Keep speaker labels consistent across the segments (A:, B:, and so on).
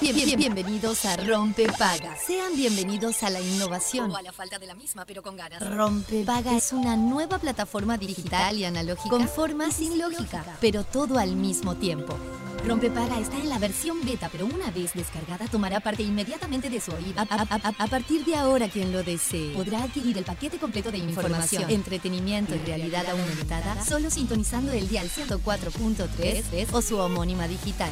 A: Bien- bien- bienvenidos a Rompe Paga. Sean bienvenidos a la innovación.
B: o a la falta de la misma, pero con ganas.
A: Rompe Paga es una nueva plataforma digital y analógica con forma sin lógica, pero todo al mismo tiempo. Rompe Paga está en la versión beta, pero una vez descargada tomará parte inmediatamente de su oído. A, a- a- a- a partir de ahora, quien lo desee podrá adquirir el paquete completo de información, entretenimiento y realidad aumentada solo sintonizando el dial 104.3 o su homónima digital.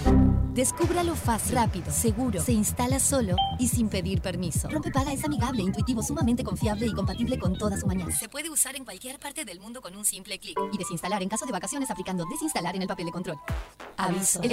A: Descúbralo fácil, rápido, seguro. Se instala solo y sin pedir permiso. Rompepaga es amigable, intuitivo, sumamente confiable y compatible con toda su mañana.
B: Se puede usar en cualquier parte del mundo con un simple clic.
A: Y desinstalar en caso de vacaciones aplicando desinstalar en el papel de control. Aviso. El,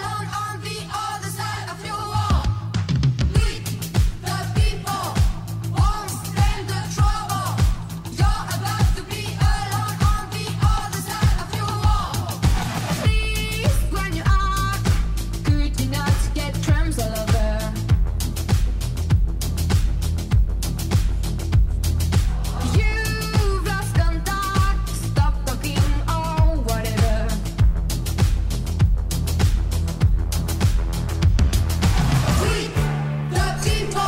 C: on the other side of your wall. We, the people, won't stand the trouble. You're about to be alone on the other side of your wall. Please, when you are, could you not get crumbs all over? You've lost contact. Stop talking or whatever. We the people.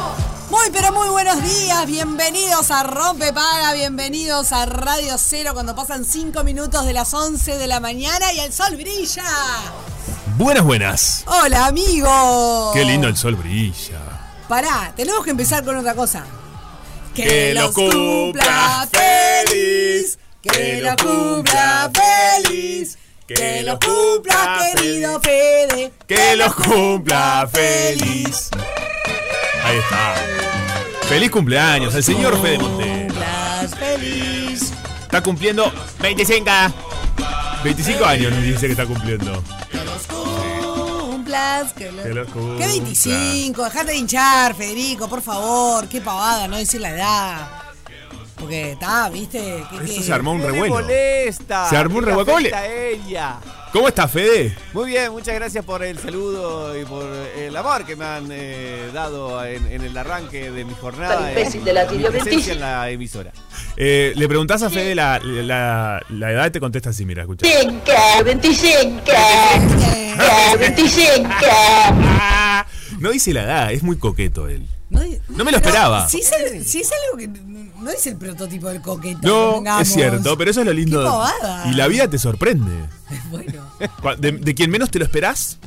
D: Muy, pero muy buenos días. Bienvenidos a Rompe Paga, bienvenidos a Radio Cero cuando pasan 5 minutos de las 11 de la mañana y el sol brilla.
E: Buenas, buenas.
D: Hola, amigo.
E: Qué lindo el sol brilla.
D: Pará, tenemos que empezar con otra cosa.
E: Que lo cumpla feliz, que lo cumpla feliz, que lo cumpla
D: querido Fede.
E: Que los cumpla feliz. Ahí está. Feliz cumpleaños al señor Fede Montero.
D: Cumplas feliz.
E: Está cumpliendo 25. 25 años nos dice que está cumpliendo.
D: Cumplas, que lo-
E: Que lo cumpla.
D: ¿Qué 25? Dejate de hinchar, Federico, por favor. Qué pavada, no decir la edad. Porque está, viste. ¿Qué-
E: Esto
D: qué?
E: se armó un
F: ¿Qué le
E: revuelo.
F: molesta?
E: Se armó un
F: ¿Qué le
E: revuelo.
F: afecta a ella?
E: ¿Cómo está Fede?
F: Muy bien, muchas gracias por el saludo y por el amor que me han eh, dado en, en el arranque de mi jornada. eh, mi presencia en la emisora.
E: Eh, le preguntás a Fede la, la- la edad y te contesta así, mira, escucha.
G: 25, 25,
D: Eh,
G: 25.
E: Ah, No dice la edad, es muy coqueto él.
D: no di-
E: No me
D: pero
E: lo esperaba.
D: Si es, el- si es algo que. No es el prototipo del coqueto.
E: No,
D: pongamos.
E: es cierto, pero eso es lo lindo.
D: Qué pavada.
E: Y la vida te sorprende.
D: Bueno,
E: Cua- De, de quien menos te lo esperás,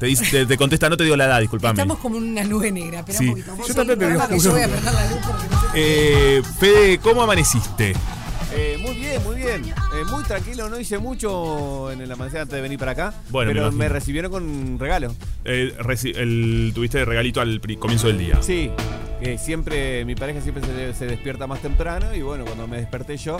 E: te, dice- te, te contesta, no te digo la edad, disculpame.
D: estamos como en una nube negra. Pero
E: Sí.
D: un poquito. Vos
E: Yo también
D: seguí
E: me
D: con
E: lo
D: el programa que yo
E: juro.
D: voy a prender la luz porque no sé-
E: Eh, Fede, ¿cómo amaneciste?
F: Eh, muy bien, muy bien. Eh, muy tranquilo, no hice mucho en el amanecer antes de venir para acá.
E: Bueno, me
F: pero
E: imagino.
F: me, recibieron con un regalo.
E: Eh, reci- el- tuviste regalito al pri- comienzo del día.
F: Sí, que siempre, mi pareja siempre se, se despierta más temprano y bueno, cuando me desperté yo,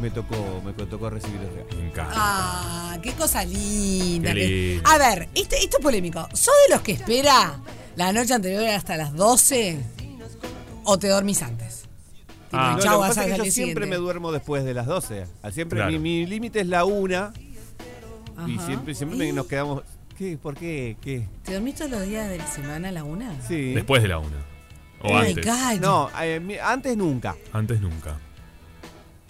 F: me tocó, me tocó recibir el regalo.
E: Me encanta.
D: Ah, qué cosa linda.
E: Qué
D: que- Ah,
E: lindo.
D: A ver, esto, esto es polémico. ¿Sos de los que espera la noche anterior hasta las 12 o te dormís antes? Tipo,
E: Ah.
D: y
F: No,
D: chau,
F: lo que
D: vas
F: pasa
D: al
F: es que yo
D: día
F: siempre me
D: siguiente.
F: duermo después de las 12. Al siempre
E: Claro.
F: mi, mi límite es la 1 y
D: Ajá.
F: siempre, siempre me- nos quedamos. ¿Qué? ¿Por qué? ¿Qué?
D: ¿Te dormís todos los días de la semana a la una?
F: Sí.
E: Después de la una. O
D: Ay,
E: antes.
D: God.
F: No, eh, mi- antes nunca.
E: Antes nunca.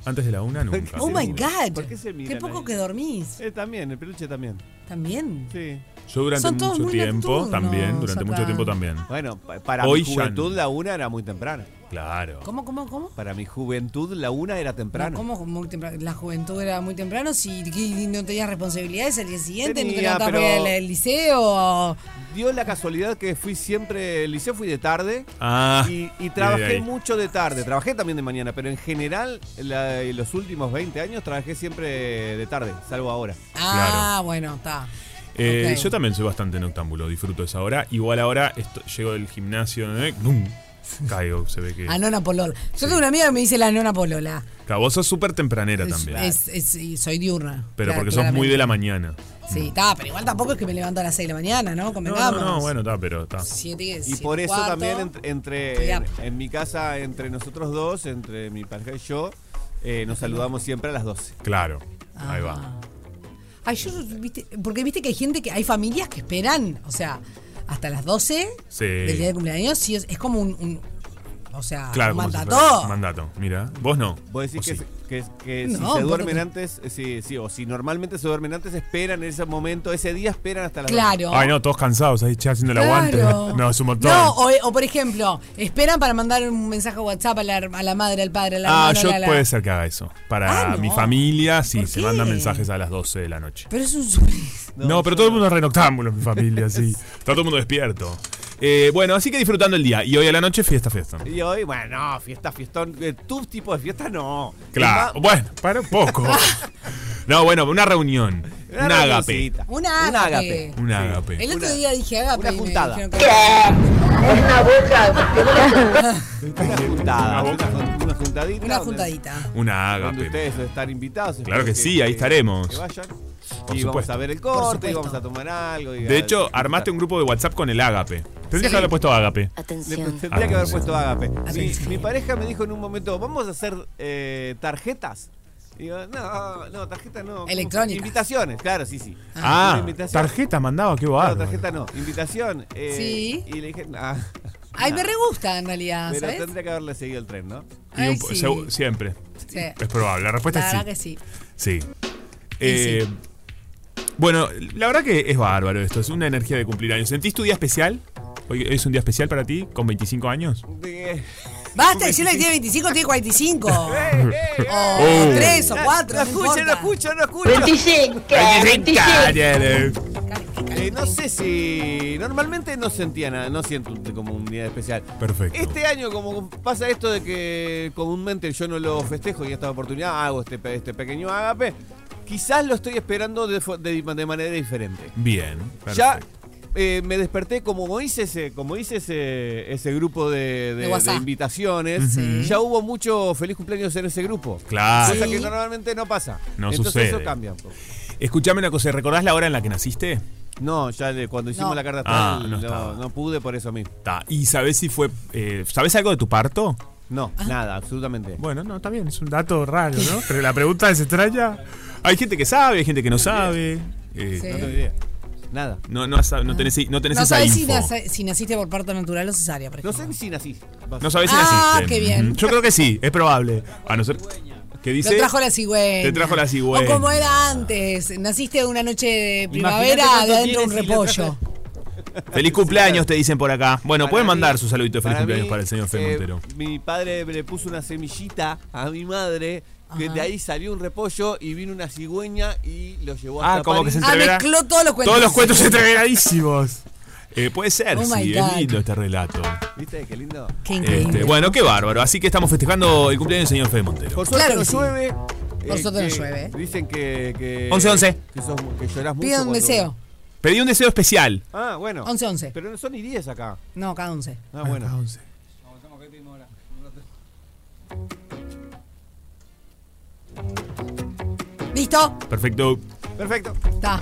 E: Antes de la una nunca.
D: Oh my
F: seguro.
D: God.
F: ¿Por qué se miran
D: poco
F: ahí?
D: que dormís.
F: Eh, también, el peluche también.
D: También.
F: Sí.
E: Yo durante
D: Son todos
E: mucho
D: muy
E: tiempo
D: nocturnos
E: también, durante
D: acá.
E: mucho tiempo también.
F: Bueno, pa- para
E: Hoy
F: mi
E: ya
F: juventud
E: no.
F: la 1 era muy temprano.
E: Claro.
D: ¿Cómo, cómo, cómo?
F: Para mi juventud la 1 era temprano.
D: No, ¿Cómo muy temprano? La juventud era muy temprano. Si que no tenías responsabilidades el día siguiente, no te
F: Tenía,
D: levantabas para
F: pero-
D: ir al- al liceo.
F: Dio la casualidad que fui siempre, el liceo fui de tarde.
E: Ah,
F: Y, y
E: de
F: trabajé
E: ahí.
F: mucho de tarde, trabajé también de mañana, pero en general la- los últimos 20 años trabajé siempre de tarde, salvo ahora.
D: Ah, bueno, está.
E: Eh,
D: Ok.
E: Yo también soy bastante noctámbulo, disfruto esa hora. Igual ahora esto- llego del gimnasio, ¿eh? ¡Bum! caigo, se ve que...
D: A Nona Polola. Yo tengo una amiga que me dice la Nona Polola.
E: Claro, vos sos súper tempranera
D: Es-
E: también.
D: es- es- y soy diurna.
E: pero
D: claro,
E: porque sos muy de la
D: claramente.
E: mañana.
D: Sí, está, pero igual tampoco es que me levanto a las 6 de la mañana, ¿no?
E: No,
D: Convengamos.
E: no, no, bueno, está, pero está.
D: Siete,
F: Y
D: siete
F: por eso
D: cuarto.
F: también ent- entre,
D: Estoy
F: en,
D: apta.
F: en mi casa, entre nosotros dos, entre mi pareja y yo, eh, nos saludamos siempre a las 12.
E: Claro,
D: Ah.
E: ahí va.
D: Ay, yo, viste, porque viste que hay gente que, hay familias que esperan, o sea, hasta las 12
E: Sí.
D: del día de cumpleaños, sí, es, es como un, un- o sea,
E: Claro,
D: un
E: como si fuera-
D: mandato.
E: Mandato, mira. Vos no.
F: Vos decís
E: ¿O
F: que,
E: sí?
F: que- que
D: No,
F: si
D: vos
F: se duermen
D: te-
F: antes, eh, sí, sí, o si normalmente se duermen antes, esperan ese momento, ese día esperan hasta las
D: Claro.
E: Ay, no, todos cansados ahí, che, haciendo el
D: Claro.
E: aguante. No, es un montón.
D: No, o, o por ejemplo, esperan para mandar un mensaje a WhatsApp a la, a la madre, al padre, a la
E: ah,
D: hermana,
E: yo
D: a la-
E: puede ser que haga eso.
D: Ah,
E: Para
D: no.
E: mi familia, sí,
D: ¿Por
E: se
D: qué?
E: mandan mensajes a las 12 de la noche.
D: Pero es un suplicio.
E: No, pero todo el mundo es renoctámbulo en mi familia, sí. Está todo el mundo despierto. Eh, bueno, así que disfrutando el día. Y hoy a la noche, fiesta, fiesta.
F: Y hoy, bueno, no, fiesta, fiestón, eh, tu tipo de fiesta no.
E: Claro.
F: Va-
E: Bueno, para un poco. No, bueno, una reunión.
F: Una
E: un ágape.
F: reunioncita.
D: Una
F: Un
D: ágape.
E: Un ágape.
D: El otro
F: Una-
D: día dije agape.
F: una
D: y me
F: juntada.
D: dijeron
G: que
D: que-
G: es una boca que huele
F: Una juntada.
E: Una
F: Una, jun- una juntadita.
D: Una
F: donde-
D: juntadita.
E: Una
F: Donde,
E: ágape.
F: ustedes están invitados. espero
E: Claro que sí, ahí estaremos.
F: que vayan.
E: Por
F: y vamos
E: supuesto.
F: a ver el
D: Por
F: corte, y
D: supuesto.
F: vamos a tomar algo. y
E: De
F: a-
E: hecho, armaste un grupo de WhatsApp con el ágape. Tendrías que haberle puesto ágape.
F: Le-
G: Atención.
F: tendría que haber
E: Atención.
F: puesto Agape. Mi,
D: Atención.
F: mi pareja me dijo en un momento, vamos a hacer eh, tarjetas. Digo, no, no, tarjetas no. ¿cómo?
D: Electrónicas.
F: Invitaciones, claro, sí, sí. Una
E: Ah,
F: invitación.
E: tarjeta mandaba, qué
F: No,
E: bárbaro.
F: tarjeta no, invitación. eh,
D: Sí.
F: Y le dije, nah,
D: Ay, me re gusta en realidad,
F: pero
D: ¿sabes?
F: tendría que haberle seguido el tren, ¿no?
E: Y un
D: Ay,
E: po-
D: sí.
E: segu- Siempre.
D: Sí.
E: Es probable. La respuesta
D: La
E: es
D: verdad
E: sí.
D: que sí.
E: Sí. Eh, Bueno, la verdad que es bárbaro esto. Es una energía de cumplir años. ¿Sentís tu día especial? Hoy es un día especial para ti, con 25 años.
F: Dije,
D: Basta decirle que tiene 25, tiene 45. O
E: Oh.
D: 3 o
F: No
D: 4.
F: escucho, no escucho, no escucho.
G: 25,
E: 25
G: 25.
E: años.
F: Eh, no sé si. Normalmente no sentía nada, no siento un- como un día especial.
E: Perfecto.
F: Este año, como pasa esto de que comúnmente yo no lo festejo y esta oportunidad hago este, pe- este pequeño ágape, quizás lo estoy esperando de, fo- de- de manera diferente.
E: Bien. perfecto.
F: Ya eh, me desperté como hice ese, como hice ese, ese grupo de, de-
D: De WhatsApp.
F: de invitaciones. Ya hubo mucho feliz cumpleaños en ese grupo.
E: Claro.
F: Cosa
D: Sí.
F: que normalmente no pasa.
E: No
F: Entonces
E: sucede.
F: eso cambia un poco.
E: Escuchame una cosa. ¿Recordás la hora en la que naciste?
F: No, ya le- cuando hicimos
D: No.
F: la carta
E: Ah,
F: astral,
E: no
F: no,
E: estaba.
F: no pude por eso mismo.
E: Ta. ¿Y sabés si fue. eh, ¿Sabés algo de tu parto?
F: No, nada, absolutamente.
E: Bueno, no, está bien. Es un dato raro, ¿no? Pero la pregunta es extraña. Hay gente que sabe, hay gente que no sabe. Eh,
D: Sí.
F: No tengo idea. Nada.
E: No, no, has- no tenés, no tenés
D: No
E: esa
D: sabes si,
E: info.
D: nace- si naciste por parto natural o cesárea, por
F: No
D: ejemplo.
F: sé si nací.
E: No sabes si
D: Ah,
E: naciste.
D: qué bien.
E: Ujú. Yo creo que sí, es probable. A no ser que dice.
D: Lo trajo la cigüeña.
E: Te trajo la cigüeña.
D: O como era antes. Naciste una noche de
F: Imagínate
D: primavera
F: cuánto
D: de adentro un
F: tienes y le trajo-
D: repollo.
E: Feliz cumpleaños, te dicen por acá. Bueno,
F: Para
E: pueden
F: mí-
E: mandar su saludito de feliz
F: para
E: cumpleaños
F: mí,
E: para el señor Fe
F: eh,
E: Montero.
F: Mi padre le puso una semillita a mi madre, que de ahí salió un repollo y vino una cigüeña y lo llevó
E: Ah,
F: hasta
E: como que
F: París.
E: se
D: Ah,
E: entrevera.
D: mezcló todos los cuentos.
E: Todos los cuentos entreveradísimos. Eh, puede ser,
D: Oh my
E: sí,
D: God.
E: es lindo este relato.
F: ¿Viste qué lindo? Eh,
D: Qué increíble.
E: Este, bueno, qué bárbaro. Así que estamos festejando el cumpleaños del señor Fede Montero.
F: Por suerte
D: Claro
F: no
D: que sí.
F: llueve.
D: Por suerte no
F: Eh, que
D: llueve.
F: Dicen que. que
E: 11-11.
F: Que, sos- que llorás mucho.
D: Pide un
F: cuando-
D: deseo.
E: Pedí un deseo especial.
F: Ah, bueno.
D: 11-11.
F: Pero no son ni 10 acá.
D: No, cada 11.
F: Ah, bueno.
D: ¿Listo?
E: Perfecto.
F: Perfecto.
D: Está.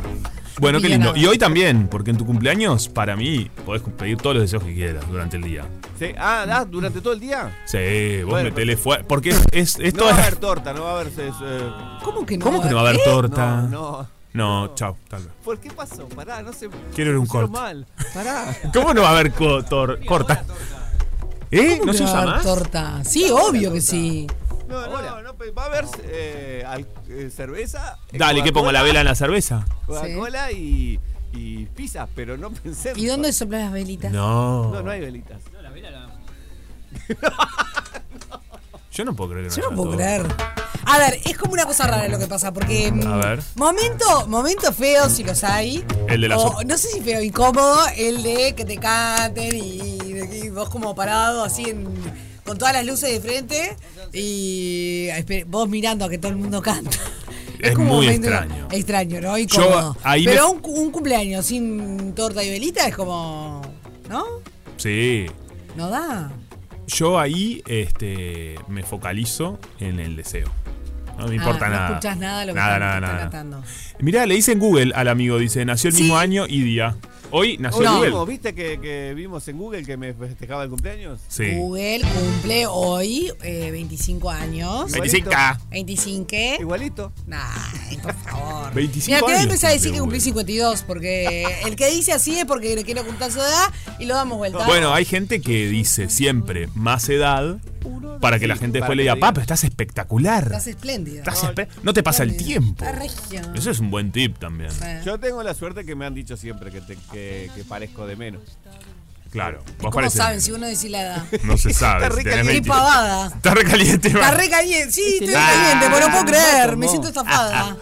E: Bueno, qué
D: Bien,
E: lindo.
D: nada.
E: Y hoy también, porque en tu cumpleaños, para mí, podés pedir todos los deseos que quieras durante el día.
F: Sí. Ah, ah, durante todo el día.
E: Sí, vos
F: Bueno,
E: metele fuerte. Porque es, es- es
F: No va
E: toda-
F: a haber torta, no va a haber. eh, eh,
D: ¿Cómo que no?
E: ¿Cómo que no va a haber torta?
F: No, no.
E: No, chao, tal vez.
F: ¿Por qué pasó? Pará, no sé.
E: Quiero ir a un
F: Hicieron
E: corte.
F: mal. Pará.
E: ¿Cómo no va a haber co- tor- corta? ¿Eh? ¿No se
D: va a
E: usa
D: haber
E: más?
D: torta? Sí, obvio que sí.
F: No, no, no, pe- va a haber eh, al- eh, cerveza. eh,
E: Dale, que pongo la
F: Coca-Cola,
E: vela en la cerveza.
F: Coca-Cola y, y pizza, pero no pensé. en
D: ¿Y dónde
F: torta.
D: soplan las velitas?
E: No.
F: No, no hay velitas.
E: Yo no puedo creer. que
D: Yo
E: haya
D: no puedo
E: torta.
D: creer. A ver, es como una cosa rara lo que pasa, porque. mm,
E: A ver.
D: Momento, momento feo, si los hay.
E: El de la
D: O,
E: sopa.
D: No sé si feo, incómodo, el de que te canten y, y vos como parado así en- con todas las luces de frente y espe- vos mirando a que todo el mundo canta.
E: Es muy
D: momento
E: extraño.
D: Extraño, ¿no? Incómodo.
E: ahí me-
D: Pero un, cu- un cumpleaños sin torta y velita es como. ¿No?
E: Sí.
D: No da.
E: Yo ahí este, me focalizo en el deseo. No me importa
D: Ah,
E: nada.
D: No escuchás nada de lo que
E: nada,
D: están-
E: nada,
D: están
E: nada.
D: cantando.
E: Mirá, le dicen Google al amigo, dice, nació el
D: Sí.
E: mismo año y día. Hoy nació
D: No.
E: Google.
F: vimos, ¿Viste que, que vimos en Google que me festejaba el cumpleaños?
E: Sí.
D: Google cumple hoy eh, 25 años.
F: Ve-
E: 25K.
D: 25.
F: Igualito.
D: Ay, por favor.
E: 25
D: Mira, te voy a
E: años
D: empezar a decir
E: de
D: que cumplí
E: Google.
D: 52, porque el que dice así es porque le quiere ocultar su edad y lo damos vuelta.
E: Bueno, hay gente que dice siempre más edad para que la gente después le diga, papá, estás espectacular.
D: Estás espléndido.
E: Estás espe- no te pasa el tiempo.
D: Estás regio.
E: Eso es un buen tip también.
D: Eh.
F: Yo tengo la suerte que me han dicho siempre que, te- que, que parezco de menos.
E: Claro.
D: ¿Cómo
E: Vos pareces-
D: saben si uno dice la edad?
E: No se sabe.
F: Está
E: si
F: re
E: tenés
F: caliente.
E: 20.
D: pavada.
E: Está re caliente.
D: Está
E: va.
D: re caliente. Sí, estoy
E: Ah.
D: caliente, pero no puedo creer. Me
F: No.
D: siento estafada.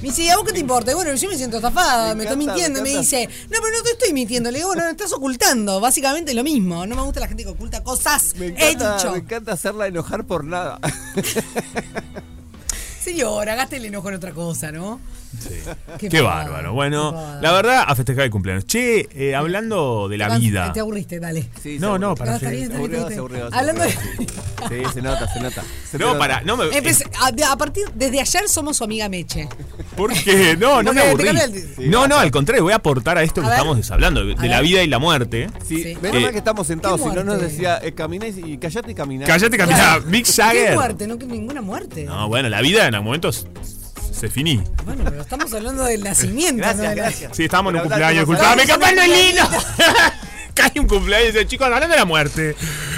D: Me dice, ¿a vos qué te importa? Y Bueno, yo me siento estafada, me,
F: Me
D: está
F: encanta,
D: mintiendo.
F: me
D: Me,
F: encanta.
D: dice, no, pero no te estoy mintiendo. Le digo, bueno, no, estás ocultando. Básicamente lo mismo. No me gusta la gente que oculta cosas.
F: Me
D: He
F: encanta,
D: dicho.
F: me encanta hacerla enojar por nada.
D: Señora, gaste el enojo en otra cosa, ¿no?
E: Qué,
D: pavada,
E: bárbaro.
D: qué
E: Bueno,
D: pavada.
E: la verdad, a festejar el cumpleaños. Che, eh, hablando de la vida.
D: Te aburriste, dale.
F: Sí,
E: No,
F: seguro.
E: no,
D: No,
E: para
D: está bien,
E: festejar.
D: está
F: Aburrido,
D: bien, está bien.
F: aburrido, aburrido.
D: Hablando de...
F: Sí, se nota, se nota. Se
E: No,
F: nota.
E: para, no me. eh,
D: Empecé- a, de- a partir, desde ayer somos su amiga Meche.
E: ¿Por qué? No, no me
D: Porque te
E: aburrí.
D: cambia el-
F: Sí,
E: No, no, al contrario, voy a aportar a esto
D: A
E: que
D: ver.
E: estamos hablando, de
D: A
E: la
D: ver.
E: vida y la muerte.
F: Sí,
D: Sí.
F: menos
E: Eh,
F: mal que estamos sentados,
D: qué
F: si no nos
D: muerte.
F: decía, eh, caminá y, y callate y caminá.
E: Callate, caminá. Mick
D: Qué
E: Jagger.
D: muerte, no que ninguna muerte.
E: No, bueno, la vida en algún momento s- se finí.
D: Bueno, pero estamos hablando del nacimiento. no
F: Gracias,
D: de la-
F: gracias.
E: Sí, estábamos en un
F: Pero hablá,
E: cumpleaños,
F: ¿cómo
E: disculpame,
D: estás?
E: capaz no es lindo. Cae un cumpleaños y dice, chicos, hablando de la muerte.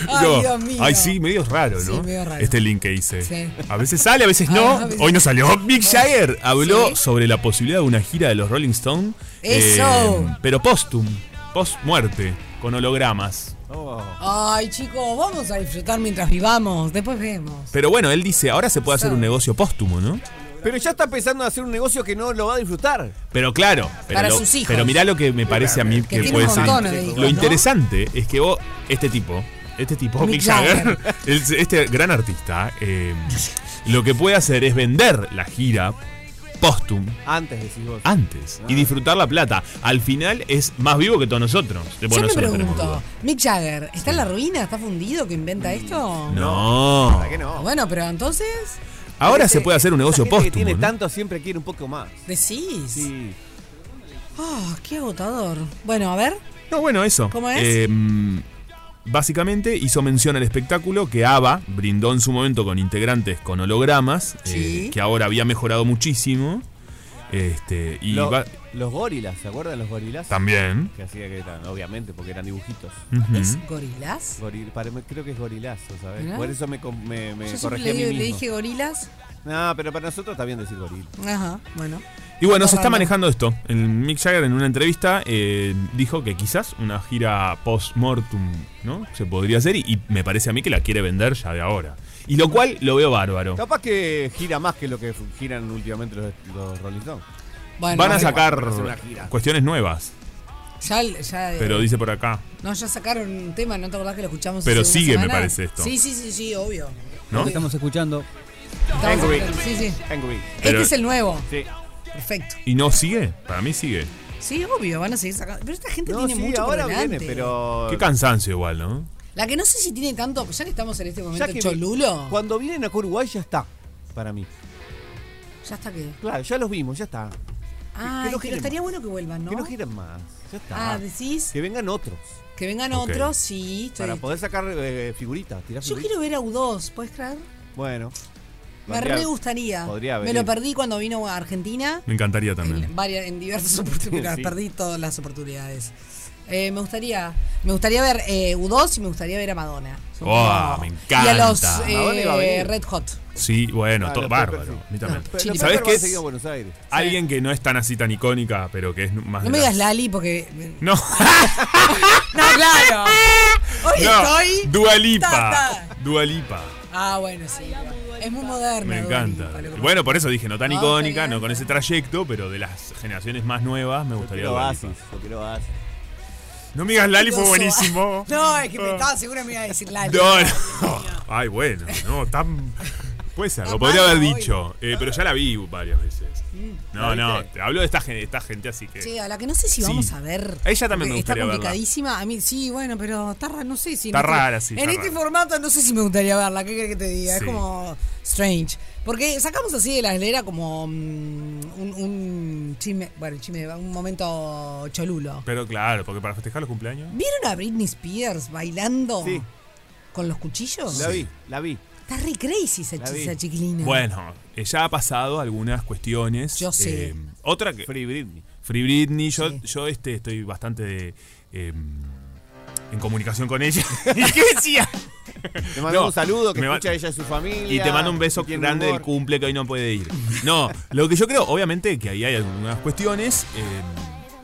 D: Ay,
E: Yo,
D: Dios mío.
E: Ay, sí, medio raro,
D: Sí,
E: ¿no?
D: medio raro.
E: Este link que hice.
D: Sí.
E: A veces sale, a veces
D: Ah,
E: no.
D: a veces-
E: Hoy no salió. Mick Jagger habló
D: Sí.
E: sobre la posibilidad de una gira de los Rolling Stones. eh,
D: Eso.
E: pero postum, post muerte, con hologramas.
F: Oh,
D: Ay, chicos, vamos a disfrutar mientras vivamos. Después vemos.
E: Pero Eh, bueno, él dice, ahora se puede hacer un
D: Sabe.
E: negocio póstumo, ¿no?
F: Pero ya está pensando en hacer un negocio que no lo va a disfrutar.
E: Pero claro, pero,
D: Para
E: lo-
D: sus hijos.
E: pero mirá lo que me parece a mí
D: Que
E: que,
D: tiene
E: puede
D: un
E: ser.
D: montón
E: inter-
D: de hijos,
E: lo
D: ¿no?
E: interesante es que vos, este tipo, este tipo,
D: Mick
E: Mick Jagger,
D: Jagger.
E: el- este gran artista, eh, lo que puede hacer es vender la gira póstum
F: Antes decís vos. Ah.
E: antes y disfrutar la plata. Al final es más vivo que todos nosotros. Bueno,
D: Yo me
E: nosotros tenemos
D: pregunto,
E: vivo.
D: Mick Jagger, ¿está en la ruina? ¿Está fundido que inventa esto?
E: No.
F: ¿Para qué no?
D: Bueno, pero entonces,
E: Ahora se
F: Parece-
E: puede hacer un
F: esa
E: negocio
F: gente que
E: póstumo.
F: tiene
E: ¿no?
F: tanto siempre quiere un poco más.
D: decís.
F: Sí.
D: Ah, qué agotador. Bueno, a ver.
E: No, bueno, eso.
D: ¿Cómo es?
E: Eh, básicamente hizo mención al espectáculo que ABBA brindó en su momento con integrantes con hologramas,
D: Sí.
E: eh, que ahora había mejorado muchísimo. Este, y
F: Lo-
E: va-
F: los gorilas, ¿se acuerdan los gorilas?
E: también.
F: Que hacía que eran, obviamente, porque eran dibujitos.
E: Ujú.
D: ¿Es gorilas?
F: Goril- para- creo que es gorilazo, ¿sabes?
D: Mirá.
F: Por eso me, com- me, me
D: Yo siempre
F: corregí
D: le,
F: a mí
D: digo-
F: mismo.
D: le dije gorilas.
F: No, pero para nosotros está bien decir goril.
D: Ajá, bueno.
E: Y bueno, se está
D: Raro.
E: manejando esto. El Mick Jagger en una entrevista eh, dijo que quizás una gira post-mortum ¿no? se podría hacer y, y me parece a mí que la quiere vender ya de ahora. Y lo cual lo veo bárbaro.
F: Capaz que gira más que lo que fu- giran últimamente los, los Rolling Stones.
D: Bueno,
E: Van a
F: van
E: sacar
F: a hacer una gira.
E: cuestiones nuevas,
D: Ya, ya, eh,
E: pero dice por acá.
D: no, ya sacaron un tema, ¿no te acordás que lo escuchamos
E: Pero
D: hace una
E: sigue, me
D: semana?
E: parece, esto.
D: Sí, sí, sí, sí, obvio.
E: ¿No?
H: Lo que estamos escuchando.
D: Estamos-
F: Angry.
D: sí, sí.
F: Angry.
E: Pero-
D: Este es el nuevo.
F: Sí.
D: Perfecto.
E: ¿Y no sigue? Para mí sigue.
D: Sí, obvio, van a seguir sacando. Pero esta gente
F: No,
D: tiene
F: sí,
D: mucho
F: ahora
D: por delante.
F: viene, pero.
E: Qué cansancio igual, ¿no?
D: La que no sé si tiene tanto, ya que estamos en este momento
F: ya que-
D: cholulo,
F: Cuando vienen acá a Uruguay ya está, para mí.
D: ya está que.
F: Claro, ya los vimos, ya está.
D: Ah,
F: no
D: pero
F: giren
D: estaría
F: más.
D: bueno que vuelvan, ¿no?
F: Que no giran más, ya está.
D: Ah, decís
F: Que vengan otros.
D: que vengan
E: Ok.
D: otros, sí. estoy-
F: Para poder sacar eh, figuritas, tirar
D: Yo
F: figuritas.
D: quiero ver a U2, ¿puedes creer?
F: Bueno.
D: Me
F: Podría-
D: re gustaría.
F: podría
D: Me
F: venir.
D: lo perdí cuando vino a Argentina.
E: Me encantaría también.
D: En, varias, en diversas oportunidades.
F: Sí.
D: Perdí todas las oportunidades. Eh, me gustaría me gustaría ver eh, U2 y me gustaría ver a Madonna. Son
E: Oh,
D: como-
E: me
D: Y a los
E: encanta.
D: eh,
F: Madonna iba a venir.
D: Red Hot.
E: Sí, bueno,
F: Ah,
E: todo
F: los
E: bárbaro.
F: Peppers, sí.
E: A mí también.
D: No, Chili
F: Los
E: ¿Sabes
F: Peppers
E: qué
F: van
E: es?
F: seguido a Buenos Aires.
E: Alguien que no es tan así tan icónica, pero que es más
D: No
E: de
D: me
E: las-
D: digas Lali porque. eh,
E: No,
D: No, claro. Hoy
E: no.
D: estoy.
E: Dualipa.
D: Ta, ta.
E: Dualipa.
D: Ah, bueno, sí. Es muy moderno.
E: Me
D: Dua
E: encanta.
D: Lipa, lo que-
E: Bueno, por eso dije, no tan
D: No,
E: icónica,
D: está bien.
E: no con ese trayecto, pero de las generaciones más nuevas me
F: Yo
E: gustaría
F: quiero
E: Dua
F: Oasis,
E: Lipa.
F: yo quiero Oasis.
E: No me digas Lali fue
D: Oso.
E: buenísimo.
D: No, es que me estaba segura me iba a decir Lali.
E: No, no. Ay, bueno, no, tan. Puede ser, lo
D: Capaz
E: podría
D: no
E: haber
D: voy. Mm.
E: dicho, eh, pero ya la vi varias veces.
F: ¿La
E: No, no,
F: viste?
E: te hablo de esta gente, esta gente así que.
D: Che, a la que no sé si vamos
E: Sí.
D: a ver.
E: A ella también me
D: porque Está
E: gustaría verla.
D: complicadísima. A mí sí, bueno, pero está rara, no sé si. en
E: Está
D: este-
E: rara, sí,
D: En
E: está
D: este
E: rara.
D: formato no sé si me gustaría verla. ¿Qué crees que te diga?
E: Sí.
D: Es como strange. Porque sacamos así de la escalera como mm, un, un chisme, bueno, chisme, un momento cholulo.
E: Pero claro, porque para festejar los cumpleaños.
D: ¿Vieron a Britney Spears bailando
F: Sí.
D: con los cuchillos?
F: La vi, la vi.
D: Está re crazy esa,
F: La
D: chi-
F: vi.
D: esa chiquilina.
E: Bueno, eh, ya ha pasado algunas cuestiones.
D: Yo sé.
E: Eh, otra que.
F: Free Britney.
E: Free Britney, yo,
D: Sí.
E: yo este, estoy bastante de, eh, en comunicación con ella. ¿Y qué decía?
F: Te mando
E: No,
F: un saludo, que
E: me va-
F: escucha ella y su familia.
E: Y te mando un beso
F: que tiene
E: grande del
F: humor.
E: cumple que hoy no puede ir. No, lo que yo creo, obviamente, que ahí hay algunas cuestiones. eh,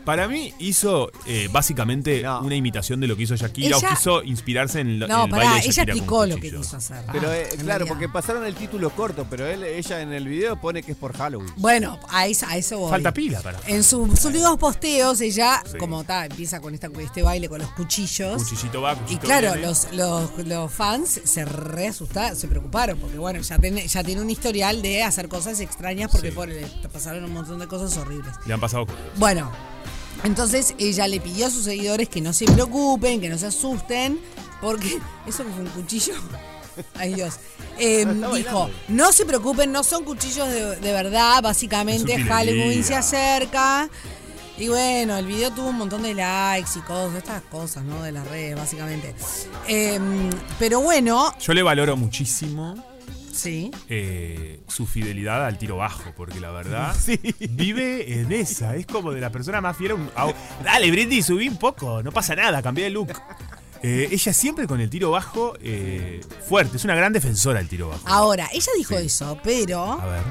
E: para mí hizo eh, básicamente
F: No.
E: una imitación de lo que hizo Shakira
D: Ella-
E: o quiso inspirarse en, lo- en
D: No,
E: el baile
D: pará,
E: de
D: ella
E: Shakira con
D: explicó lo que
E: cuchillos.
D: quiso hacer.
F: Pero
D: Ah,
F: eh,
D: en
F: claro,
D: realidad.
F: porque pasaron el título corto, pero él, ella en el video pone que es por Halloween.
D: Bueno, a eso, a eso voy.
E: Falta pila para.
D: En sus últimos posteos, ella,
E: Sí.
D: como está, empieza con esta, este baile con los cuchillos.
E: Cuchillito va,
D: y
E: cuchillito
D: claro,
E: viene.
D: los, los, los fans se re asustaron, se preocuparon, porque bueno, ya tiene, ya tiene un historial de hacer cosas extrañas porque
E: Sí.
D: por- le pasaron un montón de cosas horribles.
E: Le han pasado cosas.
D: Bueno, entonces ella le pidió a sus seguidores que no se preocupen, que no se asusten, porque eso que fue un cuchillo. Ay Dios. Eh, dijo, no se preocupen, no son cuchillos de, de verdad,
E: Es
D: básicamente
E: utilería.
D: Halloween se acerca. Y bueno, el video tuvo un montón de likes y cosas, estas cosas, ¿no? De las redes, básicamente. Eh, pero bueno,
E: Yo le valoro muchísimo
D: sí.
E: eh, su fidelidad al tiro bajo, porque la verdad vive en esa. Es como de la persona más fiel a un. a- Dale, Britney, subí un poco, no pasa nada, cambié de look. Eh, ella siempre con el tiro bajo eh, fuerte, es una gran defensora del tiro bajo.
D: Ahora, ella dijo
E: Sí.
D: eso, pero...
E: A ver.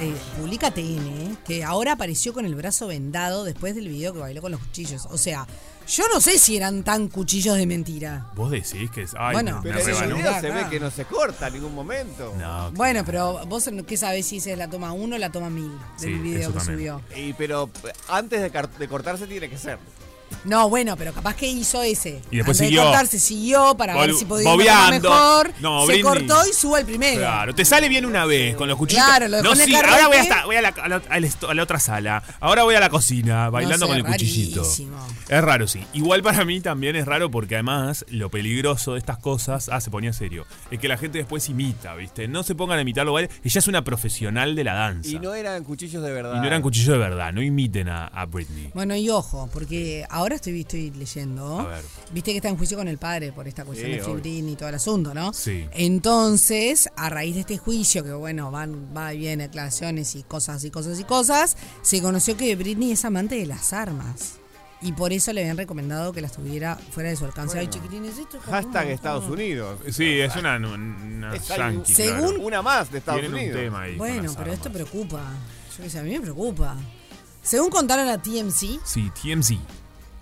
D: Eh, publica TN que ahora apareció con el brazo vendado después del video que bailó con los cuchillos. O sea, yo no sé si eran tan cuchillos de mentira.
E: Vos decís que es. Ay,
D: Bueno,
E: me
F: Pero en el
E: rebanó.
F: video se
D: Claro.
F: ve que no se corta en ningún momento.
E: No,
D: Bueno, pero vos qué sabés si esa es la toma 1 o la toma 1000 del
E: Sí, eso
D: video que
E: también.
D: subió.
F: Y, pero eh, antes de, car- de cortarse tiene que ser.
D: No, bueno, pero capaz que hizo ese.
E: Y
D: Antes
E: después
D: de
E: siguió.
D: cortarse, siguió para ver
E: Vol-
D: si podía ir a
E: bobeando.
D: mejor. se
E: No, Britney.
D: cortó y subo el primero.
E: Claro, te sale bien una vez con los cuchillos.
D: Claro, lo dejó
E: no,
D: en el
E: sí,
D: carrete.
E: ahora voy, hasta, voy a, la, a la- al esto- a la otra sala. Ahora voy a la cocina bailando
D: sé,
E: con el cuchillito.
D: rarísimo.
E: Es raro, sí. Igual para mí también es raro porque además lo peligroso de estas cosas, ah, se ponía serio, es que la gente después imita, ¿viste? No se pongan a imitarlo, ¿vale? Ella es una profesional de la danza.
F: Y no eran cuchillos de verdad.
E: Y no eran cuchillos de verdad, no imiten a, a Britney.
D: Bueno, y ojo, porque ahora estoy, estoy leyendo.
E: A ver.
D: Viste que está en juicio con el padre por esta cuestión
F: Sí,
D: de
F: obvio.
D: Fibrin y todo el asunto, ¿no?
E: Sí.
D: Entonces, a raíz de este juicio, que bueno, van, va y viene aclaraciones y cosas y cosas y cosas, se conoció que Britney es amante de las armas. Y por eso le habían recomendado que las tuviera fuera de su alcance. Ay, chiquilines, esto es
F: Hashtag
D: como-
F: Estados Unidos.
E: Sí, es una, una
F: Es algo-
E: yankee,
D: Según-
E: claro.
F: Una más de Estados
E: Tienen un
F: Unidos.
E: tema ahí con
D: Bueno,
E: las
D: pero esto
E: armas.
D: preocupa. Yo qué sé, a mí me preocupa. Según contaron a TMC,
E: Sí, TMZ.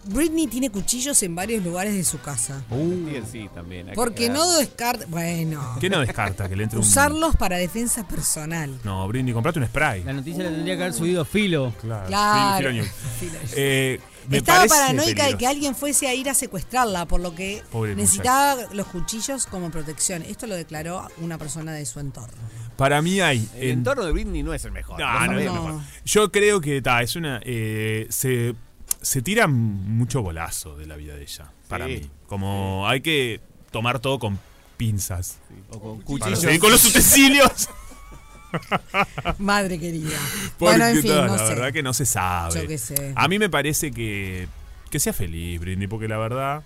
D: Britney tiene cuchillos en varios lugares de su casa.
F: Y en sí también. hay que
D: Porque
F: quedar.
D: no descarta. Bueno.
E: ¿Qué no descarta que le entre un...
D: Usarlos para defensa personal.
E: No, Britney, comprate un spray.
H: La noticia la tendría que haber subido Filo.
E: Claro.
D: Claro.
E: Filo- Filo News. Eh, me
D: Estaba
E: parece
D: paranoica de
E: peligroso.
D: que alguien fuese a ir a secuestrarla, por lo que
E: Pobre
D: necesitaba los cuchillos como protección. Esto lo declaró una persona de su entorno.
E: Para mí hay.
F: El
E: en-
F: entorno de Britney no es el mejor.
E: No, no,
F: lo
E: es
F: sabemos.
E: mejor. Yo creo que ta, es una. eh, se, se tira mucho bolazo de la vida de ella. Para mí. Como hay que tomar todo con pinzas.
F: O con
E: Para
F: cuchillos.
E: seguir con los utensilios.
D: Madre querida.
E: Porque
D: bueno, en fin,
E: ta,
D: no
E: la
D: sé.
E: verdad que no se sabe.
D: Yo qué sé.
E: A mí me parece que. Que sea feliz, Britney, porque la verdad.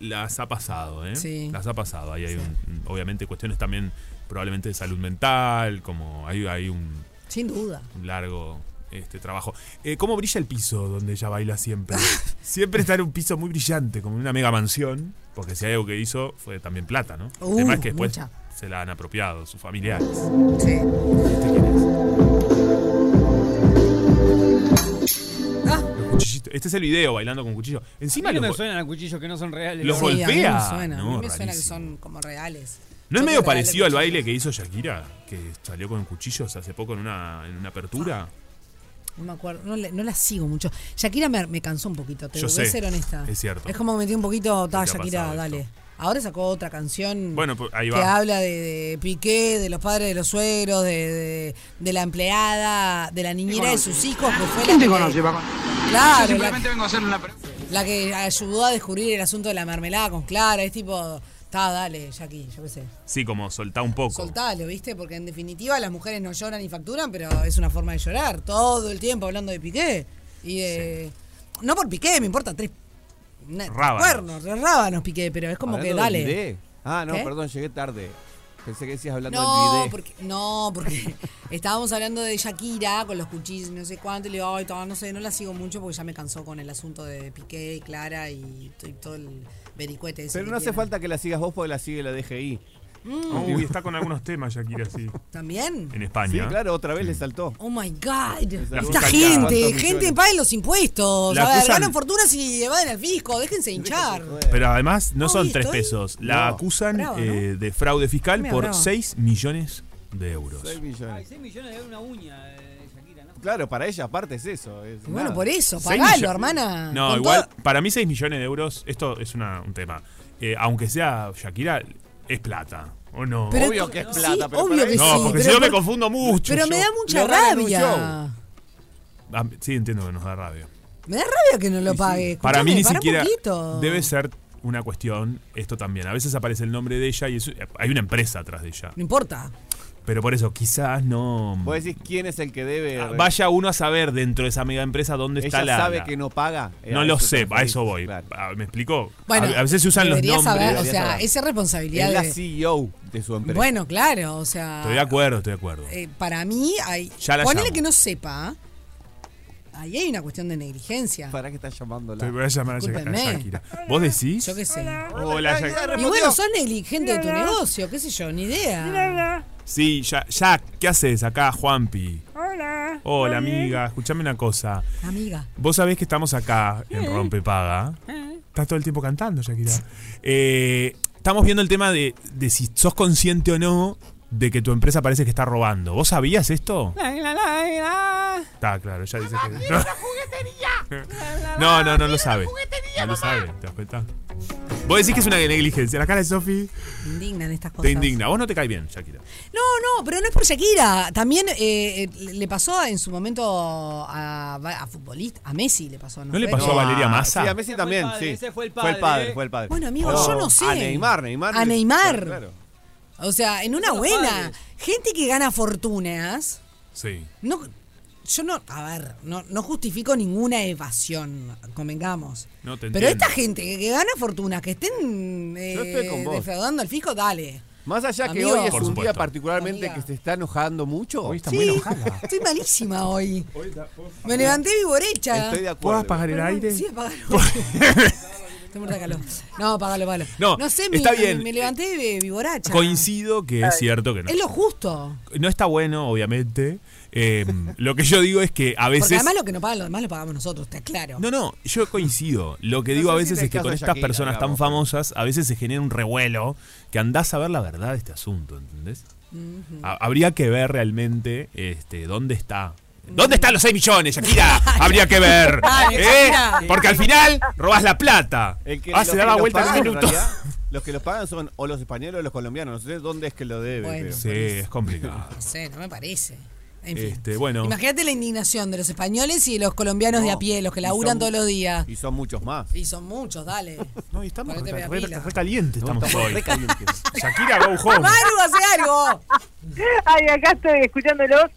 E: Las ha pasado, ¿eh?
D: Sí.
E: Las ha pasado. Ahí hay, un- obviamente, cuestiones también probablemente de salud mental, como hay, hay un,
D: Sin duda.
E: un largo este trabajo. Eh, ¿Cómo brilla el piso donde ella baila siempre? siempre está en un piso muy brillante, como en una mega mansión, porque si hay algo que hizo fue también plata, ¿no?
D: Uh,
E: el tema es que después
D: mucha.
E: se la han apropiado sus familiares.
D: Sí.
E: ¿Este quién es?
D: Ah.
E: Los cuchillitos. Este es el video bailando con cuchillo. Encima
H: A mí
E: los
H: me
E: go-
H: suenan a cuchillos que no son reales.
E: Los
D: Sí,
E: golpea.
D: A mí me suena, a mí
E: No,
D: me suena que
E: rarísimo.
D: son como reales.
E: ¿No
D: Yo
E: es medio
D: creo que
E: parecido al
D: cuchillos.
E: baile que hizo Shakira? Que salió con cuchillos hace poco en una, en una apertura.
D: Mm. No me acuerdo, no, le- no la sigo mucho. Shakira me, me cansó un poquito, te
E: Yo
D: voy a
E: sé,
D: ser honesta.
E: es cierto.
D: Es como que metí un poquito, ta,
E: te ha
D: Shakira,
E: pasado
D: dale.
E: esto?
D: Ahora sacó otra canción
E: Bueno, pues ahí
D: que
E: va.
D: habla de, de Piqué, de los padres de los suegros, de, de- de la empleada, de la niñera de sus hijos, que fue la que- Claro, la,
I: vengo a hacerle una pregunta.
D: la que ayudó a descubrir el asunto de la mermelada con Clara, es tipo, está, dale, Jackie, yo qué sé.
E: Sí, como soltá un poco.
D: Soltalo, ¿viste? Porque en definitiva las mujeres no lloran ni facturan, pero es una forma de llorar. Todo el tiempo hablando de Piqué. Y de. No por Piqué, me importa tres. na- tres
E: Rábanos.
D: Cuernos, tres rábanos Piqué, pero es como
F: Hablando
D: que
F: del
D: dale.
F: bidet. Ah, no,
D: ¿Qué?
F: perdón, llegué tarde. Pensé que decías hablando del
D: No,
F: bidet.
D: porque, no, porque estábamos hablando de Shakira con los cuchillos, no sé cuánto, y le digo, ay, todavía no sé, no la sigo mucho porque ya me cansó con el asunto de Piqué y Clara y, t- y todo el vericuete. ese
F: Pero
D: que
F: no hace
D: tienen.
F: falta que la sigas vos porque la sigue la DGI.
E: Uy, está con algunos temas, Shakira, sí.
D: ¿También?
E: En
F: Sí,
E: España.
F: claro, otra vez le saltó.
D: Oh my God.
F: La
D: Esta
E: fiscalía
F: levantó
D: gente,
F: millones.
D: gente paguen los impuestos.
E: La
D: a ver,
E: acusan-
D: ganan fortunas y evaden al fisco. Déjense hinchar.
E: Pero además no
D: Ay,
E: son tres
D: estoy-
E: pesos. La
F: No.
E: acusan
D: Bravo, ¿no?
E: eh, de fraude fiscal
D: Mira,
E: por
D: bravo.
E: 6 millones de euros.
F: 6 millones.
H: 6 millones de una uña, eh, Shakira, ¿no?
F: Claro, para ella aparte es eso. es
D: Y bueno,
F: nada.
D: por eso,
E: Seis
D: pagalo,
E: millo-
D: hermana.
E: No,
D: Ah. Con
E: igual,
D: todo-
E: para mí 6 millones de euros, esto es una- un tema. Eh, aunque sea Shakira, es plata. ¿O no?
D: Pero-
F: Obvio que es
D: sí,
F: plata, pero
D: obvio
F: para
D: que
F: ella-
E: no,
D: sí,
E: porque si
D: pero
E: no me
D: por-
E: confundo mucho.
D: Pero me
E: yo.
D: da mucha
F: lo hagan en un
D: rabia.
E: Ah, sí, entiendo que nos da rabia.
D: Me da rabia que no lo pague.
E: Para mí
D: Escuchame,
E: ni
D: para un
E: siquiera
D: poquito.
E: debe ser una cuestión esto también. A veces aparece el nombre de ella y es- hay una empresa atrás de ella.
D: No importa.
E: Pero por eso quizás no
F: Vos decís quién es el que debe.
E: Ah, vaya uno a saber dentro de esa mega empresa dónde
F: ella
E: está la
F: sabe
E: la-
F: que no paga. Eh,
E: no
F: a
E: lo
F: eso te
E: sé, a
F: referís,
E: eso voy.
F: claro.
E: Ah, ¿Me explico?
D: Bueno,
E: a, a veces se usan los
D: debería
E: nombres.
D: saber, o
F: debería
D: sea,
F: saber.
D: esa responsabilidad
F: Es la
D: de-
F: CEO de su empresa.
D: Bueno, claro, o sea.
E: Estoy de acuerdo, estoy de acuerdo.
D: eh, para mí hay.
E: Ya la
D: ponele
E: llamo.
D: que no sepa. Ahí hay una cuestión de negligencia.
F: ¿Para qué estás llamándola?
E: Te voy a llamar a Shak- a
D: Discúlpenme.
E: Shakira. ¿Vos decís?
D: Yo qué sé.
E: Hola,
F: Ay,
E: Shak-
D: Y bueno, sos negligente de tu negocio, qué sé yo, ni idea.
E: Sí, ya- Jack, ¿qué haces acá, Juanpi? Hola. Hola, amiga. Escuchame una cosa.
D: Amiga.
E: Vos sabés que estamos acá en
D: Eh.
E: Rompepaga. Estás todo el tiempo cantando, Shakira. Eh, estamos viendo el tema de, de si sos consciente o no de que tu empresa parece que está robando. ¿Vos sabías esto? Está claro, ya dice que. No. no, no, no lo sabe. No lo sabe, ¿te das cuenta? Vos decís que es una negligencia. La cara de Sofi
D: Me indignan estas cosas.
E: te indigna. Vos no te cae bien, Shakira.
D: No, no, pero no es por Shakira. También eh, eh, le pasó en su momento a, a futbolista, a Messi le pasó. ¿no,
E: ¿No le
D: fue?
E: pasó a Valeria Massa?
F: Sí, a Messi
H: Ese fue
F: también,
H: el padre,
F: sí.
H: ese fue el
F: Fue el padre,
H: padre.
F: fue el padre.
D: Bueno, amigo, yo no sé.
F: A Neymar, Neymar.
D: A Neymar.
F: Claro.
D: O sea, en una
H: Los
D: buena.
H: padres.
D: Gente que gana fortunas.
E: Sí.
D: No, yo no, a ver, no, no justifico ninguna evasión, convengamos.
E: No, te
D: Pero
E: entiendo.
D: esta gente que, que gana fortunas, que estén eh,
F: Yo estoy con vos.
D: defraudando al fisco, dale.
F: Más allá que
D: Amigo.
F: hoy es
E: Por
F: un
E: supuesto.
F: día particularmente
D: Amiga.
F: que se está enojando mucho.
E: Hoy está
D: Sí,
E: muy enojada.
D: estoy malísima hoy. Me levanté viborecha.
F: Estoy de acuerdo.
E: ¿Puedo apagar el aire?
D: Sí, apagalo. Estoy muerta de calor. No, apagalo, apagalo.
E: No,
D: sé, me-
E: está
D: me,
E: bien.
D: me levanté vi- viboracha.
E: Coincido que es cierto que no.
D: Es lo justo.
E: No está bueno, obviamente. Eh, lo que yo digo es que a
D: Porque
E: veces.
D: además lo que nos pagan los demás lo pagamos nosotros, está claro.
E: No, no, yo coincido. Lo que
F: No
E: digo
F: sé
E: a
F: si en
E: veces
F: el
E: es que
F: caso
E: con
F: de
E: estas
F: Shakira,
E: personas tan
F: digamos,
E: famosas a veces se genera un revuelo que andás a ver la verdad de este asunto, ¿entendés?
F: Mm.
E: Ha- Habría que ver realmente este, dónde está. ¿Dónde están los 6 millones, Shakira? Habría que ver.
D: Dale,
E: ¿eh?
D: Shakira.
E: Porque al final robás la plata.
F: El que-
E: Ah,
F: los
E: se
F: que
E: da la
F: los
E: vuelta en un
F: pagan,
E: minuto.
F: realidad, los que los pagan son o los españoles o los colombianos. No sé dónde es que lo debe.
D: Bueno.
F: pero-
E: Sí, es complicado.
D: No sé, no me parece. En fin.
E: Este, bueno.
D: Imagínate la indignación de los españoles y de los colombianos de a pie, los que
F: Y
D: laburan
F: son-
D: todos los días.
F: Y son muchos más.
D: Y son muchos, dale.
E: No, y estamos
D: Ponete
E: re,
D: la
E: re-
D: pila.
E: re caliente
F: No,
E: estamos
F: estamos
E: hoy.
F: re calientes.
E: Shakira, go home.
D: ¡Maru, hace algo!
I: Ay, acá estoy escuchándolos.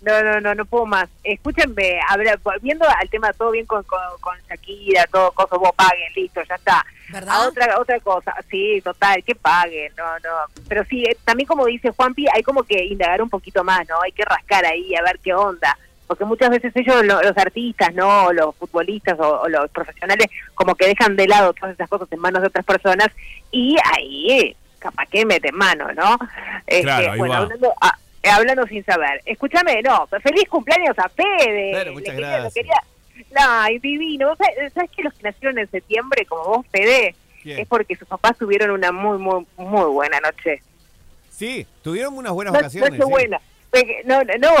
I: No, no, no, no puedo más. Escúchenme, habla- volviendo al tema, todo bien con, con, con Shakira, todo, cosas, vos paguen, listo, ya está.
D: ¿Verdad?
I: A otra, otra cosa, sí, total, que paguen, no, no. Pero sí, eh, también como dice Juanpi, hay como que indagar un poquito más, ¿no? Hay que rascar ahí, a ver qué onda. Porque muchas veces ellos, lo- los artistas, ¿no? O los futbolistas o, o los profesionales, como que dejan de lado todas esas cosas en manos de otras personas y ahí eh, capaz que meten mano, ¿no? Este,
E: Claro, ahí
I: bueno,
E: va.
I: hablando, ah, eh, hablando sin saber. Escúchame, no, feliz cumpleaños a Fede.
F: Claro, muchas
I: Le quería- lo
F: gracias.
I: quería- Ay, divino. ¿Sabes, sabes que los que nacieron en septiembre, como vos, Fede,
F: ¿Quién?
I: es porque sus papás tuvieron una muy, muy, muy buena noche.
F: Sí, tuvieron unas buenas
I: No-
F: vacaciones.
I: noche buena. Peque- No, no, no.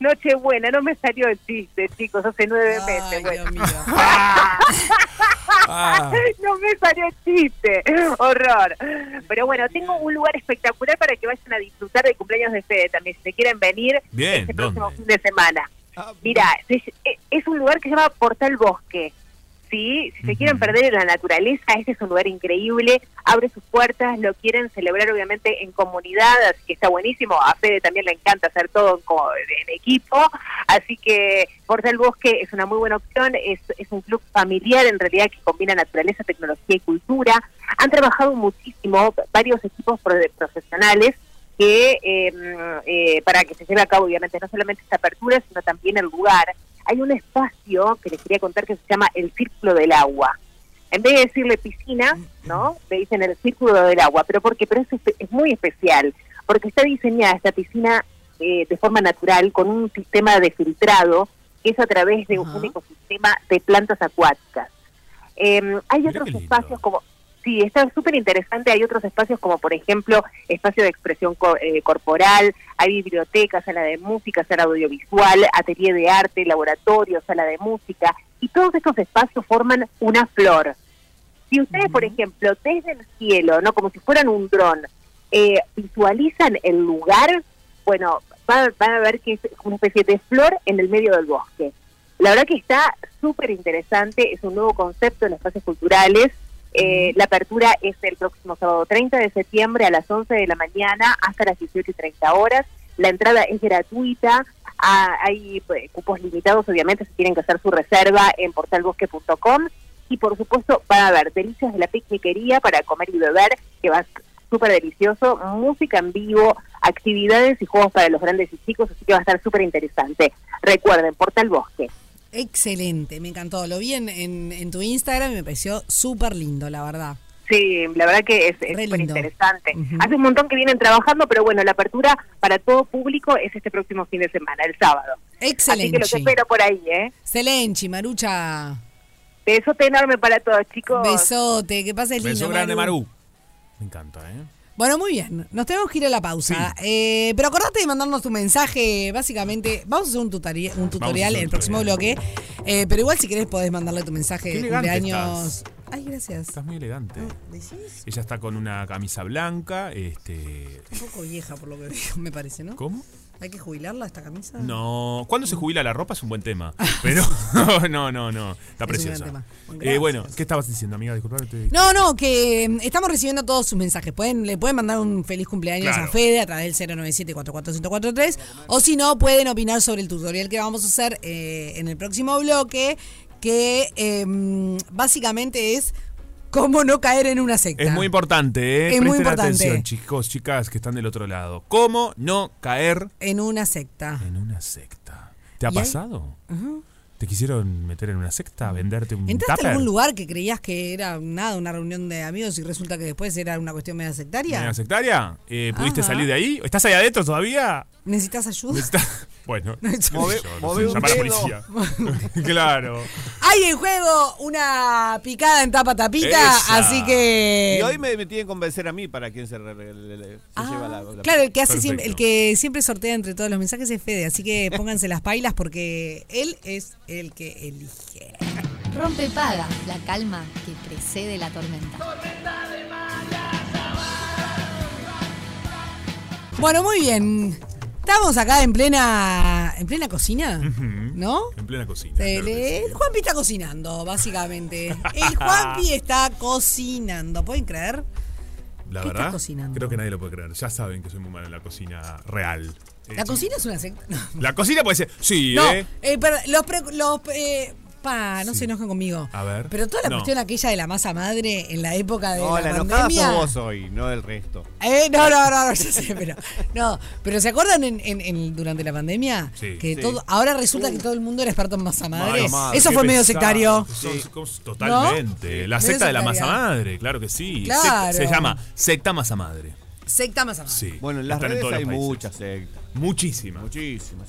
I: Nochebuena, no me salió el chiste, chicos, hace nueve meses. bueno.
D: Dios mío.
E: Ah,
I: No me salió el chiste, horror. Pero bueno, tengo un lugar espectacular para que vayan a disfrutar del cumpleaños de Fede también, si se quieren venir
E: Bien,
I: este
E: ¿dónde?
I: próximo fin de semana. Mira, es, es un lugar que se llama Portal Bosque. ¿sí? Si se quieren perder en la naturaleza, este es un lugar increíble. Abre sus puertas, lo quieren celebrar obviamente en comunidad, así que está buenísimo. A Fede también le encanta hacer todo en, co- en equipo. Así que Portal Bosque es una muy buena opción. Es, es un club familiar en realidad que combina naturaleza, tecnología y cultura. Han trabajado muchísimo varios equipos pro- profesionales que eh, mm, eh, para que se lleve a cabo obviamente no solamente esta apertura sino también el lugar hay un espacio que les quería contar que se llama el círculo del agua en vez de decirle piscina no le dicen el círculo del agua pero porque pero es, espe- es muy especial porque está diseñada esta piscina eh, de forma natural con un sistema de filtrado que es a través de
D: Ajá.
I: un ecosistema de plantas acuáticas eh, hay
E: Mirá
I: otros
E: qué lindo.
I: espacios como... Sí, está súper interesante. Hay otros espacios como, por ejemplo, espacio de expresión co- eh, corporal, hay biblioteca, sala de música, sala audiovisual, atelier de arte, laboratorio, sala de música. Y todos estos espacios forman una flor. Si ustedes, por ejemplo, desde el cielo, no como si fueran un dron, eh, visualizan el lugar, bueno, va- van a ver que es una especie de flor en el medio del bosque. La verdad que está súper interesante, es un nuevo concepto en las fases culturales. Eh, la apertura es el próximo sábado 30 de septiembre a las 11 de la mañana hasta las 18 y 30 horas. La entrada es gratuita, ah, hay pues, cupos limitados, obviamente, si tienen que hacer su reserva en portalbosque.com. Y por supuesto, van a haber delicias de la piquería para comer y beber, que va a ser súper delicioso, música en vivo, actividades y juegos para los grandes y chicos, así que va a estar súper interesante. Recuerden, Portal Bosque.
D: Excelente, me encantó. Lo vi en, en- en tu Instagram y me pareció súper lindo, la verdad.
I: Sí, la verdad que es
D: Re
I: súper
D: lindo.
I: interesante.
D: Ujú.
I: Hace un montón que vienen trabajando, pero bueno, la apertura para todo público es este próximo fin de semana, el sábado. Así que los
D: Excelente.
I: espero por ahí, ¿eh?
D: Excelente, Marucha.
I: Besote enorme para todos, chicos.
D: Besote, que pases lindo.
E: beso grande, Maru. Me encanta, ¿eh?
D: Bueno, muy bien. Nos tenemos que ir a la pausa. Eh, pero acordate de mandarnos tu mensaje. Básicamente, vamos a hacer un, tutari- un tutorial en
E: hacer
D: el
E: un
D: próximo bloque.
E: tutorial.
D: Eh, pero igual, si querés, podés mandarle tu mensaje
E: Qué
D: de
E: elegante
D: Eh, cumpleaños. Ay, gracias.
E: Estás muy elegante. Ella está con una camisa blanca, este...
D: Un poco vieja, por lo que veo, me parece, ¿no?
E: ¿Cómo?
D: ¿Hay que jubilarla esta
F: Ah.
D: camisa?
E: No, ¿cuándo
F: Mm.
E: se jubila la ropa? Es un buen tema. Pero no, no, no. Está
D: Es un gran
E: preciosa.
D: tema.
E: Eh, bueno,
D: Gracias.
E: ¿qué estabas diciendo, amiga? Disculpame. te-
D: No, no, que mm, estamos recibiendo todos sus mensajes. Pueden, le pueden mandar un feliz cumpleaños
E: Claro.
D: a Fede a través del 097-44143. O si no, pueden opinar sobre el tutorial que vamos a hacer eh, en el próximo bloque, que eh, mm, básicamente es cómo no caer en una secta.
E: Es muy importante, ¿eh?
D: Es muy
E: Presten
D: importante.
E: atención, chicos, chicas que están del otro lado. ¿Cómo no caer
D: En una secta.
E: en una secta? ¿Te ha
D: ¿Y hay-
E: pasado? ¿Te quisieron meter en una secta? ¿Venderte un
D: ¿Entraste
E: Mm, tupper?
D: a algún lugar que creías que era nada, una reunión de amigos y resulta que después era una cuestión media sectaria?
E: ¿Una sectaria? Eh, ¿Pudiste
D: Ajá.
E: salir de ahí? ¿Estás ahí adentro todavía?
D: ¿Necesitas ayuda?
E: Necesitas- Bueno,
F: Move-
E: yo no
F: move
E: sé,
F: un
E: llama a la
F: dedo.
E: policía. claro.
D: Hay en juego una picada en tapa tapita,
E: Esa.
D: así que...
F: Y hoy me, me tienen que convencer a mí para quien se, re- re- le- le- se
D: Ah,
F: lleva la, la-
D: claro, el que, hace
E: Perfecto.
D: siempre, el que siempre sortea entre todos los mensajes es Fede, así que pónganse las pailas porque eh, él es el que elige.
A: Rompe paga, la calma que precede la tormenta.
D: Ah. Bueno, muy bien. Estamos acá en plena en plena cocina, ¿no?
E: En plena cocina.
D: El,
E: claro que Mm. sí.
D: el Juanpi está cocinando, básicamente. El Juanpi está cocinando, ¿pueden creer?
E: La
D: ¿Qué
E: verdad,
D: estás cocinando?
E: creo que nadie lo puede creer. Ya saben que soy muy malo en la cocina real. Eh,
D: ¿La
E: sí.
D: cocina es una secta? No,
E: La cocina puede ser. Sí,
D: No,
E: ¿eh?
D: eh, pero los... pre- los, eh, pa, no se enojen conmigo.
E: A ver.
D: Pero toda la
E: No.
D: cuestión aquella de la masa madre en la época de
F: No,
D: la,
F: la enojada
D: pandemia...
F: sos vos hoy, no el resto.
D: Eh, no, no, no, no, yo sé, pero. No, pero ¿se acuerdan en, en- en- durante la pandemia?
E: Sí.
D: que
F: Sí.
D: todo Ahora resulta que todo el mundo era experto en masa madre.
E: Ay,
F: madre,
D: Eso
E: qué
D: fue medio
E: pesado.
D: sectario.
E: Son- son- Totalmente. La
D: Medio
E: secta de la
D: sectaria.
E: masa madre, claro que sí. Sec-
D: Claro.
E: Se, llama secta masa madre.
D: Secta masa madre.
E: Sí.
F: Bueno, en las
E: Están
F: redes
E: todos
F: hay
E: los países.
F: muchas sectas.
E: Muchísimas. Mm.
F: Muchísimas.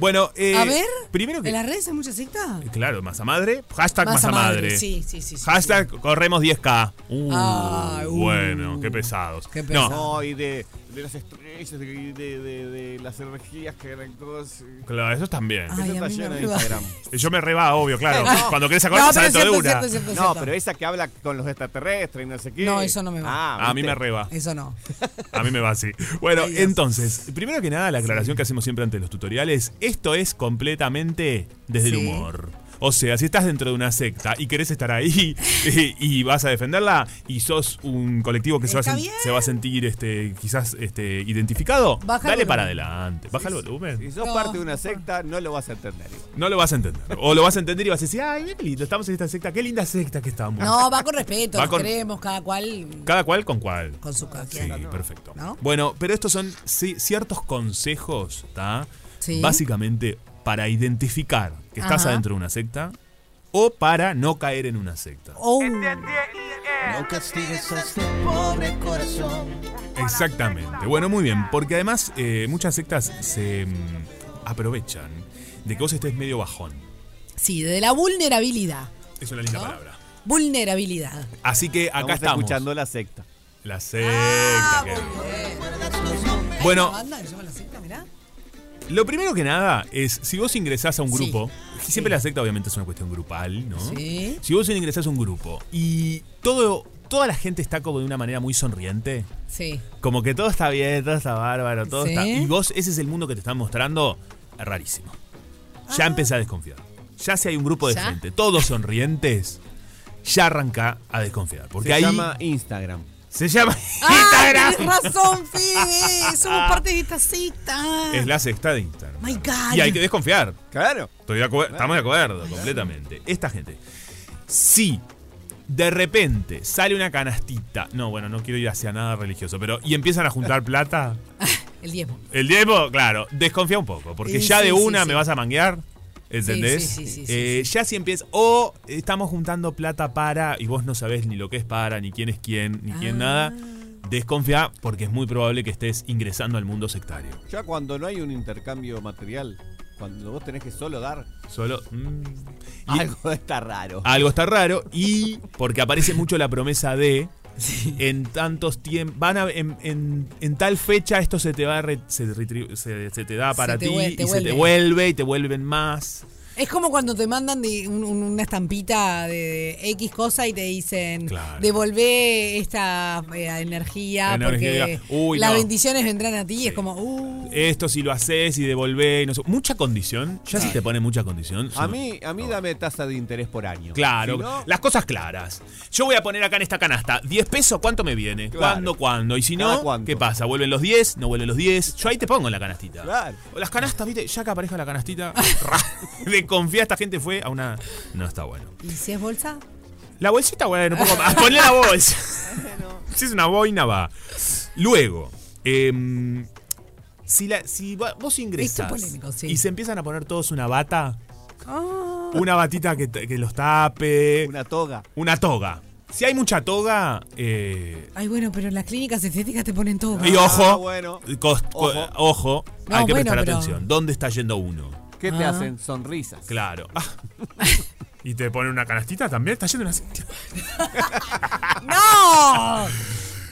E: Bueno, eh,
D: A ver.
E: Primero que.
D: ¿En las redes hay mucha secta?
E: Claro, masa madre. Hashtag masa,
D: Masa
E: madre.
D: madre, sí, sí, sí, sí,
E: Hashtag corremos 10K. Uh,
D: Ah, uh.
E: bueno, qué pesados.
D: Qué
E: No,
D: pesado.
F: No, y de, de las estrellas, de, de- de- de las energías que eran cosas.
E: Claro, eso también.
D: Ay,
F: Eso
D: a
F: está
D: mí me
F: lleno de
D: arruga.
F: Instagram.
E: Yo me reba, obvio, claro.
D: No.
E: Cuando querés sacar
D: No,
E: cosas
D: pero es cierto,
E: dentro de
D: es
E: una.
D: cierto, es cierto, es
F: No,
D: cierto.
F: pero esa que habla con los extraterrestres y no sé qué.
D: No, eso no me va.
F: Ah,
E: A mí
F: ¿viste?
E: me reba.
D: Eso no.
E: A mí me va así. Bueno, entonces, primero que nada, la aclaración que hacemos siempre ante los tutoriales, esto es completamente desde el
D: Sí.
E: humor. O sea, si estás dentro de una secta y querés estar ahí y, y vas a defenderla y sos un colectivo que se va, a
D: Está
E: sen-
D: bien.
E: se va a sentir este, quizás este, identificado,
D: Baja el
E: dale
D: volumen.
E: para adelante. Baja el volumen.
F: Si sos
D: No.
F: parte de una secta, no lo vas a entender.
E: No lo vas a entender. O lo vas a entender y vas a decir, ay, qué lindo, estamos en esta secta, qué linda secta que estamos.
D: No, va con respeto,
E: Va
D: nos
E: con-
D: queremos cada cual
E: Cada cual con cual.
D: con su
E: Sí,
D: canción.
E: perfecto.
D: ¿No?
E: Bueno, pero estos son ci- ciertos consejos, ¿está?
D: Sí.
E: Básicamente para identificar que estás
D: Ajá.
E: adentro de una secta o para no caer en una secta.
D: Oh,
J: No castigues a este pobre corazón.
E: Exactamente. Bueno, muy bien, porque además eh, muchas sectas se mm, aprovechan de que vos estés medio bajón.
D: sí, de la vulnerabilidad.
E: Es una linda palabra.
D: Vulnerabilidad.
E: Así que acá
F: Acá
E: estamos.
F: escuchando la secta.
E: La secta. que-
D: Ah, Hay
E: Bueno.
D: una banda que se llama La Secta, mirá.
E: Lo primero que nada es, si vos ingresás a un
D: Sí.
E: grupo, siempre la secta obviamente es una cuestión grupal, ¿no?
D: Sí.
E: Si vos ingresás a un grupo y todo, toda la gente está como de una manera muy sonriente,
D: Sí.
E: como que todo está bien, todo está bárbaro, todo
D: Sí.
E: está... Y vos, ese es el mundo que te están mostrando, rarísimo. Ya empezás a desconfiar. Ya si hay un grupo de
D: Ah. ¿Ya?
E: gente, todos sonrientes, ya arranca a desconfiar. Porque
F: Se
E: ahí
F: llama Instagram.
E: se llama
D: ¡Ah,
E: Instagram.
D: tenés razón, Fede! Somos parte de esta secta.
E: Es la secta de Instagram.
D: My God.
E: Y hay que desconfiar.
F: Claro.
E: Estoy de acuer- estamos de acuerdo, completamente. Esta gente. Si de repente sale una canastita. No, bueno, no quiero ir hacia nada religioso, pero. Y empiezan a juntar plata.
D: El diezmo.
E: El tiempo, claro, desconfía un poco. Porque
D: Y
E: ya
D: sí,
E: de
D: sí,
E: una
D: sí.
E: me vas a manguear. ¿Entendés?
D: Sí, sí, sí, sí, sí,
E: Eh, Ya si empieza. O estamos juntando plata para. Y vos no sabés ni lo que es para, ni quién es quién, ni quién
D: Ah.
E: nada. Desconfía porque es muy probable que estés ingresando al mundo sectario.
F: Ya cuando no hay un intercambio material, cuando vos tenés que solo dar,
E: Solo. mm, Y- Ah,
F: algo está raro.
E: Algo está raro y porque aparece mucho la promesa de en tantos tiempos van a, en, en- en tal fecha esto se te va a re- se, retribu- se- se te da
D: Se
E: para
D: te
E: ti
D: vuel-
E: y
D: te
E: se
D: vuelve.
E: te vuelve y te vuelven más.
D: Es como cuando te mandan de un- un- una estampita de, de X cosa y te dicen,
E: Claro.
D: devolvé esta eh, energía
E: Energía.
D: porque
E: Uy,
D: las
E: no.
D: bendiciones vendrán a ti. Y es como, uh,
E: Esto si lo haces y devolvés y no sé, mucha condición, ya si te pone mucha condición.
F: A
E: son-
F: mí, a mí dame tasa de interés por año.
E: Claro,
F: Si no,
E: las cosas claras. Yo voy a poner acá en esta canasta 10 pesos, ¿cuánto me viene?
F: Claro.
E: ¿Cuándo, cuándo? Y si
F: Cada
E: no,
F: cuánto.
E: ¿qué pasa? ¿Vuelven los 10? ¿No vuelven los 10? Yo ahí te pongo en la canastita.
F: Claro.
E: O Las canastas, ¿viste? Ya que aparezca la canastita, desconfía, esta gente fue a una... No, está bueno.
D: ¿y si es bolsa?
E: La bolsita, bueno, un poco más. Ponle la bolsa. Si es una boina, va. Luego, em, si, la, si va- vos ingresas
D: polémico, sí.
E: y se empiezan a poner todos una bata,
D: Ah,
E: una batita que, te- que los tape,
F: una toga.
E: una toga. Si hay mucha toga, eh,
D: Ay, bueno, pero en las clínicas estéticas te ponen todo. Ah,
E: y ojo,
F: Ah, bueno.
E: cos- co-
F: Ojo.
E: ojo,
D: No,
E: hay que
D: bueno,
E: prestar
D: pero-
E: atención. ¿Dónde está yendo uno?
F: ¿Qué te
D: Ah.
F: hacen? Sonrisas.
E: Claro. Ah. ¿Y te ponen una canastita también? ¿Está yendo una
D: ¡No!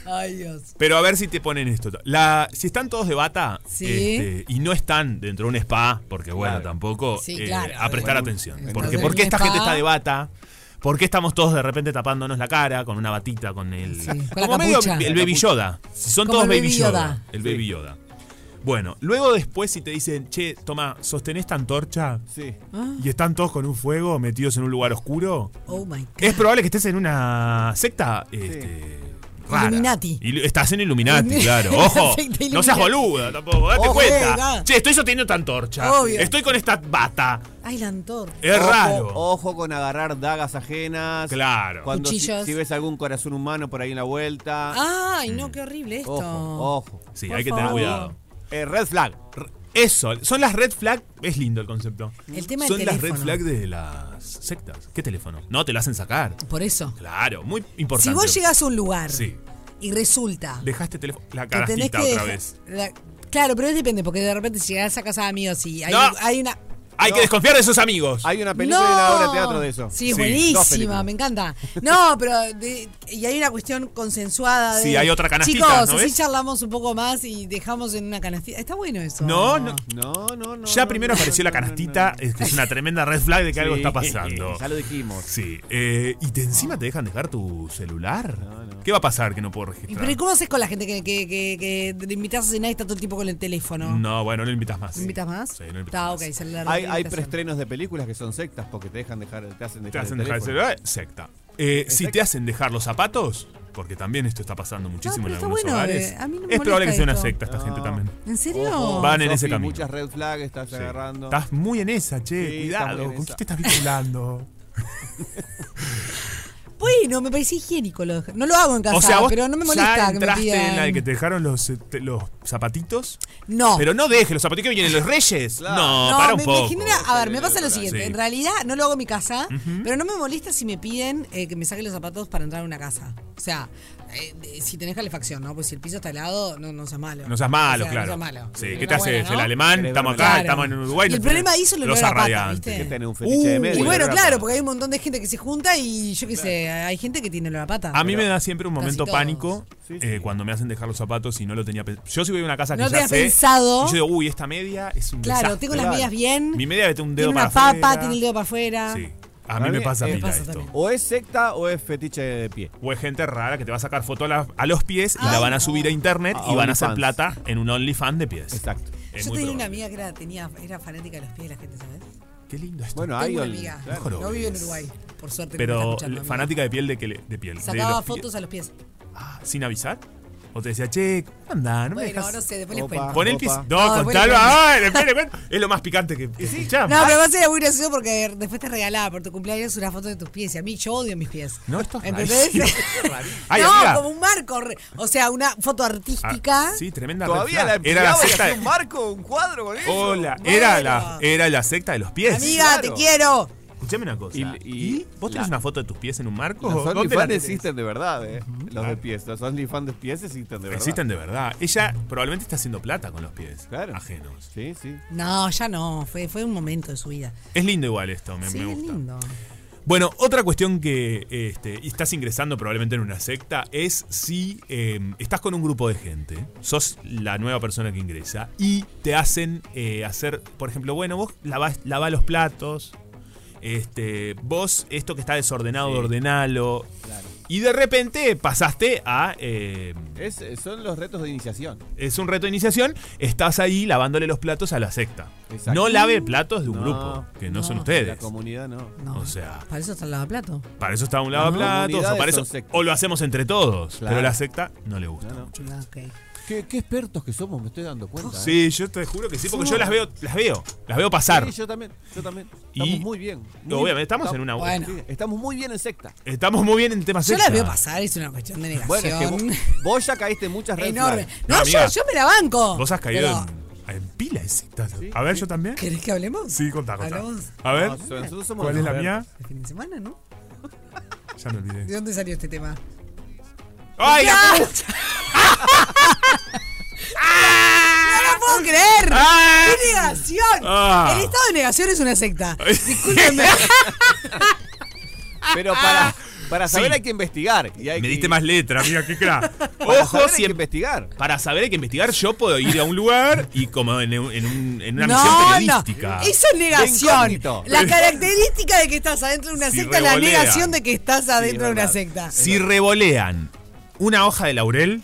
D: Ay, Dios.
E: Pero a ver si te ponen esto. La, si están todos de bata
D: Sí.
E: este, y no están dentro de un spa, porque bueno,
F: Claro.
E: tampoco,
D: Sí,
E: eh,
D: claro.
E: a prestar
D: Bueno,
E: atención.
D: entonces
E: Porque
D: en
E: ¿por qué
D: un
E: esta
D: spa-
E: gente está de bata? ¿Por qué estamos todos de repente tapándonos la cara con una batita, con el...
D: Sí, con la
E: como medio
D: capucha.
E: el baby Yoda. Si son
D: Como
E: todos
D: el
E: baby
D: Baby
E: Yoda.
D: Yoda.
E: El baby Yoda. Bueno, luego después si te dicen, che, toma, sostenés esta antorcha
F: Sí.
E: y están todos con un fuego metidos en un lugar oscuro,
D: Ah. Oh, my God.
E: es probable que estés en una secta. Este, rara.
D: Illuminati.
E: Ilu- estás en Illuminati, claro.
D: Una
E: Ojo.
D: secta
E: No seas
D: Illuminati.
E: boluda tampoco. Date
D: Ojo, eh,
E: cuenta.
D: venga.
E: Che, estoy sosteniendo esta antorcha.
D: Obvio.
E: Estoy con esta bata.
D: Ay, la antorcha.
E: Es
F: Ojo-
E: raro.
F: Ojo con agarrar dagas ajenas.
E: Claro.
F: Cuando si,
D: Cuchillos.
F: si ves algún corazón humano por ahí en la vuelta.
E: ah.
D: Ay,
E: Mm.
D: no, qué horrible esto.
F: Ojo, ojo.
E: Sí,
D: Por
E: hay que tener
D: favor.
E: cuidado.
F: Eh, red flag.
E: R- Eso, son las red flag. Es lindo el concepto.
D: El tema del
E: son las red
D: teléfono.
E: flag de las sectas. ¿Qué teléfono? No, te lo hacen sacar.
D: Por eso.
E: Claro, muy importante.
D: Si vos llegás a un lugar
E: Sí.
D: y resulta
E: Dejaste teléfono. La
D: que tenés que
E: carajita otra
D: dejar-
E: vez.
D: la- claro, pero depende, porque de repente si llegás a casa de amigos y hay,
E: No.
D: hay una.
E: Hay que desconfiar de sus amigos.
F: Hay una película y una obra de teatro de eso.
D: Sí, es
F: Sí, dos
D: buenísima,
F: películas.
D: me encanta. No, pero. de- y hay una cuestión consensuada. De,
E: Sí, hay otra canastita,
D: Chicos,
E: ¿no
D: así
E: ves?
D: charlamos un poco más y dejamos en una canastita. Está bueno eso.
E: No, no.
F: No, no, no.
E: Ya primero apareció la canastita, es que es una tremenda red flag de que algo está pasando.
F: Ya lo dijimos.
E: Sí, eh, y te encima te dejan dejar tu celular. ¿Qué va a pasar que no puedo
D: ¿Y
E: registrar?
D: pero ¿y cómo haces con la gente que, que, que, que te invitas a cenar y está todo el tiempo con el teléfono?
E: No, bueno, no lo invitas más.
D: ¿Me invitas más?
E: Sí, no lo invitas
D: Está,
E: más.
D: ok, se la
F: Hay, hay
D: reinvitación.
F: preestrenos de películas que son sectas porque te dejan dejar, te hacen dejar,
E: Te hacen
F: el
E: dejar el
F: teléfono.
E: celular, secta. Eh, si te hacen dejar los zapatos, porque también esto está pasando muchísimo
D: pero
E: en
D: está
E: algunos
D: bueno,
E: hogares.
D: eh, a mí no me
E: es probable
D: molesta
E: que sea una
D: esto.
E: secta esta gente también.
D: ¿En serio?
F: Ojo,
E: Van en
F: Sofi,
E: ese camino.
F: Muchas red flags estás agarrando.
E: Estás muy en esa,
F: Sí,
E: che.
F: estás muy
E: Cuidado,
F: en
E: ¿con
F: esa.
E: quién te estás vinculando?
D: Bueno, me parece higiénico. Lo, no lo hago en casa,
E: o sea, vos
D: pero no me
E: ya
D: molesta que me
E: entraste
D: pidan.
E: en la de que te dejaron los, eh, te- los zapatitos.
D: No.
E: Pero no dejes los zapatitos que vienen los reyes. No,
D: No,
E: para un
D: me, me
E: poco.
D: genera- a ver, me pasa lo siguiente.
E: Sí.
D: En realidad no lo hago en mi casa, pero no me molesta si me piden eh, que me saque los zapatos para entrar a una casa. O sea, eh, de- si tenés calefacción, ¿no? Pues si el piso está helado, no, no seas malo.
E: No seas malo,
D: O sea,
E: claro.
D: No seas malo.
E: Sí,
D: Pero
E: ¿qué te haces?
D: bueno, ¿no?
E: El alemán,
F: Pero
E: estamos acá,
F: bueno,
D: Claro.
E: estamos en Uruguay.
D: Y el
E: no
D: problema
E: tenés
D: ahí es el
E: los
D: olor a pata,
E: radiantes.
D: ¿viste?
F: Que tenés un fetiche de
E: Uh,
F: medio.
D: Y bueno,
E: Pero
D: claro, porque hay un montón de gente que se junta y yo qué sé, hay gente que tiene olor a pata.
E: A mí me da siempre un
D: Casi
E: momento
D: todos.
E: pánico
F: Sí,
E: eh, cuando me hacen dejar los zapatos y no lo tenía pensado. Yo si voy a una casa
D: No
E: que ya
D: tenías
E: sé,
D: pensado.
E: Y yo digo, uy, esta media es un
D: Claro,
E: desastre.
D: tengo las medias
E: Mi
D: bien,
E: media mete un
D: tiene
E: dedo
D: una
E: para
D: papa,
E: afuera.
D: tiene el dedo para afuera.
E: Sí. A mí me
F: Eh,
E: pasa
F: me
E: pila
D: pasa
E: esto.
D: también.
F: O es secta o es fetiche de pie.
E: O hay gente rara que te va a sacar foto a, la- a los pies y la van a subir a internet
F: A
E: y van a hacer
F: OnlyFans.
E: plata en un OnlyFans de pies.
F: Exacto.
E: Es
D: Yo
E: muy
D: tenía
E: probable.
D: una amiga que era, tenía, era fanática de los pies de la gente, ¿sabes?
E: Qué lindo esto.
F: Bueno, hay
D: Tengo una
F: ol-
D: amiga.
F: claro.
E: Mejor
D: No vive en
E: obvio.
D: Uruguay, por suerte. que me está
E: Pero
D: escuchando, amiga.
E: fanática de piel de que le- de piel. de
D: Sacaba
E: los pies.
D: fotos a los pies.
E: Ah, sin avisar. O te decía, che, ¿cómo andás? No me
D: Bueno,
E: dejas.
D: no sé, después les
F: Opa.
D: cuento.
E: Pon el
F: Opa.
E: pis.
D: No,
E: No,
D: después
E: contalo.
D: le cuento.
E: Ah, después le cuento. Es lo más picante que que escuchamos.
D: No, pero va a ser muy gracioso porque de- después te regalaba por tu cumpleaños una foto de tus pies. Y a mí yo odio mis pies.
E: No, esto es
D: ¿Entendés?
E: rarísimo. Ay,
D: no,
E: amiga.
D: como un marco. re- O sea, una foto
E: Ah,
D: artística.
E: sí, tremenda
F: Todavía
E: red
F: la
E: flag. Era la
F: empleaba y
E: secta
F: hacía
E: de,
F: un marco, un cuadro con eso.
E: Hola,
D: Bueno.
E: era, la, era la secta de los pies.
D: Amiga, te
F: claro.
D: quiero.
E: Escuchame una cosa.
F: Y-
E: ¿Y,
F: y-
E: vos tenés
F: la-
E: una foto de tus pies en un marco?
F: Los
E: ¿Dónde la
F: OnlyFans
E: tenés?
F: existen de verdad, eh. Los de
E: Claro.
F: pies. Los OnlyFans de pies existen de verdad.
E: Existen de verdad. Ella probablemente está haciendo plata con los pies
F: Claro.
E: ajenos.
F: Sí, sí.
D: No, ya no. Fue, fue un momento de su vida.
E: Es lindo igual esto, me,
D: sí,
E: me
D: es
E: gusta.
D: lindo.
E: Bueno, otra cuestión que este, y estás ingresando probablemente en una secta es si eh, estás con un grupo de gente, sos la nueva persona que ingresa y te hacen eh, hacer, por ejemplo, bueno, vos lavás, lavá los platos, este, vos esto que está desordenado, ordenalo. Y de repente pasaste a... eh,
F: Es, son los retos de iniciación.
E: es un reto de iniciación, estás ahí lavándole los platos a la secta.
F: Exacto.
E: No lave platos de un
F: No,
E: grupo, que no, son
D: no.
F: La
E: ustedes.
F: comunidad no.
D: No.
E: O sea,
D: Para eso está el lavaplato.
E: para eso está un lavaplatos, o,
F: comunidades
E: para
F: son
E: eso,
F: sectas.
E: o lo hacemos entre todos.
F: Claro.
E: Pero la secta no le gusta.
F: No, no.
D: Ah, ok.
F: ¿Qué, qué expertos que somos, me estoy dando cuenta. ¿eh?
E: Sí, yo te juro que sí, porque yo las veo, las veo, las veo pasar.
F: Sí, yo también, yo también.
E: Y-
F: Estamos muy bien. Muy bien.
E: Obviamente, estamos en una.
D: Bueno.
F: Sí, Estamos muy bien en secta.
E: Estamos muy bien en temas
D: Yo
E: secta.
D: la veo pasar, es una cuestión de negación.
F: Bueno, es que vos, vos ya caíste en muchas redes.
D: Enorme. No,
E: No,
D: yo,
E: amiga.
D: yo me la banco.
E: Vos has caído
D: Oh, Pero,
E: en, en pila de sectas. A ver, yo también.
D: ¿Querés que hablemos?
E: Sí, contá, contá.
D: Hablamos
E: A ver,
F: nosotros somos
E: ¿cuál es la
F: los
E: mía?
D: el fin de semana, ¿no?
E: Ya me
D: ¿De
E: olvidé.
D: dónde salió este tema?
E: ¡Ay, la
D: ¡Ah!
E: puta!
D: ¡No lo puedo creer!
E: ¡Ah!
D: ¡Qué negación!
E: Ah.
D: El estado de negación es una secta. Discúlpenme.
F: Pero para,
D: Ah.
F: para saber
E: Sí.
F: hay que investigar. Y hay
E: Me
F: que-
E: diste más letra, mira qué crack.
F: Para saber
E: Ojo,
F: hay que
E: siempre.
F: investigar.
E: Para saber hay que investigar, yo puedo ir a un lugar y como en, un- en un- en una misión
D: No, no.
E: periodística.
D: Eso es negación.
F: incógnito.
D: La característica de que estás adentro de una
E: Si
D: secta es la
E: revolea.
D: negación de que estás adentro de una
F: verdad.
D: secta.
E: Si revolean una hoja de laurel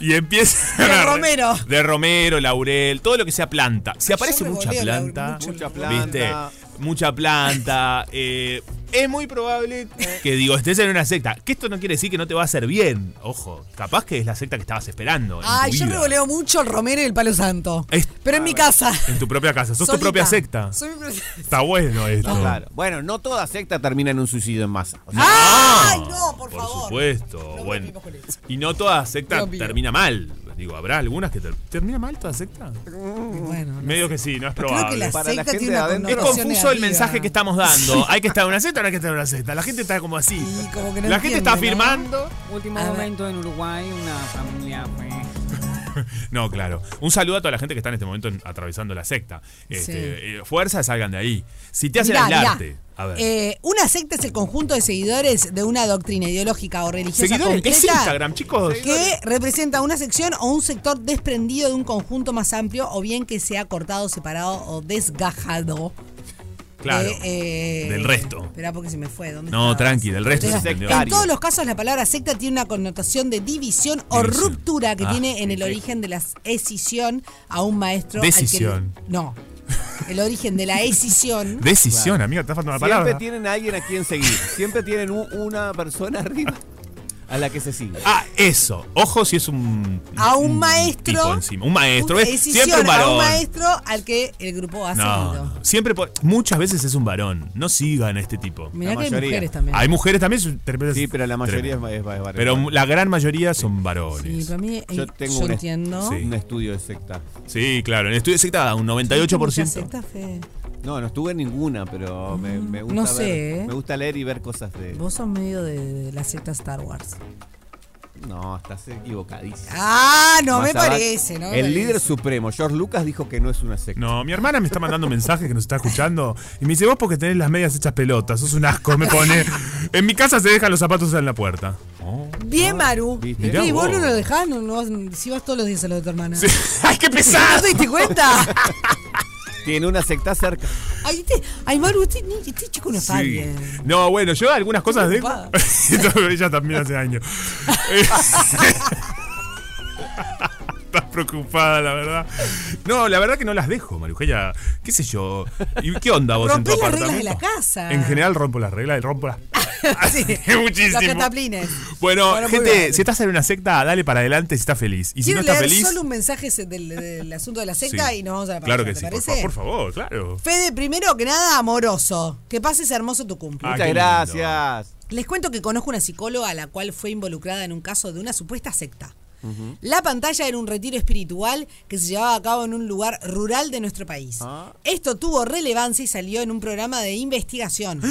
E: y empieza
D: Ah. De romero.
E: De romero, laurel, todo lo que sea planta. Si aparece
D: Yo
E: mucha
D: revoleo laurel,
E: planta,
D: mucho
F: Mucha laurel. planta.
E: ¿viste? Mucha planta. eh, es muy probable
F: eh,
E: que digo, estés en una secta. Que esto no quiere decir que no te va a hacer bien. Ojo, capaz que es la secta que estabas esperando. en
D: Ay,
E: tu
D: yo
E: vida.
D: revoleo mucho el romero y el palo santo.
E: Es-
D: Pero en mi casa.
E: En tu propia casa. Sos tu
D: solita.
E: propia secta.
D: Soy mi propia-
E: Está bueno esto.
F: Claro. Bueno, no toda secta termina en un suicidio en masa. O sea,
D: ¡Ay, no, por, favor!
E: Ah, supuesto.
D: No
E: bueno.
D: volvimos con eso.
E: Y no toda secta
D: Dios mío.
E: termina mal. Digo, habrá algunas que ter- termina mal toda secta.
D: Bueno,
E: Medio que sí, no es
D: Creo que
E: probable.
D: la
F: Para
D: secta
F: la gente
D: tiene una
F: de adentro.
E: Es
F: no,
D: connotación
E: confuso el
D: negativa.
E: mensaje que estamos dando. ¿Hay que estar en una secta o no hay que estar en una secta? La gente está como así.
D: Y como que no
E: la
D: entiende,
E: gente está
D: ¿no?
E: afirmando.
H: Último
D: A ver.
H: momento en Uruguay, una familia fue
E: no, claro. Un saludo a toda la gente que está en este momento en- atravesando la secta. Este,
D: Sí.
E: eh, fuerza, salgan de ahí. Si te hacen
D: Mirá,
E: aislarte.
D: mirá.
E: A ver.
D: Eh, una secta es el conjunto de seguidores de una doctrina ideológica o religiosa
E: Seguidores,
D: concreta
E: es Instagram, chicos.
D: que representa una sección o un sector desprendido de un conjunto más amplio o bien que sea cortado, separado o desgajado.
E: Claro.
D: de, eh,
E: del resto.
D: Esperá porque se me fue. ¿dónde
E: No,
D: estabas?
E: tranqui, del resto se
D: Entonces,
E: entendió.
D: En todos los casos la palabra secta tiene una connotación de división o
E: División.
D: ruptura que
E: Ah,
D: tiene en el
E: sí.
D: origen de la escisión a un maestro. al que-
E: Decisión.
D: no. El origen de la escisión.
E: Decisión, amigo, te está faltando la
F: Siempre
E: palabra.
F: tienen a alguien a quien seguir. Siempre tienen u- una persona arriba a la que se sigue.
E: Ah, eso. Ojo si es un.
D: A un
E: tipo
D: maestro.
E: encima. Un maestro. ¿ves?
D: escisión
E: Siempre un
D: A un
E: varón.
D: maestro al que el grupo ha
E: No,
D: seguido.
E: no. siempre po- muchas veces es un varón. No sigan a este tipo.
D: Mirá
F: La
D: que hay
F: mayoría.
D: mujeres también.
E: Hay mujeres también. su-
F: Sí, pero la mayoría es, es, es
E: Pero m- la gran mayoría son varones.
D: Sí, para mí,
F: Yo
D: yo,
F: tengo
D: yo
F: una-
D: entiendo.
E: Sí.
F: un estudio de secta.
E: Sí, claro. En el estudio de secta da un 98%.
D: Mucha secta, Fede.
F: No, no estuve en ninguna, pero me, me gusta
D: no
F: ver-
D: sé, ¿eh?
F: me gusta leer y ver cosas de.
D: Vos sos medio de, de la secta Star Wars.
F: No, estás equivocadísimo.
D: Ah, no me
F: Más abajo.
D: parece, ¿no? me
F: El líder
D: parece.
F: supremo, George Lucas, dijo que no es una secta.
E: No, mi hermana me está mandando mensajes que nos está escuchando y me dice, vos porque tenés las medias hechas pelotas, sos un asco, me pone. En mi casa se dejan los zapatos en la puerta. Oh.
D: Bien, Maru.
F: ¿viste?
E: Mirá
D: Y vos
E: vos.
D: no lo dejás, no, no- si vas todos los días a lo de tu hermana.
E: Sí. ¡Ay, qué
D: ¿No
E: pesado!
D: te diste cuenta?
F: Tiene una secta cerca.
D: Ay, este- ay, Maru, este, ni- este chico no está
E: Sí.
D: bien.
E: No, bueno, yo algunas cosas de.
D: ocupada.
E: Ella también hace años. Eh, Estás preocupada, la verdad. No, la verdad que no las dejo, Marujella. ¿Qué sé yo? ¿Y qué onda vos en tu
D: Rompés las reglas
E: apartamento?
D: de la casa.
E: En general rompo las reglas y rompo las.
D: Sí.
E: Muchísimo.
D: Los cataplines.
E: Bueno,
D: Bueno, muy
E: gente,
D: bien.
E: si estás en una secta, dale para adelante si estás feliz. Y si no
D: Quiero
E: estás
D: leer
E: feliz.
D: solo un mensaje ese del, del asunto de la
E: sí.
D: secta y nos vamos a la
E: Claro que
D: pausa,
E: sí,
D: ¿te
E: por,
D: parece?
E: fa- por favor, claro.
D: Fede, primero que nada, amoroso. Que pases hermoso tu cumple.
E: Ah,
F: Muchas
E: qué lindo.
F: gracias.
D: Les cuento que conozco una psicóloga a la cual fue involucrada en un caso de una supuesta secta. La pantalla era un retiro espiritual que se llevaba a cabo en un lugar rural de nuestro país.
F: Ah.
D: Esto tuvo relevancia y salió en un programa de investigación.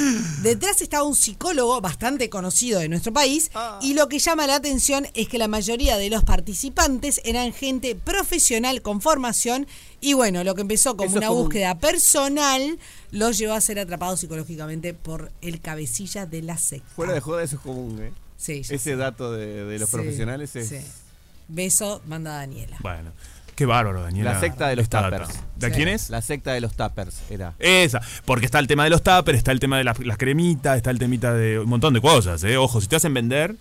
D: Detrás estaba un psicólogo bastante conocido de nuestro país
F: Ah.
D: y lo que llama la atención es que la mayoría de los participantes eran gente profesional con formación y bueno, lo que empezó como
F: Eso es
D: una
F: como un-
D: búsqueda personal los llevó a ser atrapados psicológicamente por el cabecilla de la secta.
F: Fuera de joda, eso es común, ¿eh?
D: Sí, ya
F: Ese dato de, de los
D: Sí,
F: profesionales es.
D: sí. Beso, manda Daniela.
E: Bueno, qué bárbaro, Daniela.
F: La secta de los
E: Esta data.
F: tappers.
E: ¿De
D: Sí.
E: quién es?
F: La secta de los tappers era.
E: Esa, porque está el tema de los tuppers, está el tema de las, las cremitas, está el temita de un montón de cosas, ¿eh? Ojo, si te hacen vender,